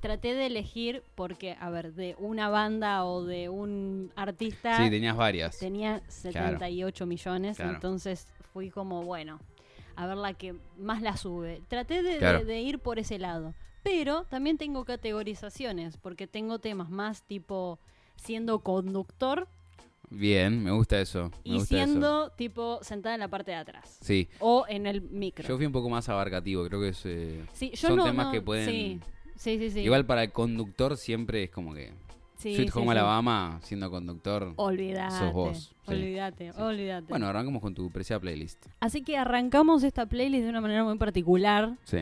Speaker 2: traté de elegir porque, a ver, de una banda o de un artista
Speaker 1: Sí, tenías varias.
Speaker 2: tenía 78 millones,
Speaker 1: Claro.
Speaker 2: entonces fui como, bueno, a ver la que más la sube. Traté de, de-
Speaker 1: Claro.
Speaker 2: de ir por ese lado, pero también tengo categorizaciones, porque tengo temas más tipo siendo conductor
Speaker 1: Bien, me gusta eso. me
Speaker 2: y
Speaker 1: gusta eso.
Speaker 2: siendo tipo sentada en la parte de atrás
Speaker 1: Sí,
Speaker 2: o en el micro.
Speaker 1: yo fui un poco más abarcativo, creo que es... eh,
Speaker 2: Sí, yo
Speaker 1: son
Speaker 2: no-
Speaker 1: temas
Speaker 2: no-
Speaker 1: que pueden-
Speaker 2: Sí, sí, sí. sí.
Speaker 1: Igual para el conductor siempre es como que...
Speaker 2: Sí,
Speaker 1: Sweet
Speaker 2: sí,
Speaker 1: Home
Speaker 2: sí.
Speaker 1: Alabama, siendo conductor...
Speaker 2: Olvídate.
Speaker 1: sos vos, sí.
Speaker 2: Olvídate,
Speaker 1: Sí.
Speaker 2: olvídate.
Speaker 1: Bueno, arrancamos con tu preciada playlist.
Speaker 2: Así que arrancamos esta playlist de una manera muy particular.
Speaker 1: Sí.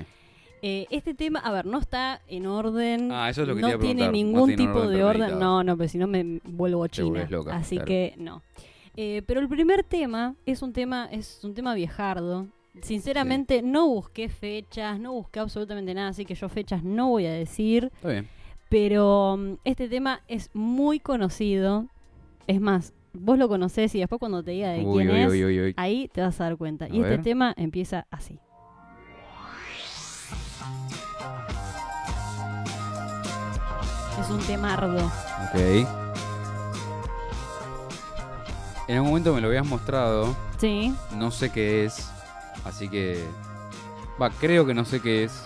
Speaker 2: Eh, este tema, a ver, no está en orden.
Speaker 1: Ah, eso es lo que
Speaker 2: No
Speaker 1: te iba a
Speaker 2: tiene
Speaker 1: preguntar. No
Speaker 2: ningún
Speaker 1: tiene
Speaker 2: tipo
Speaker 1: orden
Speaker 2: de orden.
Speaker 1: premeditado.
Speaker 2: No, no, pero si no me vuelvo china.
Speaker 1: volvés loca,
Speaker 2: así
Speaker 1: claro.
Speaker 2: que no. Eh, pero el primer tema es un tema, es un tema viejardo. Sinceramente, no busqué fechas, no busqué absolutamente nada, así que yo fechas no voy a decir.
Speaker 1: Está bien.
Speaker 2: Pero mm, este tema es muy conocido. Es más, vos lo conocés y después cuando te diga de
Speaker 1: Uy,
Speaker 2: quién
Speaker 1: uy,
Speaker 2: es,
Speaker 1: uy, uy, uy.
Speaker 2: ahí te vas a dar cuenta.
Speaker 1: A
Speaker 2: y este
Speaker 1: ver.
Speaker 2: tema empieza así. Es un temardo.
Speaker 1: Ok. En algún momento me lo habías mostrado,
Speaker 2: Sí.
Speaker 1: no sé qué es, así que... Va, creo que no sé qué es.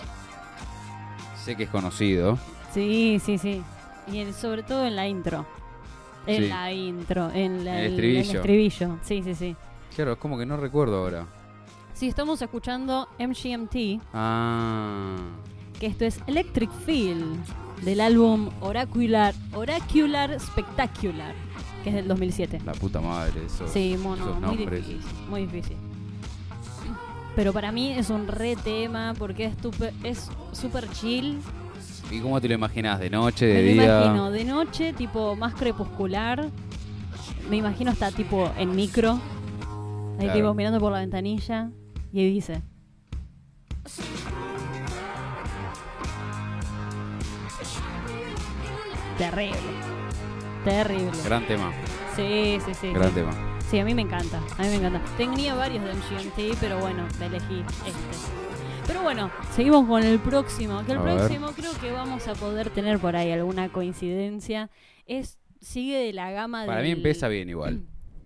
Speaker 1: Sé que es conocido.
Speaker 2: Sí, sí, sí. Y el- sobre todo en la intro. En
Speaker 1: Sí.
Speaker 2: la intro, en la-
Speaker 1: El
Speaker 2: el,
Speaker 1: estribillo.
Speaker 2: el estribillo. Sí, sí, sí.
Speaker 1: Claro, es como que no recuerdo ahora.
Speaker 2: Sí, estamos escuchando MGMT,
Speaker 1: Ah.
Speaker 2: que esto es Electric Feel, del álbum Oracular, Oracular Spectacular, que es del 2007.
Speaker 1: La puta madre, eso.
Speaker 2: Sí, mono,
Speaker 1: esos
Speaker 2: muy
Speaker 1: nombres.
Speaker 2: difícil, muy difícil. Pero para mí es un re tema porque es tupe- es súper chill.
Speaker 1: ¿Y cómo te lo imaginas? ¿De noche? ¿De
Speaker 2: Me lo
Speaker 1: día?
Speaker 2: imagino de noche, tipo más crepuscular. Me imagino está tipo en micro. Ahí
Speaker 1: Claro.
Speaker 2: tipo mirando por la ventanilla. Y ahí dice. Terrible. Terrible.
Speaker 1: Gran tema,
Speaker 2: Sí, sí, sí.
Speaker 1: gran
Speaker 2: sí.
Speaker 1: tema.
Speaker 2: Sí, a mí me encanta, a mí me encanta. Tenía varios de MGMT, pero bueno, elegí este. Pero bueno, seguimos con el próximo, que el
Speaker 1: A ver.
Speaker 2: próximo creo que vamos a poder tener por ahí alguna coincidencia. Es sigue de la gama de
Speaker 1: Para mí empieza bien
Speaker 2: (clears throat)
Speaker 1: igual.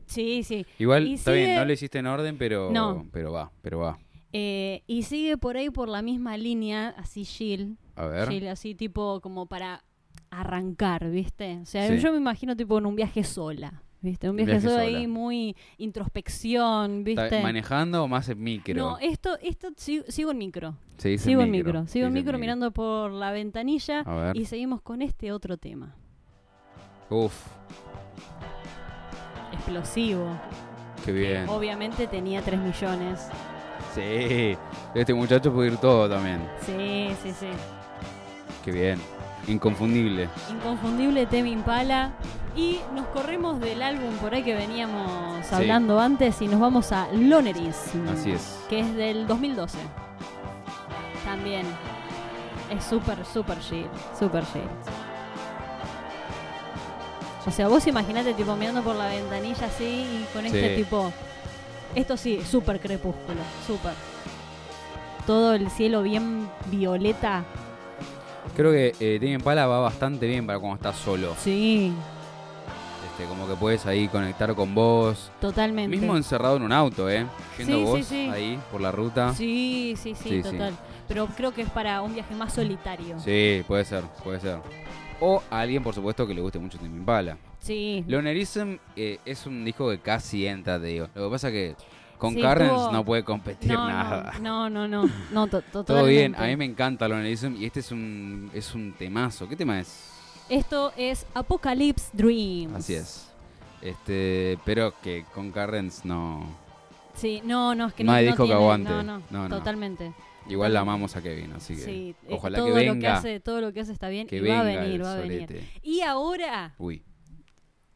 Speaker 2: Sí, sí.
Speaker 1: Igual,
Speaker 2: Y
Speaker 1: está
Speaker 2: sigue-
Speaker 1: bien, no lo hiciste en orden, pero,
Speaker 2: No.
Speaker 1: pero va, pero va.
Speaker 2: Eh, y sigue por ahí por la misma línea, así Jill.
Speaker 1: A ver.
Speaker 2: Jill, así tipo como para arrancar, ¿viste? O sea,
Speaker 1: Sí.
Speaker 2: yo me imagino tipo en un viaje sola. ¿Viste? Un
Speaker 1: Un
Speaker 2: viaje,
Speaker 1: viaje
Speaker 2: sola,
Speaker 1: sola.
Speaker 2: ahí muy introspección,
Speaker 1: ¿Está
Speaker 2: ¿viste?
Speaker 1: ¿Manejando o más en micro?
Speaker 2: No, esto, esto si- sigo en micro.
Speaker 1: Se dice
Speaker 2: Sigo en micro.
Speaker 1: se
Speaker 2: Sigo en
Speaker 1: dice
Speaker 2: micro mirando por la ventanilla
Speaker 1: A ver.
Speaker 2: y seguimos con este otro tema.
Speaker 1: Uf,
Speaker 2: Explosivo.
Speaker 1: qué bien.
Speaker 2: Obviamente tenía 3 millones.
Speaker 1: Sí, este muchacho puede ir todo también.
Speaker 2: Sí, sí, sí.
Speaker 1: Qué bien. Inconfundible.
Speaker 2: Inconfundible Temi Impala. Y nos corremos del álbum por ahí que veníamos hablando antes y nos vamos a Lonerism.
Speaker 1: Así es.
Speaker 2: Que es del 2012. También. Es súper, súper shit. Súper shit. O sea, vos imaginate tipo mirando por la ventanilla así y con este
Speaker 1: Sí.
Speaker 2: tipo. Esto sí, súper crepúsculo, súper. Todo el cielo bien violeta.
Speaker 1: Creo que eh, Tame Impala va bastante bien para cuando estás solo.
Speaker 2: Sí,
Speaker 1: Este, como que puedes ahí conectar con vos.
Speaker 2: totalmente.
Speaker 1: Mismo encerrado en un auto, ¿eh? Yendo
Speaker 2: Sí, sí,
Speaker 1: vos
Speaker 2: sí.
Speaker 1: ahí por la ruta.
Speaker 2: Sí, sí, sí,
Speaker 1: Sí, sí.
Speaker 2: total. Pero creo que es para un viaje más solitario. Sí,
Speaker 1: Sí, puede ser, puede ser. O a alguien, por supuesto, que le guste mucho Tame Impala. Lonerism eh, es un disco que casi entra, te digo. Lo que pasa que con
Speaker 2: Sí,
Speaker 1: Carrens
Speaker 2: tuvo-
Speaker 1: no puede competir (laughs)
Speaker 2: no,
Speaker 1: nada.
Speaker 2: no, no, no, no, no, to- totalmente.
Speaker 1: Todo bien, a mí me encanta Lonerism y este es un, es un temazo. ¿Qué tema es?
Speaker 2: Esto es Apocalypse Dreams.
Speaker 1: Así es. Este, pero que con Carrens no.
Speaker 2: Sí, no, no, es que
Speaker 1: No
Speaker 2: no,
Speaker 1: hay disco que
Speaker 2: tiene-
Speaker 1: aguante.
Speaker 2: No, no,
Speaker 1: No, no.
Speaker 2: totalmente.
Speaker 1: Igual la amamos a Kevin, así que
Speaker 2: Sí, eh,
Speaker 1: ojalá
Speaker 2: todo
Speaker 1: que
Speaker 2: Lo que
Speaker 1: venga.
Speaker 2: hace, todo lo que hace está bien
Speaker 1: que
Speaker 2: y
Speaker 1: venga
Speaker 2: va a
Speaker 1: el
Speaker 2: venir, va a venir.
Speaker 1: solete.
Speaker 2: Y ahora,
Speaker 1: Uy,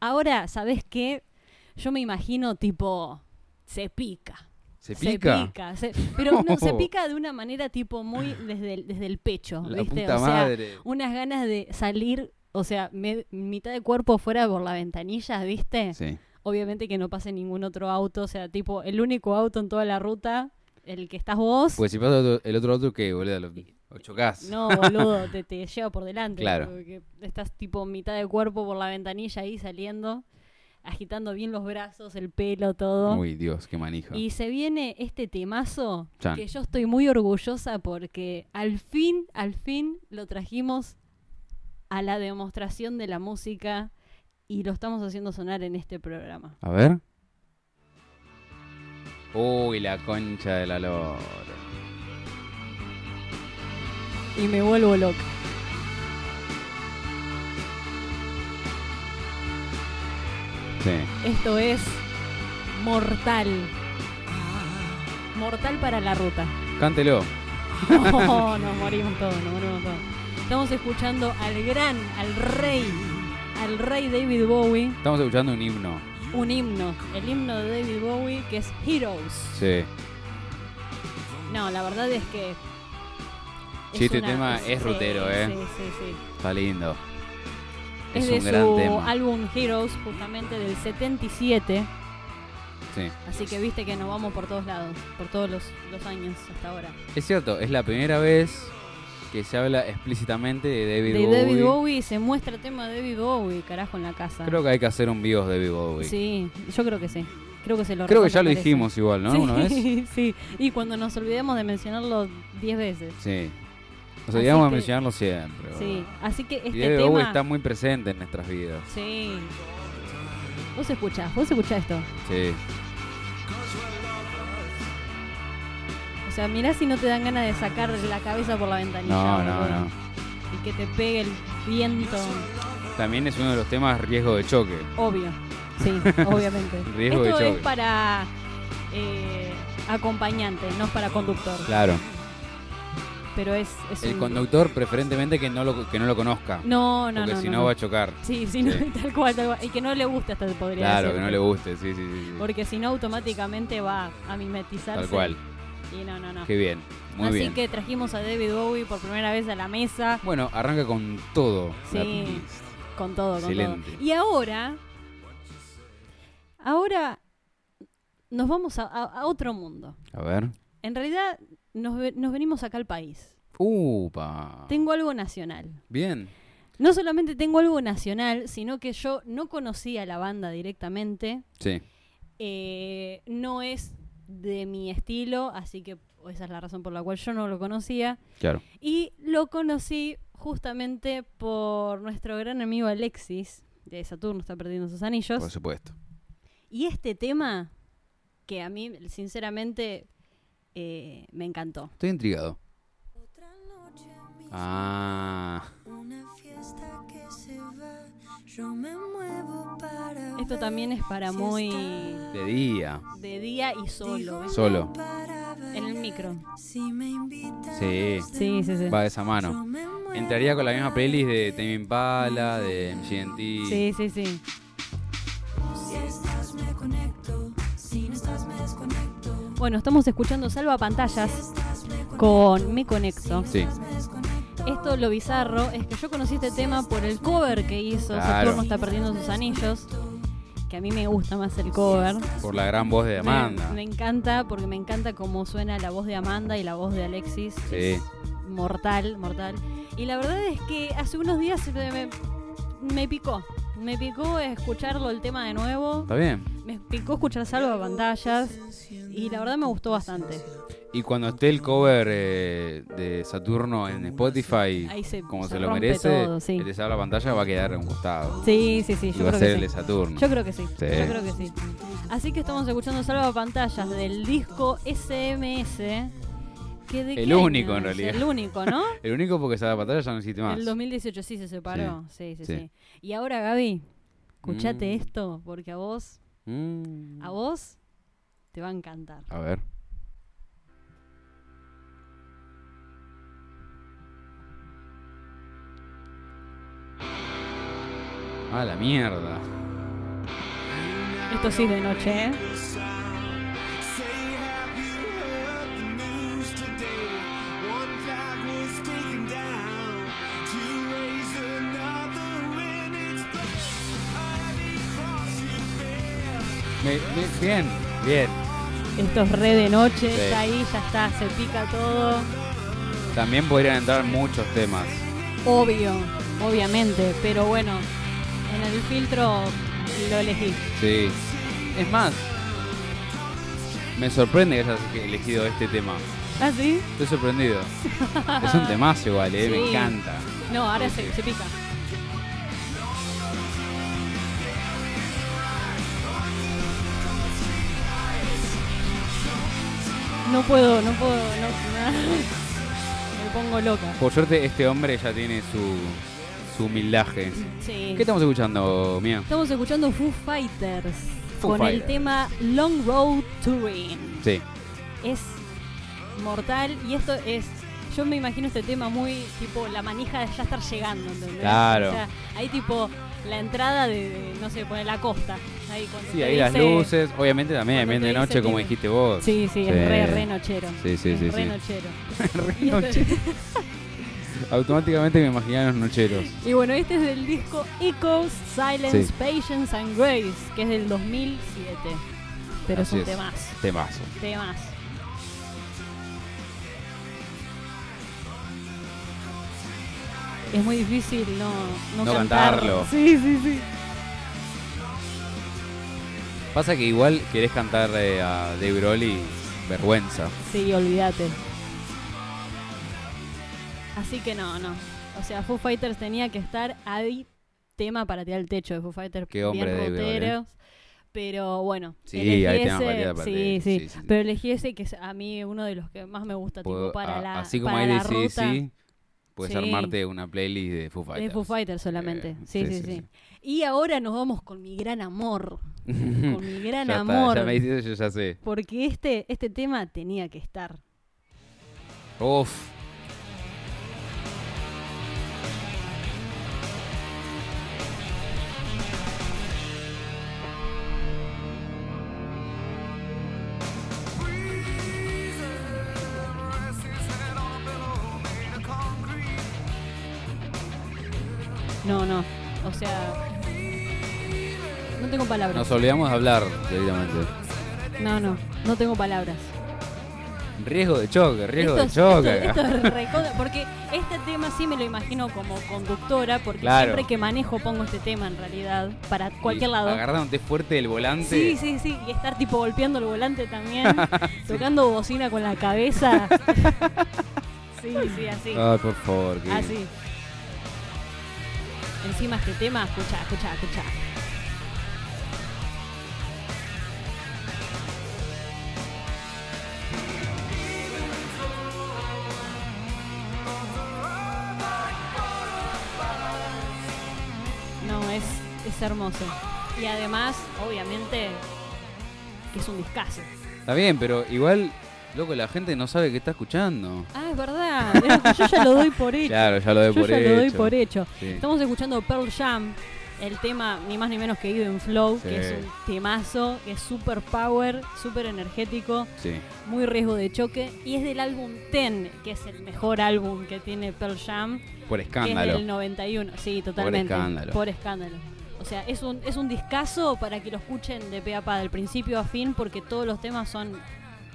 Speaker 2: ahora, ¿sabes qué? Yo me imagino tipo se pica.
Speaker 1: se pica.
Speaker 2: Se pica. se- pero no, se
Speaker 1: (laughs) No.
Speaker 2: pica de una manera tipo muy desde el, desde el pecho,
Speaker 1: La
Speaker 2: ¿viste?
Speaker 1: puta
Speaker 2: o sea,
Speaker 1: madre.
Speaker 2: unas ganas de salir, o sea, me- mitad de cuerpo fuera por la ventanilla, ¿viste?
Speaker 1: Sí.
Speaker 2: Obviamente que no pase ningún otro auto, o sea, tipo el único auto en toda la ruta, el que estás vos.
Speaker 1: Pues (laughs) si pasa otro- el otro auto, ¿qué, boludo? Lo, lo chocás.
Speaker 2: No, boludo, te, te lleva por delante.
Speaker 1: Claro.
Speaker 2: porque estás tipo mitad de cuerpo por la ventanilla ahí saliendo, agitando bien los brazos, el pelo, todo.
Speaker 1: Uy, Dios, qué manija.
Speaker 2: y se viene este temazo
Speaker 1: Chan.
Speaker 2: que yo estoy muy orgullosa porque al fin, al fin lo trajimos a la demostración de la música y lo estamos haciendo sonar en este programa.
Speaker 1: A ver. Uy, la concha de la lora.
Speaker 2: Y me vuelvo loca.
Speaker 1: Sí.
Speaker 2: Esto es mortal. Mortal para la ruta. (laughs)
Speaker 1: Cántelo.
Speaker 2: No, nos morimos todos, nos morimos todos. Estamos escuchando al gran, al rey, al rey David Bowie,
Speaker 1: Estamos escuchando un himno.
Speaker 2: un himno, el himno de David Bowie que es Heroes.
Speaker 1: Sí.
Speaker 2: No, la verdad es que... es
Speaker 1: Sí, este tema es
Speaker 2: sí,
Speaker 1: rutero, ¿eh?
Speaker 2: Sí, sí, sí.
Speaker 1: Está lindo.
Speaker 2: Es,
Speaker 1: Es,
Speaker 2: de
Speaker 1: un gran
Speaker 2: su
Speaker 1: tema.
Speaker 2: álbum Heroes, justamente del 77.
Speaker 1: Sí.
Speaker 2: Así que viste que nos vamos por todos lados, por todos los, los años hasta ahora.
Speaker 1: Es cierto, es la primera vez que se habla explícitamente de David,
Speaker 2: de
Speaker 1: Bowie.
Speaker 2: David Bowie se muestra el tema de David Bowie, carajo, en la casa.
Speaker 1: Creo que hay que hacer un bios de David Bowie.
Speaker 2: Sí, yo creo que sí. Creo que se lo
Speaker 1: Creo que ya lo
Speaker 2: recontraparece.
Speaker 1: dijimos igual, ¿no? ¿Una
Speaker 2: (laughs)
Speaker 1: vez?
Speaker 2: Sí, sí. Y cuando nos olvidemos de mencionarlo 10 veces.
Speaker 1: Sí. Nos
Speaker 2: Así
Speaker 1: olvidamos de
Speaker 2: que-
Speaker 1: mencionarlo siempre.
Speaker 2: Sí.
Speaker 1: boludo.
Speaker 2: Así que este
Speaker 1: y David
Speaker 2: tema.
Speaker 1: Bowie está muy presente en nuestras vidas.
Speaker 2: Sí. Vos escuchás, vos escuchás esto.
Speaker 1: Sí.
Speaker 2: O sea, mirá si no te dan ganas de sacar la cabeza por la ventanilla.
Speaker 1: No, no,
Speaker 2: boludo.
Speaker 1: no.
Speaker 2: Y que te pegue el viento.
Speaker 1: También es uno de los temas riesgo de choque.
Speaker 2: Obvio.
Speaker 1: (laughs)
Speaker 2: Sí, obviamente.
Speaker 1: Riesgo de
Speaker 2: esto
Speaker 1: choque.
Speaker 2: es para eh, acompañante, no es para conductor.
Speaker 1: Claro.
Speaker 2: Pero es, es
Speaker 1: El
Speaker 2: un-
Speaker 1: conductor preferentemente que no lo, que no lo conozca.
Speaker 2: No, no,
Speaker 1: porque
Speaker 2: no.
Speaker 1: si
Speaker 2: no,
Speaker 1: no,
Speaker 2: no.
Speaker 1: va a chocar.
Speaker 2: Sí, sí, no,
Speaker 1: Sí.
Speaker 2: (laughs) tal cual, tal cual. Y que no le gusta hasta te podría
Speaker 1: Claro,
Speaker 2: decir,
Speaker 1: que no le guste. Sí, sí, sí. sí.
Speaker 2: Porque si no, automáticamente va a mimetizarse.
Speaker 1: Tal cual.
Speaker 2: Y no, no, no.
Speaker 1: Qué bien. Muy
Speaker 2: Así
Speaker 1: bien.
Speaker 2: que trajimos a David Bowie por primera vez a la mesa
Speaker 1: Bueno, arranca con todo. la
Speaker 2: Sí.
Speaker 1: playlist.
Speaker 2: con todo, con
Speaker 1: Excelente.
Speaker 2: todo. Y ahora, ahora nos vamos a, a- a otro mundo.
Speaker 1: A ver.
Speaker 2: En realidad, nos, ve- nos venimos acá al país.
Speaker 1: Upa.
Speaker 2: Tengo algo nacional.
Speaker 1: Bien.
Speaker 2: No solamente tengo algo nacional, sino que yo no conocía la banda directamente.
Speaker 1: Sí.
Speaker 2: Eh, no es de mi estilo, así que esa es la razón por la cual yo no lo conocía.
Speaker 1: Claro.
Speaker 2: Y lo conocí justamente por nuestro gran amigo Alexis, de Saturno está perdiendo sus anillos.
Speaker 1: Por supuesto.
Speaker 2: y este tema, que a mí, sinceramente, eh, me encantó.
Speaker 1: Estoy intrigado.
Speaker 3: Otra noche misma,
Speaker 1: Ah.
Speaker 3: una fiesta que se va, yo me muevo para
Speaker 2: Esto
Speaker 3: ver
Speaker 2: también es para
Speaker 3: si
Speaker 2: muy
Speaker 3: está
Speaker 1: De día.
Speaker 2: de día y solo. ¿ves?
Speaker 1: Solo.
Speaker 3: para ver
Speaker 2: En el micro.
Speaker 3: Si me invitas
Speaker 1: Sí.
Speaker 2: Sí, sí, sí.
Speaker 1: Va de esa
Speaker 3: yo
Speaker 1: mano.
Speaker 3: me muero.
Speaker 1: Entraría con la misma playlist de Tame Impala, de MGMT.
Speaker 2: Sí, sí, sí.
Speaker 3: Si estás me conecto, si no estás me desconecto.
Speaker 2: Bueno, estamos escuchando Salva Pantallas con Me Conecto.
Speaker 1: Sí.
Speaker 2: Esto lo bizarro es que yo conocí este tema por el cover que hizo
Speaker 1: Claro.
Speaker 2: Saturno está perdiendo sus anillos, que a mí me gusta más el cover.
Speaker 1: Por la gran voz de Amanda.
Speaker 2: Me, me encanta porque me encanta cómo suena la voz de Amanda y la voz de Alexis.
Speaker 1: Sí.
Speaker 2: mortal, mortal. Y la verdad es que hace unos días se me, me picó. Me picó escucharlo el tema de nuevo.
Speaker 1: Está bien.
Speaker 2: Me picó escuchar salvo pantallas. Y la verdad me gustó bastante.
Speaker 1: Y cuando esté el cover eh, de Saturno en Spotify,
Speaker 2: Ahí se-
Speaker 1: como
Speaker 2: se
Speaker 1: se, lo
Speaker 2: rompe
Speaker 1: merece,
Speaker 2: todo, sí.
Speaker 1: el de Salva pantalla va a quedar a un costado.
Speaker 2: Sí, sí, sí.
Speaker 1: y
Speaker 2: Yo
Speaker 1: va a
Speaker 2: creo
Speaker 1: ser el
Speaker 2: que
Speaker 1: de
Speaker 2: sí.
Speaker 1: Saturno.
Speaker 2: Yo creo que sí.
Speaker 1: Sí.
Speaker 2: Yo creo que sí. Así que estamos escuchando salvo pantallas del disco SMS. Que de
Speaker 1: El
Speaker 2: qué año
Speaker 1: único, en
Speaker 2: es?
Speaker 1: realidad.
Speaker 2: El único, ¿no?
Speaker 1: (laughs) El único porque Salva pantalla ya no existe más.
Speaker 2: El 2018 sí se separó. Sí, sí, sí.
Speaker 1: Sí.
Speaker 2: Y ahora, Gaby, escuchate
Speaker 1: Mm.
Speaker 2: esto, porque a vos,
Speaker 1: Mm.
Speaker 2: a vos, te va a encantar.
Speaker 1: A ver. A la mierda.
Speaker 2: Esto sí es de noche, ¿eh?
Speaker 1: Me- me- bien, bien.
Speaker 2: Esto es re de noche,
Speaker 1: Sí.
Speaker 2: está ahí, ya está, se pica todo.
Speaker 1: También podrían entrar muchos temas.
Speaker 2: Obvio, obviamente, pero bueno, en el filtro lo elegí.
Speaker 1: Sí. Es más, me sorprende que hayas elegido este tema.
Speaker 2: ¿Ah, sí?
Speaker 1: Estoy sorprendido. es
Speaker 2: (laughs)
Speaker 1: un temazo igual, eh,
Speaker 2: Sí.
Speaker 1: me encanta.
Speaker 2: No, ahora
Speaker 1: Sí,
Speaker 2: se,
Speaker 1: sí.
Speaker 2: se pica. No puedo, no puedo, no, (laughs) me pongo loca.
Speaker 1: Por suerte, este hombre ya tiene su, su humildaje.
Speaker 2: Sí.
Speaker 1: ¿Qué estamos escuchando, Mía?
Speaker 2: Estamos escuchando Foo Fighters
Speaker 1: Foo
Speaker 2: con el
Speaker 1: Fighters.
Speaker 2: tema Long Road to Ruin.
Speaker 1: Sí.
Speaker 2: Es mortal y esto es. Yo me imagino este tema muy tipo la manija de ya estar llegando, ¿entendés?
Speaker 1: Claro.
Speaker 2: O sea, hay tipo la entrada de, de, no sé, por la costa. Ahí cuando
Speaker 1: Sí,
Speaker 2: te
Speaker 1: ahí las
Speaker 2: dice-
Speaker 1: luces, obviamente también,
Speaker 2: cuando
Speaker 1: bien
Speaker 2: te
Speaker 1: de
Speaker 2: dice
Speaker 1: noche, como
Speaker 2: tipo-
Speaker 1: dijiste vos.
Speaker 2: Sí, sí,
Speaker 1: Sí.
Speaker 2: es re, re nochero.
Speaker 1: Sí, sí,
Speaker 2: Es
Speaker 1: sí,
Speaker 2: Re
Speaker 1: sí.
Speaker 2: nochero.
Speaker 1: (laughs)
Speaker 2: (laughs)
Speaker 1: Re noche. Automáticamente me imaginaba los nocheros.
Speaker 2: Y bueno, este es del disco Echoes, Silence,
Speaker 1: Sí.
Speaker 2: Patience and Grace, que es del 2007. Pero
Speaker 1: Así
Speaker 2: es un
Speaker 1: es.
Speaker 2: temazo.
Speaker 1: Temazo.
Speaker 2: temas. Es muy difícil no, no,
Speaker 1: No
Speaker 2: cantarlo.
Speaker 1: cantarlo.
Speaker 2: Sí, sí, sí.
Speaker 1: Pasa que igual querés cantar eh, a Dave Broly, vergüenza.
Speaker 2: Sí, olvídate. Así que no, no. O sea, Foo Fighters tenía que estar ahí. Tema para tirar el techo de Foo Fighters.
Speaker 1: Qué hombre
Speaker 2: bien
Speaker 1: de Bieber, ¿eh?
Speaker 2: roteros. Pero bueno,
Speaker 1: Sí,
Speaker 2: elegí
Speaker 1: hay
Speaker 2: ese,
Speaker 1: temas para tirar para el
Speaker 2: sí,
Speaker 1: techo,
Speaker 2: sí,
Speaker 1: sí, sí, sí.
Speaker 2: Pero elegí ese que es a mí uno de los que más me gusta, tipo
Speaker 1: Puedo-
Speaker 2: para
Speaker 1: a-
Speaker 2: la
Speaker 1: así como
Speaker 2: para
Speaker 1: hay
Speaker 2: la
Speaker 1: DC,
Speaker 2: ruta.
Speaker 1: puedes
Speaker 2: Sí.
Speaker 1: armarte una playlist de Foo Fighters.
Speaker 2: De Foo Fighters solamente.
Speaker 1: Eh,
Speaker 2: sí, sí, sí, Y ahora nos vamos con mi
Speaker 1: (laughs)
Speaker 2: gran amor. Con mi
Speaker 1: Ya
Speaker 2: gran
Speaker 1: está,
Speaker 2: amor.
Speaker 1: ya me dices, yo ya sé.
Speaker 2: Porque este, este tema tenía que estar.
Speaker 1: Uf.
Speaker 2: No, no. O sea. No tengo palabras.
Speaker 1: Nos olvidamos de hablar directamente.
Speaker 2: No, no. No tengo palabras.
Speaker 1: Riesgo de choque, riesgo
Speaker 2: Esto es-
Speaker 1: de choque.
Speaker 2: esto-
Speaker 1: (laughs)
Speaker 2: esto es recoda- porque este tema sí me lo imagino como conductora, porque
Speaker 1: Claro.
Speaker 2: siempre que manejo pongo este tema en realidad, para cualquier
Speaker 1: Y
Speaker 2: lado.
Speaker 1: Agarrándote fuerte del volante.
Speaker 2: Sí, sí, sí. Y estar tipo golpeando el volante también, tocando bocina con la cabeza. sí, sí, así.
Speaker 1: Ay, por favor. que-
Speaker 2: Así. Ah, Encima este tema, escucha, escucha, escucha. No, es, es hermoso. Y además, obviamente, que es un discazo.
Speaker 1: Está bien, pero igual Loco, la gente no sabe qué está escuchando.
Speaker 2: Ah, es verdad. Yo ya lo doy por (laughs) hecho.
Speaker 1: Claro, ya lo doy
Speaker 2: Yo
Speaker 1: por
Speaker 2: ya
Speaker 1: hecho.
Speaker 2: lo doy por hecho.
Speaker 1: Sí.
Speaker 2: Estamos escuchando Pearl Jam, el tema ni más ni menos que Ido en Flow,
Speaker 1: Sí.
Speaker 2: que es un temazo, que es super power, super energético,
Speaker 1: Sí.
Speaker 2: muy riesgo de choque. Y es del álbum Ten, que es el mejor álbum que tiene Pearl Jam,
Speaker 1: Por
Speaker 2: que es
Speaker 1: escándalo.
Speaker 2: del 91. Sí, totalmente.
Speaker 1: escándalo.
Speaker 2: Por escándalo. O sea, es un, es un discazo para que lo escuchen de pe a pa, del principio a fin, porque todos los temas son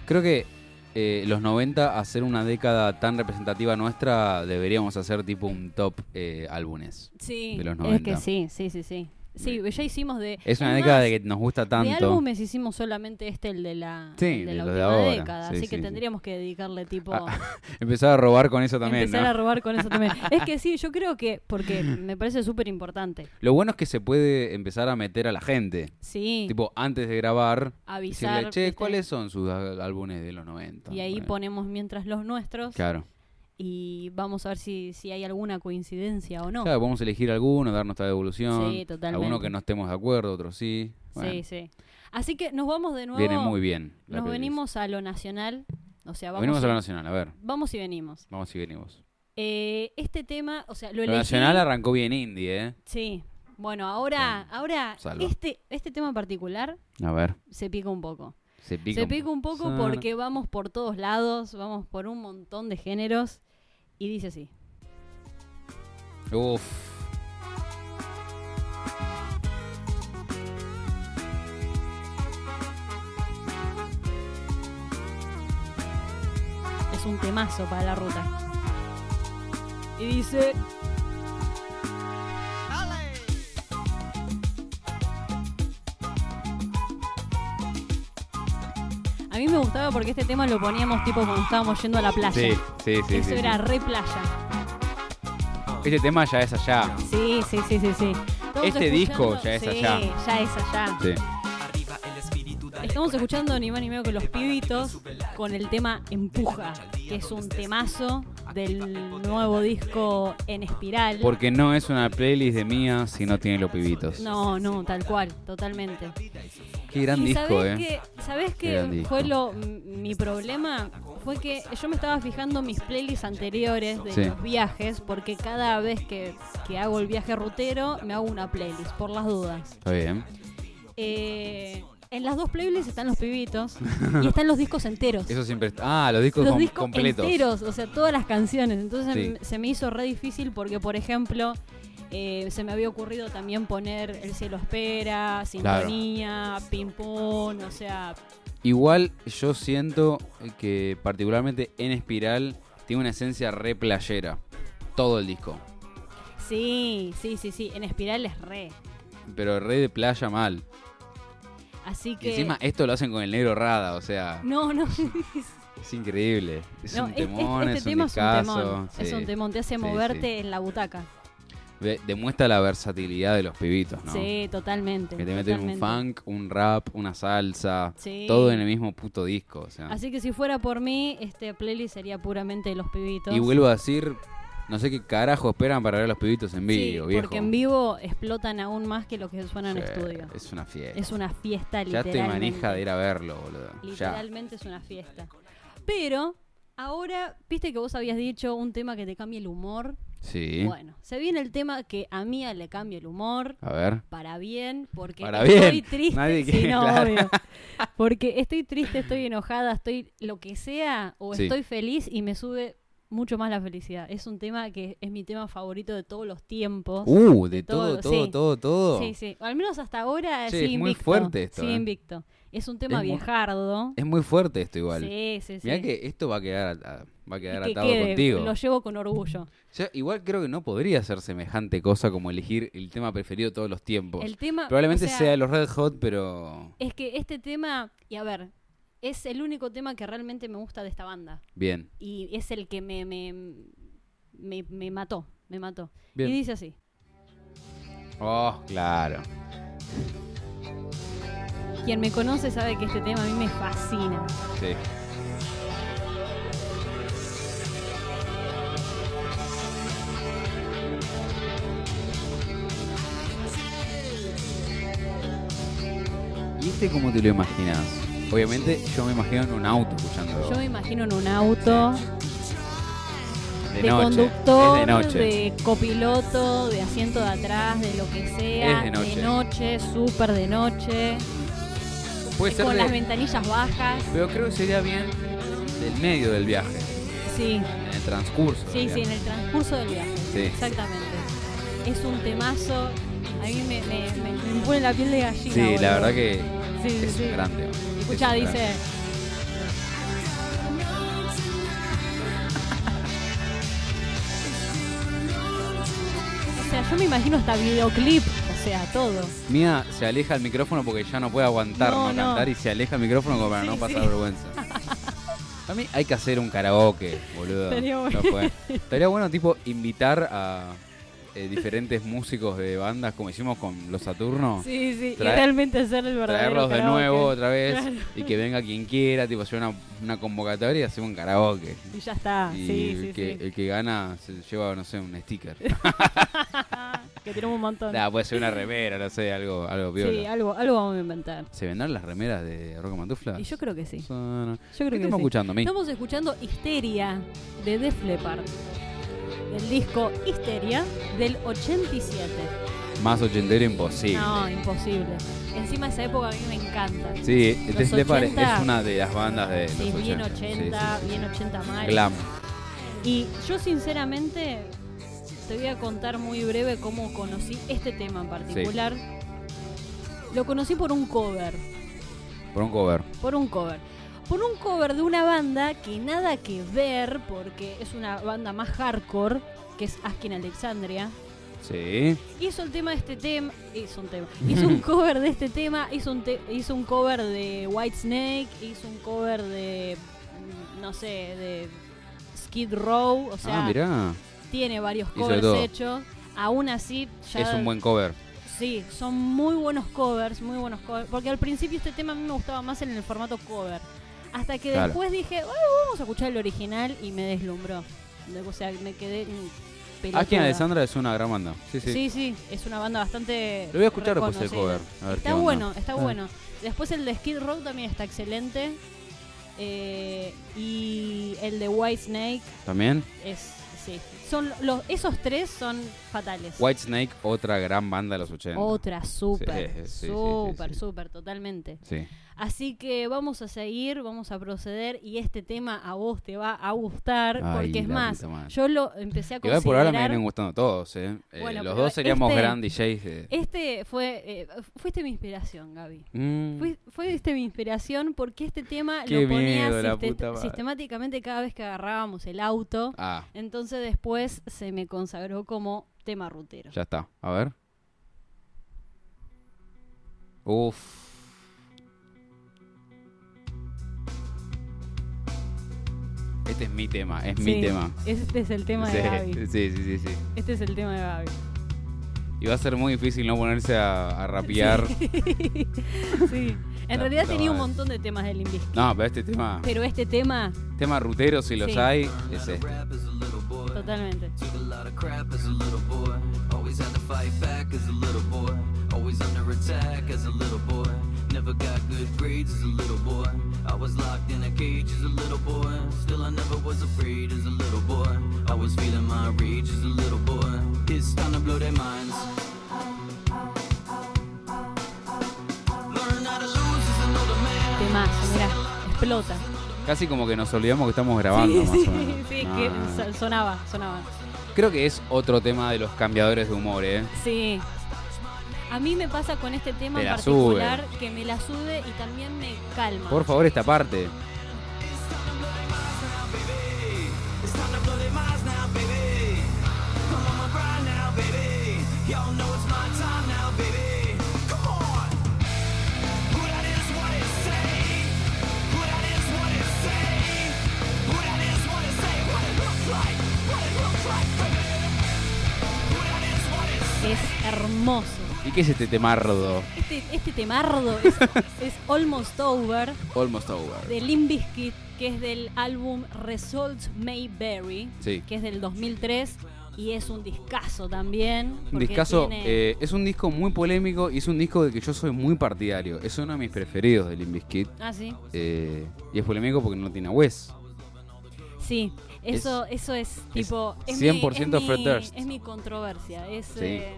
Speaker 1: Creo que eh, los 90, a ser una década tan representativa nuestra, deberíamos hacer tipo un top eh, álbumes.
Speaker 2: Sí,
Speaker 1: de los
Speaker 2: es
Speaker 1: 90.
Speaker 2: que sí, sí, sí, sí. Sí, ya hicimos de...
Speaker 1: Es una
Speaker 2: más,
Speaker 1: década de que nos gusta
Speaker 2: De
Speaker 1: tanto.
Speaker 2: álbumes hicimos solamente este, el de la,
Speaker 1: Sí,
Speaker 2: el de
Speaker 1: de
Speaker 2: la
Speaker 1: los de
Speaker 2: última
Speaker 1: ahora.
Speaker 2: década,
Speaker 1: Sí,
Speaker 2: así
Speaker 1: sí,
Speaker 2: que
Speaker 1: sí.
Speaker 2: tendríamos que dedicarle tipo...
Speaker 1: Ah, Empezar a robar con eso también,
Speaker 2: empezar
Speaker 1: ¿no?
Speaker 2: a robar con eso
Speaker 1: (laughs)
Speaker 2: también. es que sí, yo creo que... Porque me parece súper importante.
Speaker 1: Lo bueno es que se puede empezar a meter a la gente.
Speaker 2: Sí,
Speaker 1: Tipo, antes de grabar,
Speaker 2: Avisar,
Speaker 1: decirle, che,
Speaker 2: ¿viste?
Speaker 1: ¿cuáles son sus á- álbumes de los 90?
Speaker 2: y ahí
Speaker 1: Bueno,
Speaker 2: ponemos mientras los nuestros
Speaker 1: Claro.
Speaker 2: y vamos a ver si, si hay alguna coincidencia o no.
Speaker 1: Claro, podemos elegir alguno, dar nuestra devolución.
Speaker 2: Sí, totalmente.
Speaker 1: Alguno que no estemos de acuerdo, otro sí. Bueno,
Speaker 2: Sí, sí. Así que nos vamos de nuevo...
Speaker 1: Viene muy bien. la
Speaker 2: Nos
Speaker 1: playlist.
Speaker 2: venimos a lo nacional. O sea, vamos,
Speaker 1: Venimos a
Speaker 2: y-
Speaker 1: lo nacional, a ver.
Speaker 2: vamos y venimos.
Speaker 1: Vamos y venimos.
Speaker 2: Eh, este tema, o sea, lo,
Speaker 1: Lo
Speaker 2: elegí-
Speaker 1: nacional arrancó bien indie, ¿eh?
Speaker 2: Sí. Bueno, ahora, ahora
Speaker 1: salva.
Speaker 2: este, este tema en particular
Speaker 1: A ver.
Speaker 2: se pica un poco.
Speaker 1: Se pica,
Speaker 2: se pica un poco
Speaker 1: Sar-
Speaker 2: porque vamos por todos lados, vamos por un montón de géneros y dice así.
Speaker 1: Uf.
Speaker 2: Es un temazo para la ruta. Y dice, a mí me gustaba porque este tema lo poníamos tipo cuando estábamos yendo a la playa.
Speaker 1: Sí, sí, sí.
Speaker 2: Eso
Speaker 1: sí,
Speaker 2: era
Speaker 1: sí.
Speaker 2: re playa.
Speaker 1: Este tema ya es allá.
Speaker 2: Sí, sí, sí, sí, sí. Estamos
Speaker 1: Este disco ya es
Speaker 2: sí,
Speaker 1: allá.
Speaker 2: Ya es allá.
Speaker 1: Sí.
Speaker 4: Arriba el espíritu, dale
Speaker 2: Estamos
Speaker 4: con la
Speaker 2: escuchando ni más ni menos que los pibitos con el tema Empuja, que es un temazo del nuevo disco En Espiral.
Speaker 1: Porque no es una playlist de mía si no tiene los pibitos.
Speaker 2: No, no, tal cual, totalmente.
Speaker 1: Qué gran
Speaker 2: y
Speaker 1: disco,
Speaker 2: sabés
Speaker 1: ¿eh?
Speaker 2: que, ¿sabés
Speaker 1: Qué gran
Speaker 2: que
Speaker 1: disco.
Speaker 2: fue lo, m- mi problema? Fue que yo me estaba fijando mis playlists anteriores de
Speaker 1: Sí.
Speaker 2: los viajes, porque cada vez que, que hago el viaje rutero, me hago una playlist, por las dudas.
Speaker 1: Está bien.
Speaker 2: Eh, en las dos playlists están los pibitos y están los discos
Speaker 1: (laughs)
Speaker 2: enteros.
Speaker 1: Eso siempre está. Ah, los discos,
Speaker 2: los
Speaker 1: com-
Speaker 2: discos
Speaker 1: completos.
Speaker 2: enteros, o sea, todas las canciones. Entonces
Speaker 1: Sí.
Speaker 2: se me hizo re difícil porque, por ejemplo, eh, se me había ocurrido también poner El cielo espera, Sintonía, Ping Pong, o sea,
Speaker 1: Igual yo siento que particularmente en Espiral tiene una esencia re playera. Todo el disco.
Speaker 2: sí, sí, sí, sí, en espiral es re.
Speaker 1: Pero re de playa mal.
Speaker 2: Así
Speaker 1: Y
Speaker 2: que...
Speaker 1: encima esto lo hacen con el negro Rada, o sea,
Speaker 2: No, (laughs) no,
Speaker 1: es increíble. Es
Speaker 2: no,
Speaker 1: un
Speaker 2: es- es-
Speaker 1: temón,
Speaker 2: este
Speaker 1: es, un
Speaker 2: tema
Speaker 1: discazo.
Speaker 2: es un temón, es
Speaker 1: sí.
Speaker 2: un temón, te hace
Speaker 1: Sí,
Speaker 2: moverte
Speaker 1: sí.
Speaker 2: en la butaca.
Speaker 1: Ve- Demuestra la versatilidad de los pibitos, ¿no?
Speaker 2: Sí, totalmente.
Speaker 1: Que te meten un
Speaker 2: totalmente.
Speaker 1: funk, un rap, una salsa,
Speaker 2: Sí.
Speaker 1: todo en el mismo puto disco. O sea.
Speaker 2: Así que si fuera por mí, este playlist sería puramente de los pibitos.
Speaker 1: Y vuelvo a decir, no sé qué carajo esperan para ver a los pibitos en
Speaker 2: Sí,
Speaker 1: vivo, viejo.
Speaker 2: Porque en vivo explotan aún más que lo que suena en
Speaker 1: Sí,
Speaker 2: estudio. Es,
Speaker 1: Es una fiesta.
Speaker 2: una fiesta
Speaker 1: ya
Speaker 2: literalmente.
Speaker 1: te maneja de ir a verlo, boludo. Ya.
Speaker 2: Literalmente es una fiesta. Pero ahora, viste que vos habías dicho un tema que te cambia el humor.
Speaker 1: Sí.
Speaker 2: Bueno, se viene el tema que a Mía le cambia el humor.
Speaker 1: A ver.
Speaker 2: Para bien, porque
Speaker 1: Para
Speaker 2: estoy
Speaker 1: bien.
Speaker 2: triste.
Speaker 1: Nadie
Speaker 2: sí,
Speaker 1: quiere,
Speaker 2: no,
Speaker 1: claro. (laughs)
Speaker 2: obvio. Porque estoy triste, estoy enojada, estoy lo que sea, o
Speaker 1: Sí.
Speaker 2: estoy feliz y me sube mucho más la felicidad. Es un tema que es mi tema favorito de todos los tiempos.
Speaker 1: Uh, de
Speaker 2: todo,
Speaker 1: todo, todo,
Speaker 2: sí.
Speaker 1: todo, todo.
Speaker 2: Sí, sí. Al menos hasta ahora
Speaker 1: Che,
Speaker 2: sigue
Speaker 1: es muy
Speaker 2: invicto.
Speaker 1: fuerte esto,
Speaker 2: Sigue
Speaker 1: eh.
Speaker 2: invicto. Es un tema
Speaker 1: Es muy-
Speaker 2: viejardo.
Speaker 1: Es muy fuerte esto igual.
Speaker 2: Sí, sí, sí.
Speaker 1: Mirá que esto va a quedar, ata- va a
Speaker 2: Y
Speaker 1: quedar
Speaker 2: que
Speaker 1: atado
Speaker 2: quede,
Speaker 1: contigo.
Speaker 2: Lo llevo con orgullo.
Speaker 1: Yo igual creo que no podría ser semejante cosa como elegir el tema preferido de todos los tiempos.
Speaker 2: El tema.
Speaker 1: Probablemente
Speaker 2: o sea,
Speaker 1: sea, de los Red Hot, pero
Speaker 2: Es que este tema. Y a ver. Es el único tema que realmente me gusta de esta banda.
Speaker 1: bien.
Speaker 2: Y es el que me. Me, me, me mató. Me mató.
Speaker 1: Bien.
Speaker 2: Y dice así.
Speaker 1: Oh, claro.
Speaker 2: Quien me conoce sabe que este tema a mí me fascina.
Speaker 1: Sí. ¿Y este cómo te lo imaginas? Obviamente yo me imagino en un auto escuchando.
Speaker 2: Yo me imagino en un auto
Speaker 1: de,
Speaker 2: de,
Speaker 1: noche.
Speaker 2: conductor,
Speaker 1: es de noche.
Speaker 2: de copiloto, de asiento de atrás, de lo que sea.
Speaker 1: Es de noche.
Speaker 2: súper de noche.
Speaker 1: Puede ser
Speaker 2: con
Speaker 1: de-
Speaker 2: las ventanillas bajas.
Speaker 1: Pero creo que sería bien del medio del viaje,
Speaker 2: Sí,
Speaker 1: en el transcurso. del
Speaker 2: sí, sí,
Speaker 1: viaje.
Speaker 2: en el transcurso del viaje.
Speaker 1: Sí.
Speaker 2: Exactamente. Es un temazo. A mí me, me, me- me pone la piel de gallina.
Speaker 1: Sí,
Speaker 2: boludo.
Speaker 1: la verdad que
Speaker 2: Sí, sí,
Speaker 1: es
Speaker 2: sí.
Speaker 1: un gran tema.
Speaker 2: Escucha,
Speaker 1: Es un gran-
Speaker 2: dice. O sea, yo me imagino hasta videoclip, o sea, todo.
Speaker 1: Mía se aleja el micrófono porque ya no puede aguantar no,
Speaker 2: No, no.
Speaker 1: cantar y se aleja el micrófono como para
Speaker 2: Sí,
Speaker 1: no pasar
Speaker 2: sí. (laughs)
Speaker 1: vergüenza. Para mí hay que hacer un karaoke, boludo.
Speaker 2: Estaría
Speaker 1: No
Speaker 2: bueno.
Speaker 1: fue. Estaría bueno, tipo, invitar a eh, diferentes músicos de bandas, como hicimos con los Saturno.
Speaker 2: Sí, sí,
Speaker 1: Trae-
Speaker 2: y realmente hacer el verdadero
Speaker 1: Traerlos de
Speaker 2: karaoke.
Speaker 1: nuevo otra vez
Speaker 2: Claro.
Speaker 1: y que venga quien quiera, tipo, hacer una, una convocatoria y hacer un karaoke.
Speaker 2: Y ya está,
Speaker 1: y
Speaker 2: Ah, sí,
Speaker 1: el,
Speaker 2: sí,
Speaker 1: que,
Speaker 2: sí.
Speaker 1: el que gana se lleva, no sé, un
Speaker 2: (laughs)
Speaker 1: sticker.
Speaker 2: Que tenemos un montón.
Speaker 1: Nah, puede ser una remera, no sé, algo, algo piola.
Speaker 2: sí, algo, algo vamos a inventar.
Speaker 1: ¿Se vendrán las remeras de Roca Mantufla?
Speaker 2: Y yo creo que sí. Yo
Speaker 1: Son-
Speaker 2: creo
Speaker 1: ¿Qué
Speaker 2: que
Speaker 1: estamos
Speaker 2: sí.
Speaker 1: escuchando, Mi?
Speaker 2: Estamos escuchando Histeria de Def Leppard. El disco Histeria del 87.
Speaker 1: Más ochentero imposible.
Speaker 2: No, imposible. Encima esa época a mí me encanta.
Speaker 1: Sí,
Speaker 2: Los
Speaker 1: Def Leppard
Speaker 2: 80.
Speaker 1: es una de las bandas de
Speaker 2: Sí,
Speaker 1: los
Speaker 2: bien
Speaker 1: 80,
Speaker 2: 80,
Speaker 1: sí, sí, sí.
Speaker 2: bien 80 mal.
Speaker 1: Glam.
Speaker 2: Y yo sinceramente te voy a contar muy breve cómo conocí este tema en particular. Lo conocí por un cover,
Speaker 1: Por un cover.
Speaker 2: por un cover. Por un cover de una banda que nada que ver, porque es una banda más hardcore, que es Askin Alexandria.
Speaker 1: Sí.
Speaker 2: Hizo el tema de este tema, hizo un tema,
Speaker 1: (laughs)
Speaker 2: hizo un cover de este tema, hizo un, te- hizo un cover de White Snake, hizo un cover de, mm, no sé, de Skid Row, o sea,
Speaker 1: ah, mirá.
Speaker 2: tiene varios
Speaker 1: Hizo de
Speaker 2: covers
Speaker 1: todo.
Speaker 2: hechos. Aún así, ya
Speaker 1: Es un buen cover.
Speaker 2: sí, son muy buenos covers, muy buenos covers. Porque al principio este tema a mí me gustaba más en el formato cover. Hasta que
Speaker 1: Claro.
Speaker 2: después dije, "Bueno, vamos a escuchar el original y me deslumbró. De- O sea, me quedé mm, pelotuda.
Speaker 1: Aquí en Ah, Alessandra es una gran banda. Sí, sí.
Speaker 2: Sí, sí, es una banda bastante.
Speaker 1: Lo voy a escuchar después el
Speaker 2: reconocida.
Speaker 1: cover. A ver qué
Speaker 2: Está
Speaker 1: onda.
Speaker 2: bueno, está
Speaker 1: Ah.
Speaker 2: bueno. Después el de Skid Row también está excelente. Eh, y el de White Snake
Speaker 1: ¿También?
Speaker 2: es. Sí. Son los, esos tres son fatales.
Speaker 1: White Snake, otra gran banda de los 80.
Speaker 2: Otra súper,
Speaker 1: Sí, sí, sí, sí,
Speaker 2: súper,
Speaker 1: sí.
Speaker 2: súper, totalmente.
Speaker 1: Sí.
Speaker 2: Así que vamos a seguir, vamos a proceder y este tema a vos te va a gustar
Speaker 1: Ay,
Speaker 2: porque es
Speaker 1: la
Speaker 2: más,
Speaker 1: puta madre.
Speaker 2: yo lo empecé a
Speaker 1: Igual por ahora me
Speaker 2: considerar.
Speaker 1: vienen gustando todos, ¿eh? Eh,
Speaker 2: Bueno,
Speaker 1: los
Speaker 2: pero
Speaker 1: dos seríamos
Speaker 2: este-
Speaker 1: gran DJs. De...
Speaker 2: Este fue, eh, fuiste mi inspiración, Gaby.
Speaker 1: Mm.
Speaker 2: Fui- fue este mi inspiración porque este tema
Speaker 1: Qué
Speaker 2: lo ponía
Speaker 1: miedo, la
Speaker 2: siste-
Speaker 1: puta madre.
Speaker 2: sistemáticamente cada vez que agarrábamos el auto.
Speaker 1: Ah,
Speaker 2: Entonces después se me consagró como tema rutero.
Speaker 1: ya está. A ver. Uf. Este es mi tema, es mi
Speaker 2: Sí,
Speaker 1: tema.
Speaker 2: Este es el tema
Speaker 1: sí,
Speaker 2: de
Speaker 1: (laughs)
Speaker 2: Gaby.
Speaker 1: sí, sí, sí, sí.
Speaker 2: Este es el tema de Gaby. (laughs)
Speaker 1: Y va a ser muy difícil no ponerse a, a rapear.
Speaker 2: Sí.
Speaker 1: La
Speaker 2: En realidad
Speaker 1: puta
Speaker 2: tenía un
Speaker 1: madre.
Speaker 2: montón de temas de Limp Bizkit,
Speaker 1: (laughs) No, pero este tema,
Speaker 2: Pero este tema,
Speaker 1: tema rutero, si los
Speaker 2: Sí.
Speaker 1: hay, es este.
Speaker 2: totalmente.
Speaker 4: Took a lot of crap as a little boy. Always had to fight back as a little boy. Always under attack as a little boy. Never got good grades as a little boy. I was locked in a cage as a little boy. Still, I never was afraid as a little boy. I was feeling my rage as a little boy. It's time to blow their minds. Learn how to lose as an older man.
Speaker 2: Temazo, mirá. Explota.
Speaker 1: Casi como que nos olvidamos que estamos grabando, más
Speaker 2: sí,
Speaker 1: o menos. Ah.
Speaker 2: sí,
Speaker 1: No,
Speaker 2: que
Speaker 1: no, no.
Speaker 2: so- sonaba, sonaba.
Speaker 1: Creo que es otro tema de los cambiadores de humor, ¿eh?
Speaker 2: Sí. A mí me pasa con este tema
Speaker 1: Te
Speaker 2: en
Speaker 1: la
Speaker 2: particular que me la sube y también me calma.
Speaker 1: Por favor, esta parte.
Speaker 4: It's time to blow their minds now, baby. Come on, my bride now, baby. Y'all know it's my time now, baby. Come on. Who that is, what it say. Who that is, what it say. Who that is, what it say. What it looks like. What it looks like, baby. Who that is, what
Speaker 2: Es
Speaker 4: it say.
Speaker 2: hermoso.
Speaker 1: ¿Y qué es este temardo?
Speaker 2: Este, este temardo es, (laughs) es Almost Over
Speaker 1: Almost Over.
Speaker 2: de Limp Bizkit, que es del álbum Results May Vary,
Speaker 1: Sí.
Speaker 2: que es del 2003. Y es un discazo también.
Speaker 1: Un
Speaker 2: porque
Speaker 1: discazo,
Speaker 2: tiene-
Speaker 1: eh, es un disco muy polémico y es un disco del que yo soy muy partidario. Es uno de mis preferidos de Limp Bizkit.
Speaker 2: Ah, sí.
Speaker 1: Eh, y es polémico porque no tiene a Wes.
Speaker 2: Sí, eso es, eso es tipo. Es mi-
Speaker 1: 100%
Speaker 2: es mi,
Speaker 1: Fred Durst.
Speaker 2: Es mi controversia. Es,
Speaker 1: Sí.
Speaker 2: eh,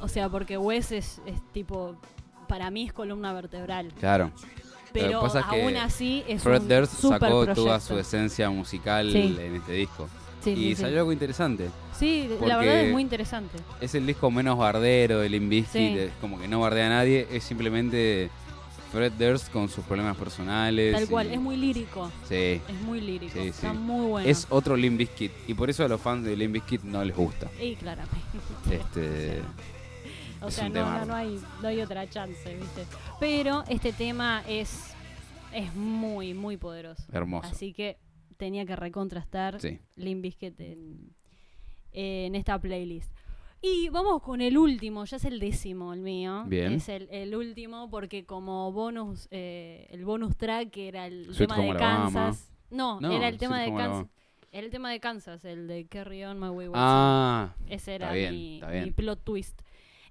Speaker 2: o sea, porque Wes es, es tipo. Para mí es columna vertebral.
Speaker 1: Claro.
Speaker 2: Pero
Speaker 1: pasa es que
Speaker 2: aún así es
Speaker 1: Fred
Speaker 2: un
Speaker 1: Durst
Speaker 2: super
Speaker 1: sacó
Speaker 2: proyecto.
Speaker 1: toda su esencia musical
Speaker 2: Sí.
Speaker 1: en este disco.
Speaker 2: Sí,
Speaker 1: y
Speaker 2: sí, sí.
Speaker 1: salió algo interesante.
Speaker 2: Sí,
Speaker 1: porque-
Speaker 2: la verdad es muy interesante.
Speaker 1: Es el disco menos bardero del Limp Bizkit,
Speaker 2: Sí.
Speaker 1: es como que no bardea a nadie, es simplemente Fred Durst con sus problemas personales.
Speaker 2: Tal
Speaker 1: y-
Speaker 2: cual, es muy lírico.
Speaker 1: Sí,
Speaker 2: Es muy lírico.
Speaker 1: Sí, sí.
Speaker 2: Está muy bueno.
Speaker 1: es otro Limp Bizkit y por eso a los fans de Limp Bizkit no les gusta.
Speaker 2: Y (laughs) claramente.
Speaker 1: Este,
Speaker 2: O
Speaker 1: es
Speaker 2: sea,
Speaker 1: un
Speaker 2: no,
Speaker 1: tema.
Speaker 2: no, no hay, no hay otra chance, ¿viste? Pero este tema es, es muy, muy poderoso.
Speaker 1: hermoso.
Speaker 2: Así que tenía que recontrastar
Speaker 1: Sí.
Speaker 2: Limp Bizkit en, en esta playlist. Y vamos con el último, ya es el décimo el mío.
Speaker 1: Bien.
Speaker 2: Es el, el último porque como bonus, eh, el bonus track era el
Speaker 1: Sweet
Speaker 2: tema
Speaker 1: Home
Speaker 2: de
Speaker 1: Alabama.
Speaker 2: Kansas. No,
Speaker 1: No,
Speaker 2: era el tema
Speaker 1: Sweet
Speaker 2: de
Speaker 1: Home
Speaker 2: Kansas.
Speaker 1: Alabama.
Speaker 2: El tema de Kansas, el de Carry On My Way
Speaker 1: Ah, Está
Speaker 2: ese era
Speaker 1: bien,
Speaker 2: mi,
Speaker 1: está bien.
Speaker 2: mi plot twist.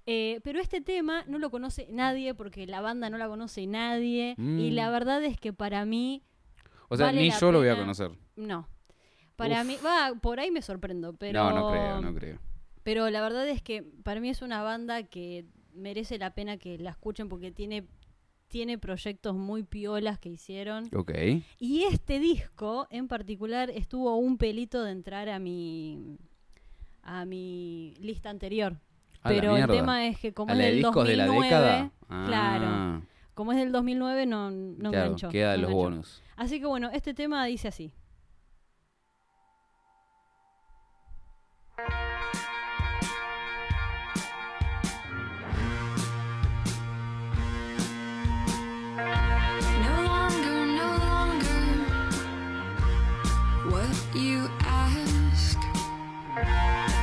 Speaker 2: Eh, pero este tema no lo conoce nadie porque la banda no la conoce nadie. Y
Speaker 1: Mm.
Speaker 2: la verdad es que para mí,
Speaker 1: o sea,
Speaker 2: vale
Speaker 1: ni
Speaker 2: la
Speaker 1: yo lo voy a
Speaker 2: pena.
Speaker 1: conocer.
Speaker 2: no. Para
Speaker 1: Uf.
Speaker 2: mí, va, por ahí me sorprendo, pero.
Speaker 1: No, no creo, no creo.
Speaker 2: Pero la verdad es que para mí es una banda que merece la pena que la escuchen porque tiene, tiene proyectos muy piolas que hicieron.
Speaker 1: Ok.
Speaker 2: Y este disco en particular estuvo un pelito de entrar a mi a mi lista anterior.
Speaker 1: A la
Speaker 2: Pero el
Speaker 1: mierda.
Speaker 2: tema es que como
Speaker 1: ¿A
Speaker 2: es
Speaker 1: la de
Speaker 2: del
Speaker 1: discos
Speaker 2: 2009,
Speaker 1: de la década?
Speaker 2: claro,
Speaker 1: Ah,
Speaker 2: como es del 2009 no no
Speaker 1: claro,
Speaker 2: enganchó,
Speaker 1: queda
Speaker 2: no
Speaker 1: de los
Speaker 2: enganchó.
Speaker 1: bonos.
Speaker 2: Así que bueno, este tema dice así.
Speaker 3: No longer, no longer what you ask.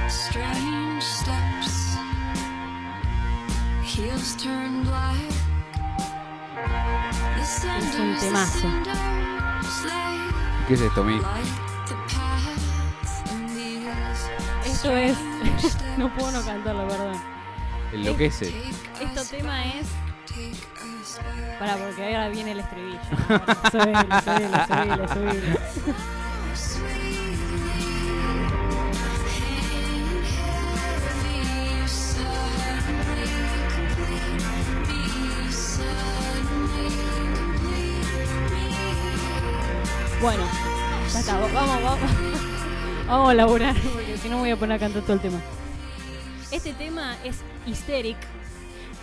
Speaker 3: Strange steps, heels turn black. The
Speaker 2: Es un temazo.
Speaker 1: ¿Qué es esto, mi?
Speaker 2: Esto
Speaker 3: (laughs)
Speaker 2: es (laughs) no puedo no cantarlo, perdón.
Speaker 1: Enloquece.
Speaker 2: Este tema es
Speaker 3: es.
Speaker 2: para porque ahora viene el estribillo. subile, subile, subile, subile. Bueno, ya está, va- vamos, vamos. Vamos a laburar, porque si no me voy a poner a cantar todo el tema. Este tema es Hysteric,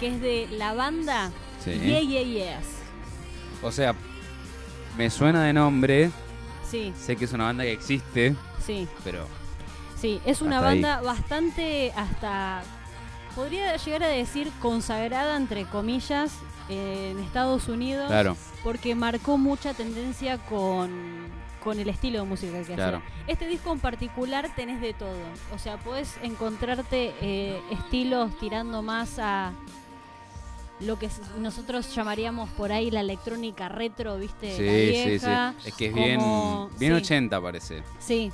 Speaker 2: que es de la banda
Speaker 1: Sí.
Speaker 2: Yeah Yeah Yes.
Speaker 1: O sea, me suena de nombre,
Speaker 2: Sí,
Speaker 1: sé que es una banda que existe,
Speaker 2: sí,
Speaker 1: pero
Speaker 2: sí. Es una
Speaker 1: Hasta ahí.
Speaker 2: banda bastante hasta. Podría llegar a decir consagrada, entre comillas, en Estados Unidos.
Speaker 1: claro,
Speaker 2: porque marcó mucha tendencia con, con el estilo de música que
Speaker 1: Claro.
Speaker 2: hacía. Este disco en particular tenés de todo. O sea, podés encontrarte eh, estilos tirando más a lo que s- nosotros llamaríamos por ahí la electrónica retro, ¿viste?
Speaker 1: sí,
Speaker 2: La vieja,
Speaker 1: sí, sí. Es que es
Speaker 2: como-
Speaker 1: bien, bien
Speaker 2: sí,
Speaker 1: 80 parece.
Speaker 2: Sí.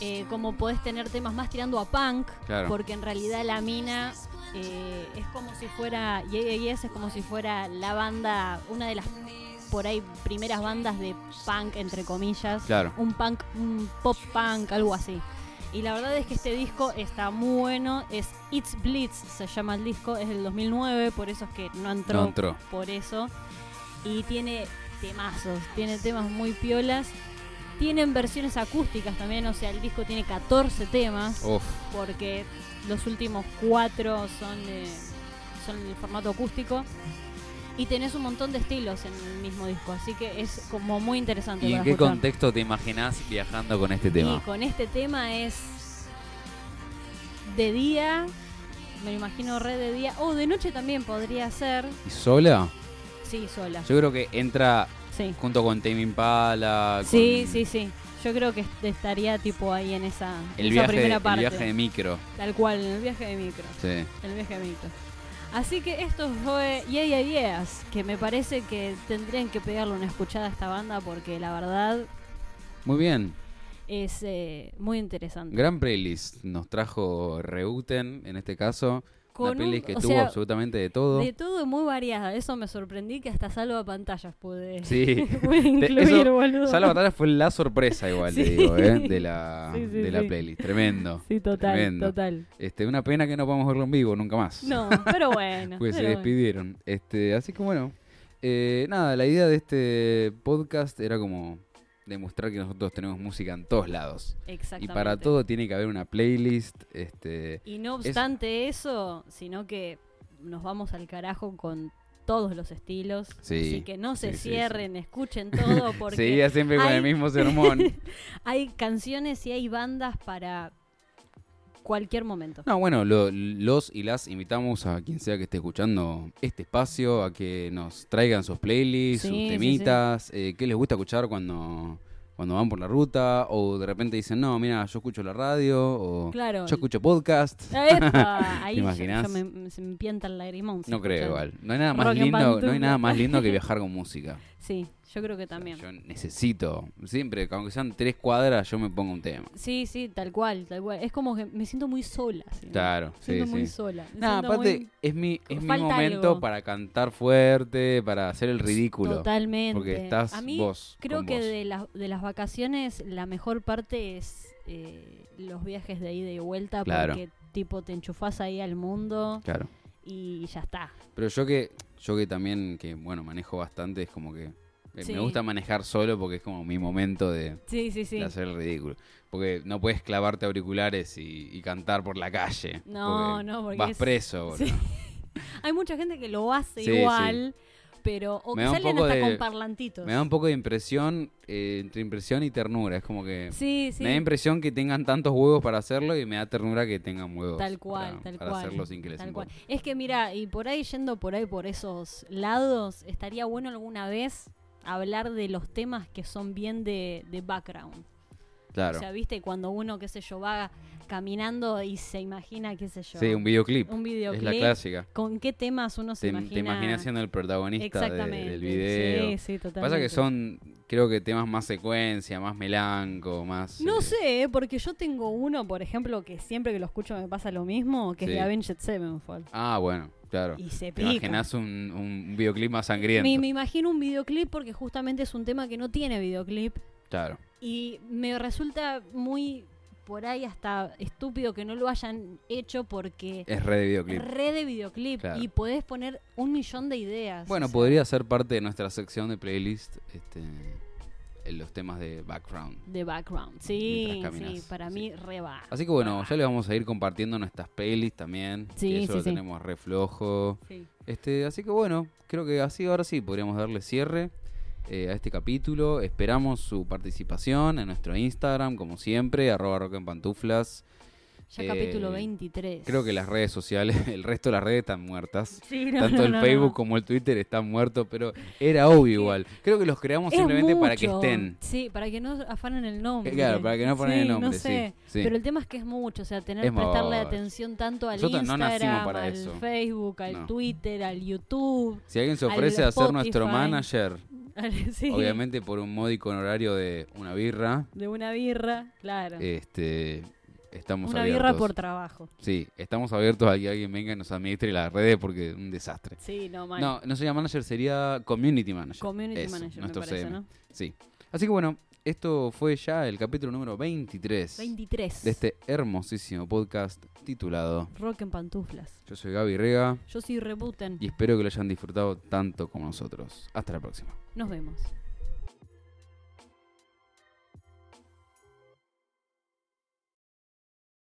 Speaker 2: Eh, como podés tener temas más tirando a punk,
Speaker 1: Claro.
Speaker 2: porque en realidad la mina eh, es como si fuera, Yeah Yeah Yes es como si fuera la banda, una de las por ahí primeras bandas de punk, entre comillas.
Speaker 1: Claro.
Speaker 2: Un punk, un pop punk, algo así. Y la verdad es que este disco está muy bueno, es It's Blitz, se llama el disco, es del 2009, por eso es que no entró,
Speaker 1: No entró.
Speaker 2: por eso. Y tiene temazos, tiene temas muy piolas. Tienen versiones acústicas también, o sea, el disco tiene 14 temas,
Speaker 1: Uf,
Speaker 2: porque los últimos cuatro son, eh, son en el formato acústico. Y tenés un montón de estilos en el mismo disco, así que es como muy interesante.
Speaker 1: ¿y
Speaker 2: para
Speaker 1: en qué
Speaker 2: escuchar.
Speaker 1: contexto te imaginás viajando con este tema?
Speaker 2: Y con este tema es de día, me lo imagino re de día, o de noche también podría ser,
Speaker 1: ¿Y sola?
Speaker 2: sí, sola.
Speaker 1: Yo creo que entra
Speaker 2: Sí.
Speaker 1: junto con Tame Impala. con
Speaker 2: Sí, sí, sí. Yo creo que est- estaría tipo ahí en esa,
Speaker 1: El
Speaker 2: esa
Speaker 1: viaje,
Speaker 2: primera
Speaker 1: el
Speaker 2: parte.
Speaker 1: viaje de micro.
Speaker 2: Tal cual, el viaje de micro.
Speaker 1: Sí.
Speaker 2: El viaje de micro. Así que esto fue Yeah Yeah Yeahs, que me parece que tendrían que pegarle una escuchada a esta banda porque la verdad
Speaker 1: Muy bien.
Speaker 2: Es eh, muy interesante.
Speaker 1: Gran playlist nos trajo Reuten, en este caso.
Speaker 2: Con
Speaker 1: una
Speaker 2: un-
Speaker 1: playlist que
Speaker 2: o
Speaker 1: tuvo
Speaker 2: sea,
Speaker 1: absolutamente de todo.
Speaker 2: De todo y muy variada. Eso me sorprendí que hasta salva pantallas pude,
Speaker 1: (laughs) Sí.
Speaker 2: (laughs) pude
Speaker 1: Te-
Speaker 2: incluir,
Speaker 1: eso-
Speaker 2: boludo.
Speaker 1: Ya la batalla fue la sorpresa igual, te
Speaker 2: Sí.
Speaker 1: digo, ¿eh? de la,
Speaker 2: Sí, sí,
Speaker 1: de la
Speaker 2: sí.
Speaker 1: playlist. Tremendo.
Speaker 2: Sí, total,
Speaker 1: Tremendo.
Speaker 2: total.
Speaker 1: Este, una pena que no podamos verlo en vivo nunca más.
Speaker 2: No, pero (laughs) bueno.
Speaker 1: Pues se
Speaker 2: pero bueno.
Speaker 1: despidieron. Este, así que bueno. eh, nada, la idea de este podcast era como demostrar que nosotros tenemos música en todos lados. Y
Speaker 2: Exactamente.
Speaker 1: para todo tiene que haber una playlist. Este,
Speaker 2: Y no obstante eso, sino que nos vamos al carajo con todos los estilos.
Speaker 1: Sí,
Speaker 2: Así que no se
Speaker 1: sí, sí, sí.
Speaker 2: cierren,
Speaker 1: (laughs)
Speaker 2: escuchen todo porque
Speaker 1: seguía siempre con
Speaker 2: hay-
Speaker 1: el mismo
Speaker 2: (laughs)
Speaker 1: sermón.
Speaker 2: hay canciones y hay bandas para cualquier momento.
Speaker 1: No, bueno, lo- los y las invitamos a quien sea que esté escuchando este espacio a que nos traigan sus playlists,
Speaker 2: Sí, sí,
Speaker 1: sus temitas, eh, qué les gusta escuchar cuando, cuando van por la ruta o de repente dicen, no, mira, yo escucho la radio o
Speaker 2: Claro.
Speaker 1: yo escucho podcast.
Speaker 2: ¡Epa!
Speaker 1: (laughs)
Speaker 2: Ahí
Speaker 1: ¿Te
Speaker 2: ya-
Speaker 1: imaginás?
Speaker 2: ya me, se me pienta el lagrimón. si
Speaker 1: No creo
Speaker 2: escuchan.
Speaker 1: igual. No hay nada más
Speaker 2: Rock and
Speaker 1: lindo, no hay
Speaker 2: Pantuna.
Speaker 1: nada más lindo
Speaker 2: (laughs)
Speaker 1: que viajar con música.
Speaker 2: Sí, yo creo que
Speaker 1: O sea,
Speaker 2: también.
Speaker 1: Yo necesito, siempre, aunque sean tres cuadras, yo me pongo un tema.
Speaker 2: Sí, sí, tal cual, tal cual. Es como que me siento muy sola. ¿sí?
Speaker 1: Claro,
Speaker 2: Me
Speaker 1: sí,
Speaker 2: siento muy
Speaker 1: sí.
Speaker 2: sola. me
Speaker 1: Nada,
Speaker 2: siento
Speaker 1: aparte,
Speaker 2: muy-
Speaker 1: es mi, es mi
Speaker 2: falta
Speaker 1: momento
Speaker 2: algo.
Speaker 1: para cantar fuerte, para hacer el ridículo.
Speaker 2: Totalmente.
Speaker 1: Porque estás
Speaker 2: A mí
Speaker 1: vos.
Speaker 2: creo
Speaker 1: con
Speaker 2: que
Speaker 1: vos.
Speaker 2: de las, de las vacaciones la mejor parte es eh, los viajes de ida y vuelta
Speaker 1: Claro.
Speaker 2: porque tipo te enchufás ahí al mundo
Speaker 1: Claro.
Speaker 2: y ya está.
Speaker 1: Pero yo que, yo que también, que bueno, manejo bastante, es como que. eh,
Speaker 2: Sí.
Speaker 1: Me gusta manejar solo porque es como mi momento de, de
Speaker 2: Sí, sí, sí.
Speaker 1: hacer el ridículo. Porque no puedes clavarte auriculares y, y cantar por la calle.
Speaker 2: No, no, porque
Speaker 1: Vas
Speaker 2: es- (laughs)
Speaker 1: preso, boludo.
Speaker 2: Sí. Hay mucha gente que lo hace
Speaker 1: Sí,
Speaker 2: igual, pero o
Speaker 1: Me
Speaker 2: que
Speaker 1: da un
Speaker 2: salen
Speaker 1: poco
Speaker 2: hasta
Speaker 1: de-
Speaker 2: con parlantitos.
Speaker 1: Me da un poco de impresión, eh, entre impresión y ternura. Es como que.
Speaker 2: Sí, sí.
Speaker 1: Me da impresión que tengan tantos huevos para hacerlo y me da ternura que tengan huevos.
Speaker 2: Tal cual,
Speaker 1: para,
Speaker 2: tal
Speaker 1: para
Speaker 2: cual.
Speaker 1: hacerlo sin que les
Speaker 2: tal cual.
Speaker 1: importe.
Speaker 2: Es que mira, y por ahí yendo por ahí por esos lados, estaría bueno alguna vez hablar de los temas que son bien de, de background.
Speaker 1: Claro.
Speaker 2: O sea, viste, cuando uno, qué sé yo, va caminando y se imagina, qué sé yo,
Speaker 1: sí, un videoclip.
Speaker 2: un videoclip.
Speaker 1: Es la clásica.
Speaker 2: ¿Con qué temas uno se
Speaker 1: Te,
Speaker 2: imagina?
Speaker 1: te imaginas siendo el protagonista de-
Speaker 2: Exactamente.
Speaker 1: del video.
Speaker 2: Sí, sí, totalmente.
Speaker 1: Pasa que son, creo que temas más secuencia, más melanco, más.
Speaker 2: No
Speaker 1: eh,
Speaker 2: sé, eh, porque yo tengo uno, por ejemplo, que siempre que lo escucho me pasa lo mismo, que
Speaker 1: Sí.
Speaker 2: es de Avenged Sevenfold.
Speaker 1: Ah, bueno, claro.
Speaker 2: Y se
Speaker 1: Te
Speaker 2: pica.
Speaker 1: imaginas un, un videoclip más sangriento.
Speaker 2: Me, me imagino un videoclip porque justamente es un tema que no tiene videoclip
Speaker 1: Claro.
Speaker 2: y me resulta muy por ahí hasta estúpido que no lo hayan hecho porque
Speaker 1: Es re de videoclip.
Speaker 2: red de videoclip
Speaker 1: Claro.
Speaker 2: y podés poner un millón de ideas.
Speaker 1: Bueno,
Speaker 2: o sea,
Speaker 1: podría ser parte de nuestra sección de playlist este, en los temas de background.
Speaker 2: de background. Sí,
Speaker 1: Mientras caminás,
Speaker 2: sí, para
Speaker 1: sí.
Speaker 2: mí reba.
Speaker 1: Así que bueno, ya les vamos a ir compartiendo nuestras playlists también.
Speaker 2: Sí,
Speaker 1: que eso
Speaker 2: sí,
Speaker 1: lo
Speaker 2: sí.
Speaker 1: tenemos re flojo. Este, así que bueno, creo que así ahora sí podríamos darle cierre eh, a este capítulo. Esperamos su participación en nuestro Instagram, como siempre, arroba rock en pantuflas.
Speaker 2: Ya
Speaker 1: Eh,
Speaker 2: capítulo 23.
Speaker 1: Creo que las redes sociales, (laughs) el resto de las redes están muertas.
Speaker 2: Sí, (laughs) no,
Speaker 1: Tanto
Speaker 2: no,
Speaker 1: el
Speaker 2: no, no.
Speaker 1: Facebook como el Twitter están muertos, pero era obvio igual. Creo que los creamos
Speaker 2: Es
Speaker 1: simplemente para que
Speaker 2: mucho.
Speaker 1: estén.
Speaker 2: Sí, para que no afanen el nombre.
Speaker 1: Eh, claro, para que no afanen
Speaker 2: Sí,
Speaker 1: el nombre,
Speaker 2: No sé.
Speaker 1: sí, sí.
Speaker 2: Pero el tema es que es mucho, o sea, tener
Speaker 1: Es
Speaker 2: prestarle
Speaker 1: mucho.
Speaker 2: atención tanto al
Speaker 1: Nosotros no
Speaker 2: Instagram,
Speaker 1: nacimos para
Speaker 2: al
Speaker 1: eso.
Speaker 2: Facebook, al
Speaker 1: No.
Speaker 2: Twitter, al YouTube. (laughs)
Speaker 1: Si alguien se
Speaker 2: Al
Speaker 1: ofrece a ser nuestro
Speaker 2: Spotify.
Speaker 1: manager,
Speaker 2: al- (laughs) sí,
Speaker 1: obviamente por un módico honorario de una birra,
Speaker 2: De una birra, claro.
Speaker 1: este, estamos
Speaker 2: una
Speaker 1: abiertos.
Speaker 2: birra por trabajo.
Speaker 1: Sí, estamos abiertos a que alguien venga y nos administre las redes porque es un desastre.
Speaker 2: Sí, no, mal.
Speaker 1: No, no sería manager, sería community manager.
Speaker 2: Community
Speaker 1: Eso,
Speaker 2: manager, me
Speaker 1: nuestro
Speaker 2: parece,
Speaker 1: CM.
Speaker 2: ¿no?
Speaker 1: Sí. Así que bueno, esto fue ya el capítulo número 23
Speaker 2: 23.
Speaker 1: de este hermosísimo podcast titulado
Speaker 2: Rock en pantuflas.
Speaker 1: Yo soy Gaby Rega
Speaker 2: Yo soy Reputen.
Speaker 1: y espero que lo hayan disfrutado tanto como nosotros. Hasta la próxima.
Speaker 2: Nos vemos.